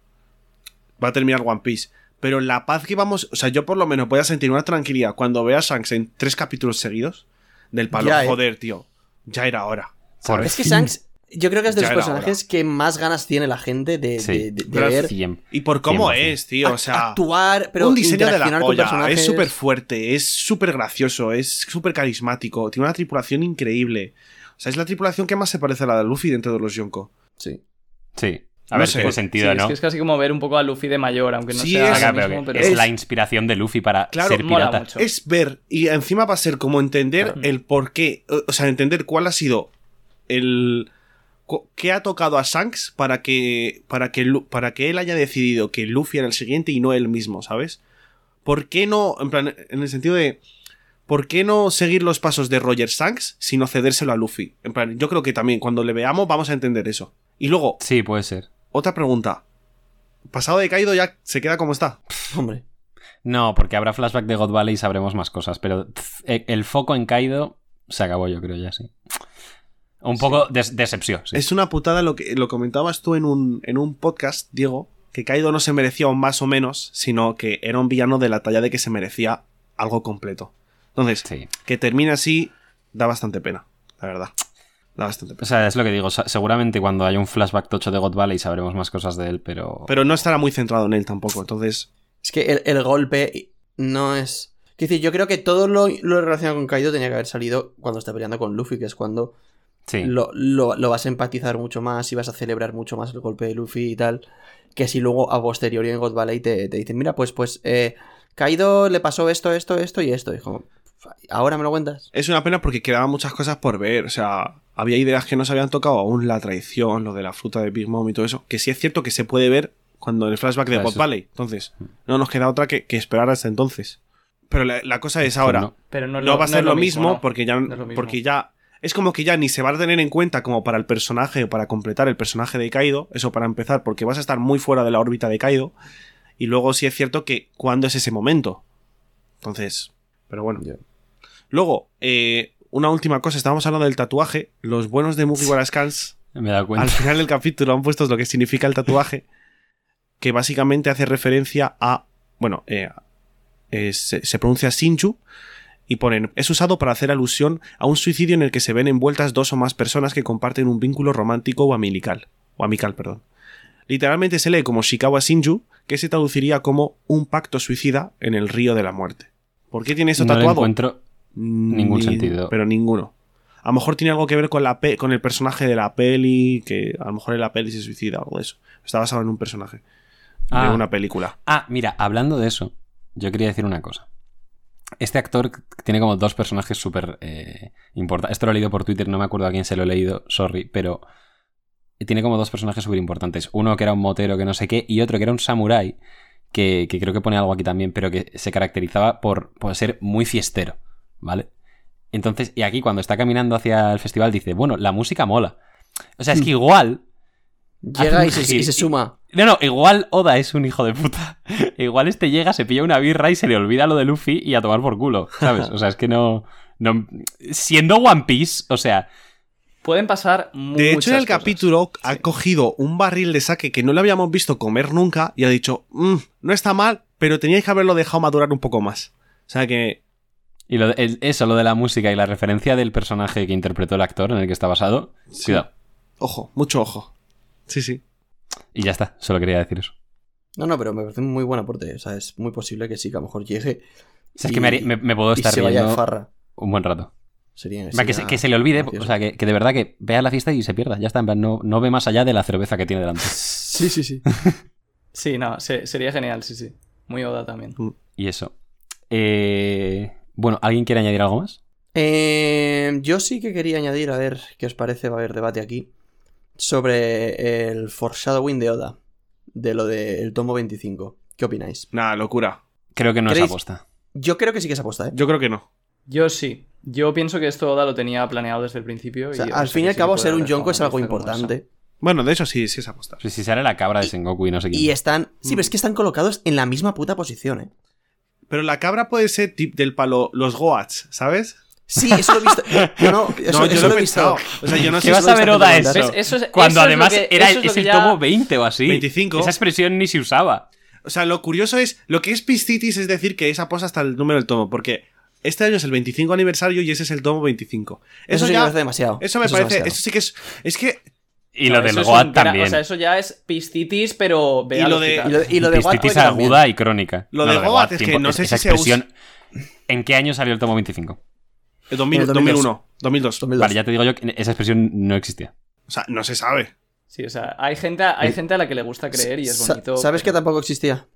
Va a terminar One Piece. Pero la paz que vamos. O sea, yo por lo menos voy a sentir una tranquilidad cuando vea a Shanks en tres capítulos seguidos. Del palo,
Ya, eh.
joder, tío. Ya era hora.
Por
Es que
fin.
Shanks, yo creo que es de
Ya
los
era
personajes que más ganas tiene la gente de,
Sí.
de- de- de
Pero
ver
em.
Cien.
Y por cómo
100%.
es, tío. O sea.
actuar, pero
un diseño de la
interaccionar con
polla.
personajes.
Es súper fuerte, es súper gracioso, es súper carismático. Tiene una tripulación increíble. O sea, es la tripulación que más se parece a la de Luffy dentro de los Yonko.
Sí.
Sí. A
No
ver,
sé.
tiene
Sí,
sentido,
es
¿no?
que es casi como ver un poco a Luffy de mayor, aunque no
Sí,
sea
es-
lo
Acá, pero
mismo,
que
pero
es la inspiración de Luffy para
Claro,
ser
mola
pirata.
mucho.
Es ver, y encima va a ser como entender el por qué, o o sea, entender cuál ha sido el... cu- ¿Qué ha tocado a Shanks para que, para, que, Lu- para que él haya decidido que Luffy era el siguiente y no él mismo, ¿sabes? ¿Por qué no, en plan, en el sentido de... ¿Por qué no seguir los pasos de Roger Shanks, sino cedérselo a Luffy? En plan, yo creo que también cuando le veamos vamos a entender eso. Y luego,
Sí, puede ser.
otra pregunta. Pasado de Kaido ya se queda como está.
Hombre.
No, porque habrá flashback de God Valley y sabremos más cosas, pero pff, e- el foco en Kaido se acabó, yo creo, ya sí. Un poco des- decepción, sí.
Es una putada lo que lo comentabas tú en un, en un podcast, Diego, que Kaido no se merecía un más o menos, sino que era un villano de la talla de que se merecía algo completo. Entonces,
Sí.
que termine así da bastante pena, la verdad. Da bastante
O
pena.
sea, es lo que digo. sa- Seguramente cuando haya un flashback tocho de God Valley sabremos más cosas de él, pero.
Pero no estará muy centrado en él tampoco, entonces...
Es que el, el golpe no es. Quiero decir, yo creo que todo lo, lo relacionado con Kaido tenía que haber salido cuando está peleando con Luffy, que es cuando
sí.
lo, lo- lo vas a empatizar mucho más y vas a celebrar mucho más el golpe de Luffy y tal. Que si luego a posteriori en God Valley te, te dicen, mira, pues, pues, eh, Kaido le pasó esto, esto, esto y esto. Y como, ¿ahora me lo cuentas?
Es una pena porque quedaban muchas cosas por ver, o sea... Había ideas que no se habían tocado aún, la traición, lo de la fruta de Big Mom y todo eso, que sí es cierto que se puede ver cuando en el flashback de
Claro,
God
eso-
Valley. Entonces, no nos queda otra que, que esperar hasta entonces. Pero la, la cosa es ahora,
No.
Pero no, es
no va a
no
ser
es
lo mismo,
¿no?
porque ya
No es lo mismo.
porque ya es como que ya ni se va a tener en cuenta como para el personaje o para completar el personaje de Kaido, eso para empezar, porque vas a estar muy fuera de la órbita de Kaido y luego sí es cierto que cuándo es ese momento. Entonces, pero bueno. Luego, eh, una última cosa, estábamos hablando del tatuaje, los buenos de Mugiwara Scans
Me he dado cuenta.
al final del capítulo han puesto lo que significa el tatuaje, que básicamente hace referencia a. Bueno, eh, eh, se, se pronuncia Shinju y ponen. Es usado para hacer alusión a un suicidio en el que se ven envueltas dos o más personas que comparten un vínculo romántico o amical. O amical, perdón. Literalmente se lee como Shikawa Shinju, que se traduciría como un pacto suicida en el río de la muerte. ¿Por qué tiene eso
No le
tatuado?
encuentro. ningún
Ni-
sentido.
Pero ninguno. A lo mejor tiene algo que ver con, la pe- con el personaje de la peli, que a lo mejor en la peli se suicida o algo de eso. Está basado en un personaje
Ah.
de una película.
Ah, mira, hablando de eso, yo quería decir una cosa. Este actor c- tiene como dos personajes súper importantes. Esto lo he leído por Twitter, no me acuerdo a quién se lo he leído, sorry, pero tiene como dos personajes súper importantes. Uno que era un motero que no sé qué y otro que era un samurái, que, que creo que pone algo aquí también, pero que se caracterizaba por, por ser muy fiestero, ¿vale? Entonces, y aquí cuando está caminando hacia el festival dice, bueno, la música mola. O sea, es que igual
Llega
un
y se,
gir-
y se suma.
no, no, igual Oda es un hijo de puta. [laughs] Igual este llega, se pilla una birra y se le olvida lo de Luffy y a tomar por culo, ¿sabes? O sea, es que no. no siendo One Piece, o sea,
Pueden pasar muchas
De hecho, en el
cosas.
capítulo ha
Sí.
cogido un barril de saque que no le habíamos visto comer nunca y ha dicho, "Mm, no está mal, pero teníais que haberlo dejado madurar un poco más. O sea que
Y lo de- el- eso, lo de la música y la referencia del personaje que interpretó el actor en el que está basado.
Sí.
Cuidado.
Ojo, mucho ojo. Sí, sí.
Y ya está, solo quería decir eso.
No, no, pero me parece un muy buen aporte. O sea, es muy posible que sí, que a lo mejor llegue.
O sea, es
y-
que me, haría- me- me puedo
y
estar
se vaya de
viendo
farra.
un buen rato.
Sería,
Va, que, se,
sería
que se le olvide,
gracioso.
o sea, que, que de verdad que vea la fiesta y se pierda. Ya está, en plan, no, no ve más allá de la cerveza que tiene delante.
Sí, sí,
[laughs]
sí.
Sí, no, se- sería genial, sí, sí. Muy Oda también.
Y eso. Eh, bueno, ¿alguien quiere añadir algo más?
Eh, yo sí que quería añadir, a ver qué os parece, va a haber debate aquí, sobre el foreshadowing de Oda, de lo del tomo 25. ¿Qué opináis?
Nada, locura.
Creo que no es
¿Queréis-
aposta.
Yo creo que sí que es aposta, ¿eh?
Yo creo que no.
Yo sí. Yo pienso que esto Oda lo tenía planeado desde el principio.
O sea,
y, o
al
sea,
fin y
que
al
sí que
cabo,
puede
ser un
haber
Yonko es algo
fanfic como esa.
importante.
Bueno, de hecho sí, sí es apostar.
Pues Si- Si sale la cabra de Sengoku y no sé quién.
Y están. Sí,
Mm.
pero es que están colocados en la misma puta posición, ¿eh?
Pero la cabra puede ser tip del palo, los Goats, ¿sabes?
Sí, eso lo he
[laughs]
visto. No, eso,
no,
eso
yo lo he pensado. O sea, yo
[laughs]
no
¿Qué
sé
vas
si
a
lo
ver,
está
Oda,
haciendo
¿Ves?
Eso.
Eso es,
Cuando
eso es lo
además
que-
era
eso
es,
lo que
el
ya-
tomo 20 o así.
25.
Esa expresión ni se usaba.
O sea, lo curioso es, lo que es Piscitis es decir que esa posa hasta el número del tomo, porque este año es el 25 aniversario y ese es el tomo 25. Eso,
Eso sí que me
ya,
parece demasiado.
eso me
es
parece,
demasiado.
eso sí que es, es que,
Y
No,
lo del
eso es
Goat
un gra-
también.
O sea, eso ya es piscitis, pero ve
Y
al
lo de-
Y
hospital.
lo, y lo de Wattpad
Pistitis
también.
aguda y crónica.
Lo de Goat es que
tiempo,
no sé
esa
si se
expresión. ¿En qué año salió el tomo 25?
eh, 2000,
En el
2001, 2002.
2002.
Vale, ya te digo yo que esa expresión no existía. [laughs]
O sea, no se sabe.
Sí, o sea, hay gente, hay gente a la que le gusta creer y es
Sa-
bonito.
¿Sabes que
pero-
tampoco existía?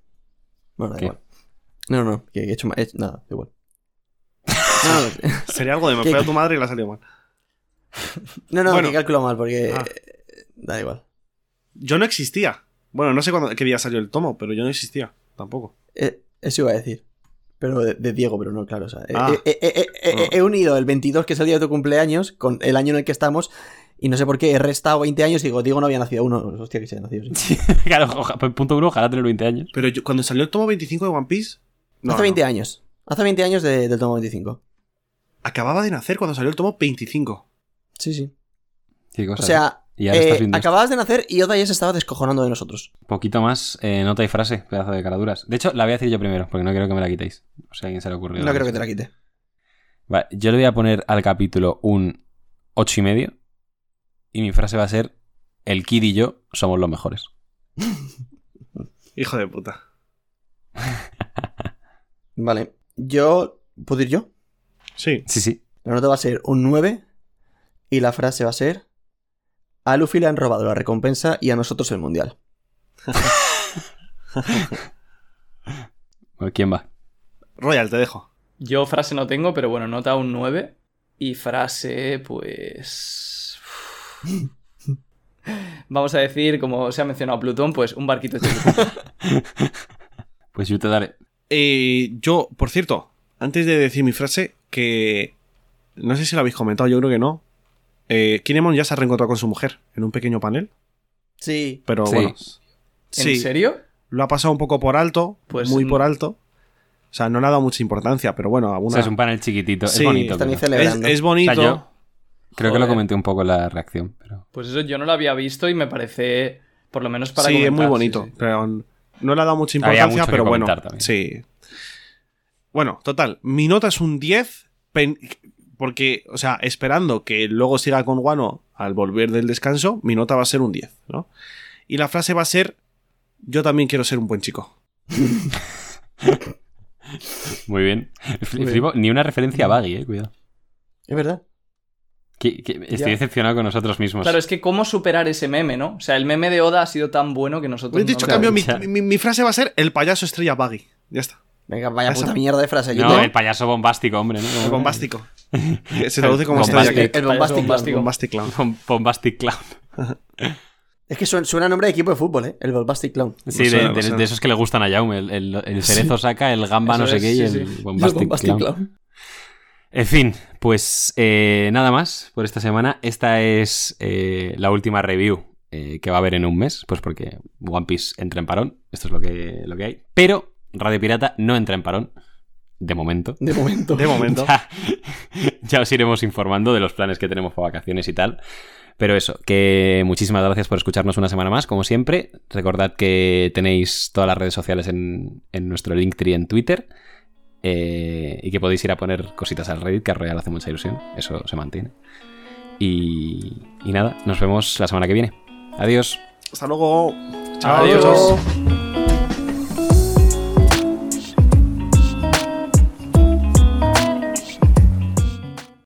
Bueno, da
¿Qué?
igual. No, no, no, que he hecho ma- he hecho- Nada, da igual. No, no, que-
Sería algo de me
¿Qué-
fue a tu madre y la salió mal.
no, no,
Bueno.
que calculo mal porque.
Ah.
eh, Da igual.
Yo no existía. Bueno, no sé cuándo, qué día salió el tomo, pero yo no existía tampoco.
Eh, eso iba a decir. Pero de, de Diego, pero no, claro. O sea, eh,
Ah.
eh, eh, eh, eh, eh, he unido el 22, que es el día de tu cumpleaños, con el año en el que estamos. Y no sé por qué he restado 20 años y digo, Diego no había nacido uno. Hostia, que se había nacido. sí.
claro, oja- punto uno, ojalá tener 20 años.
Pero yo, cuando salió el tomo 25 de One Piece... no,
Hace 20
no.
años. Hace 20 años de- del tomo 25.
Acababa de nacer cuando salió el tomo 25.
Sí, sí.
Qué
O
cosa, ¿eh?
sea,
Y ahora estás
eh,
viendo esto.
acababas de nacer y Oda ya se estaba descojonando de nosotros.
Poquito más, eh, nota y frase, pedazo de caraduras. De hecho, la voy a decir yo primero, porque no quiero que me la quitéis. O sea, a alguien se le ocurrió.
No creo que te la quite.
Vale, yo le voy a poner al capítulo un ocho y medio. Y mi frase va a ser: El Kid y yo somos los mejores.
Hijo de puta.
Vale. Yo. ¿Puedo ir yo?
Sí.
Sí, sí.
La nota va a ser un 9. Y la frase va a ser. A Luffy le han robado la recompensa y a nosotros el mundial.
Bueno, ¿Quién va?
Royal, te dejo.
Yo frase no tengo, pero bueno, nota un 9. Y frase, pues. Vamos a decir, como se ha mencionado Plutón, pues un barquito
[laughs]
chiquitito.
Pues yo te daré.
Eh, yo, por cierto, antes de decir mi frase, que no sé si lo habéis comentado, yo creo que no. Eh, Kinemon ya se ha reencontrado con su mujer en un pequeño panel,
Sí.
pero
Sí.
bueno.
¿En
Sí,
serio?
lo ha pasado un poco por alto,
Pues
muy
no.
por alto. O sea, no le ha dado mucha importancia, pero bueno,
O
alguna.
sea, es un panel chiquitito.
Sí,
es bonito.
Están ahí
pero-
es,
celebrando.
es bonito.
O sea, yo- Creo que lo
Joder.
comenté un poco en la reacción, pero.
Pues eso yo no lo había visto y me parece, por lo menos para
sí, es muy
comentar,
bonito.
sí, sí.
Pero no le ha dado mucha
Había
importancia,
mucho que
pero bueno.
comentar también.
Sí. Bueno, total. Mi nota es un 10. pen- Porque, o sea, esperando que luego siga con Guano al volver del descanso, mi nota va a ser un 10, ¿no? Y la frase va a ser: Yo también quiero ser un buen chico.
Muy bien. Flipo, ni una referencia a Baggy, eh, cuidado.
Es verdad.
Que- que estoy
Ya.
decepcionado con nosotros mismos.
Claro, es que cómo superar ese meme, ¿no? O sea, el meme de Oda ha sido tan bueno que nosotros.
He dicho, cambio, mi,
ya.
mi- mi frase va a ser: El payaso estrella Baggy. Ya está.
Venga, vaya
Esa-
puta mierda de frase. Yo
no,
tengo-
el payaso bombástico, hombre, ¿no?
El bombástico. Que Se traduce como
Bombastic.
estrella. que-
El bombástico.
bombástico.
Bombastic clown.
[laughs] Bom- Bombastic Clown.
Es que suena, suena nombre de equipo de fútbol, ¿eh? El Bombastic Clown.
Sí,
No sé,
de,
no
de-
sé.
de esos que le gustan a Jaume. El, el- el cerezo saca, el gamba
Eso
no sé
es,
qué y
sí,
el
sí.
bombastic,
[laughs] el Bombastic
Clown.
Clown.
En fin, pues eh, nada más por esta semana. Esta es eh, la última review eh, que va a haber en un mes, pues porque One Piece entra en parón. Esto es lo que, lo que hay. Pero Radio Pirata no entra en parón. de momento.
[laughs]
De momento.
[laughs]
De momento.
Ya, ya os iremos informando de los planes que tenemos para vacaciones y tal. Pero eso, que muchísimas gracias por escucharnos una semana más, como siempre. Recordad que tenéis todas las redes sociales en, en nuestro Linktree en Twitter. eh, y que podéis ir a poner cositas al Reddit, que al Royal hace mucha ilusión. Eso se mantiene. Y, y nada, nos vemos la semana que viene. Adiós.
Hasta luego.
Adiós.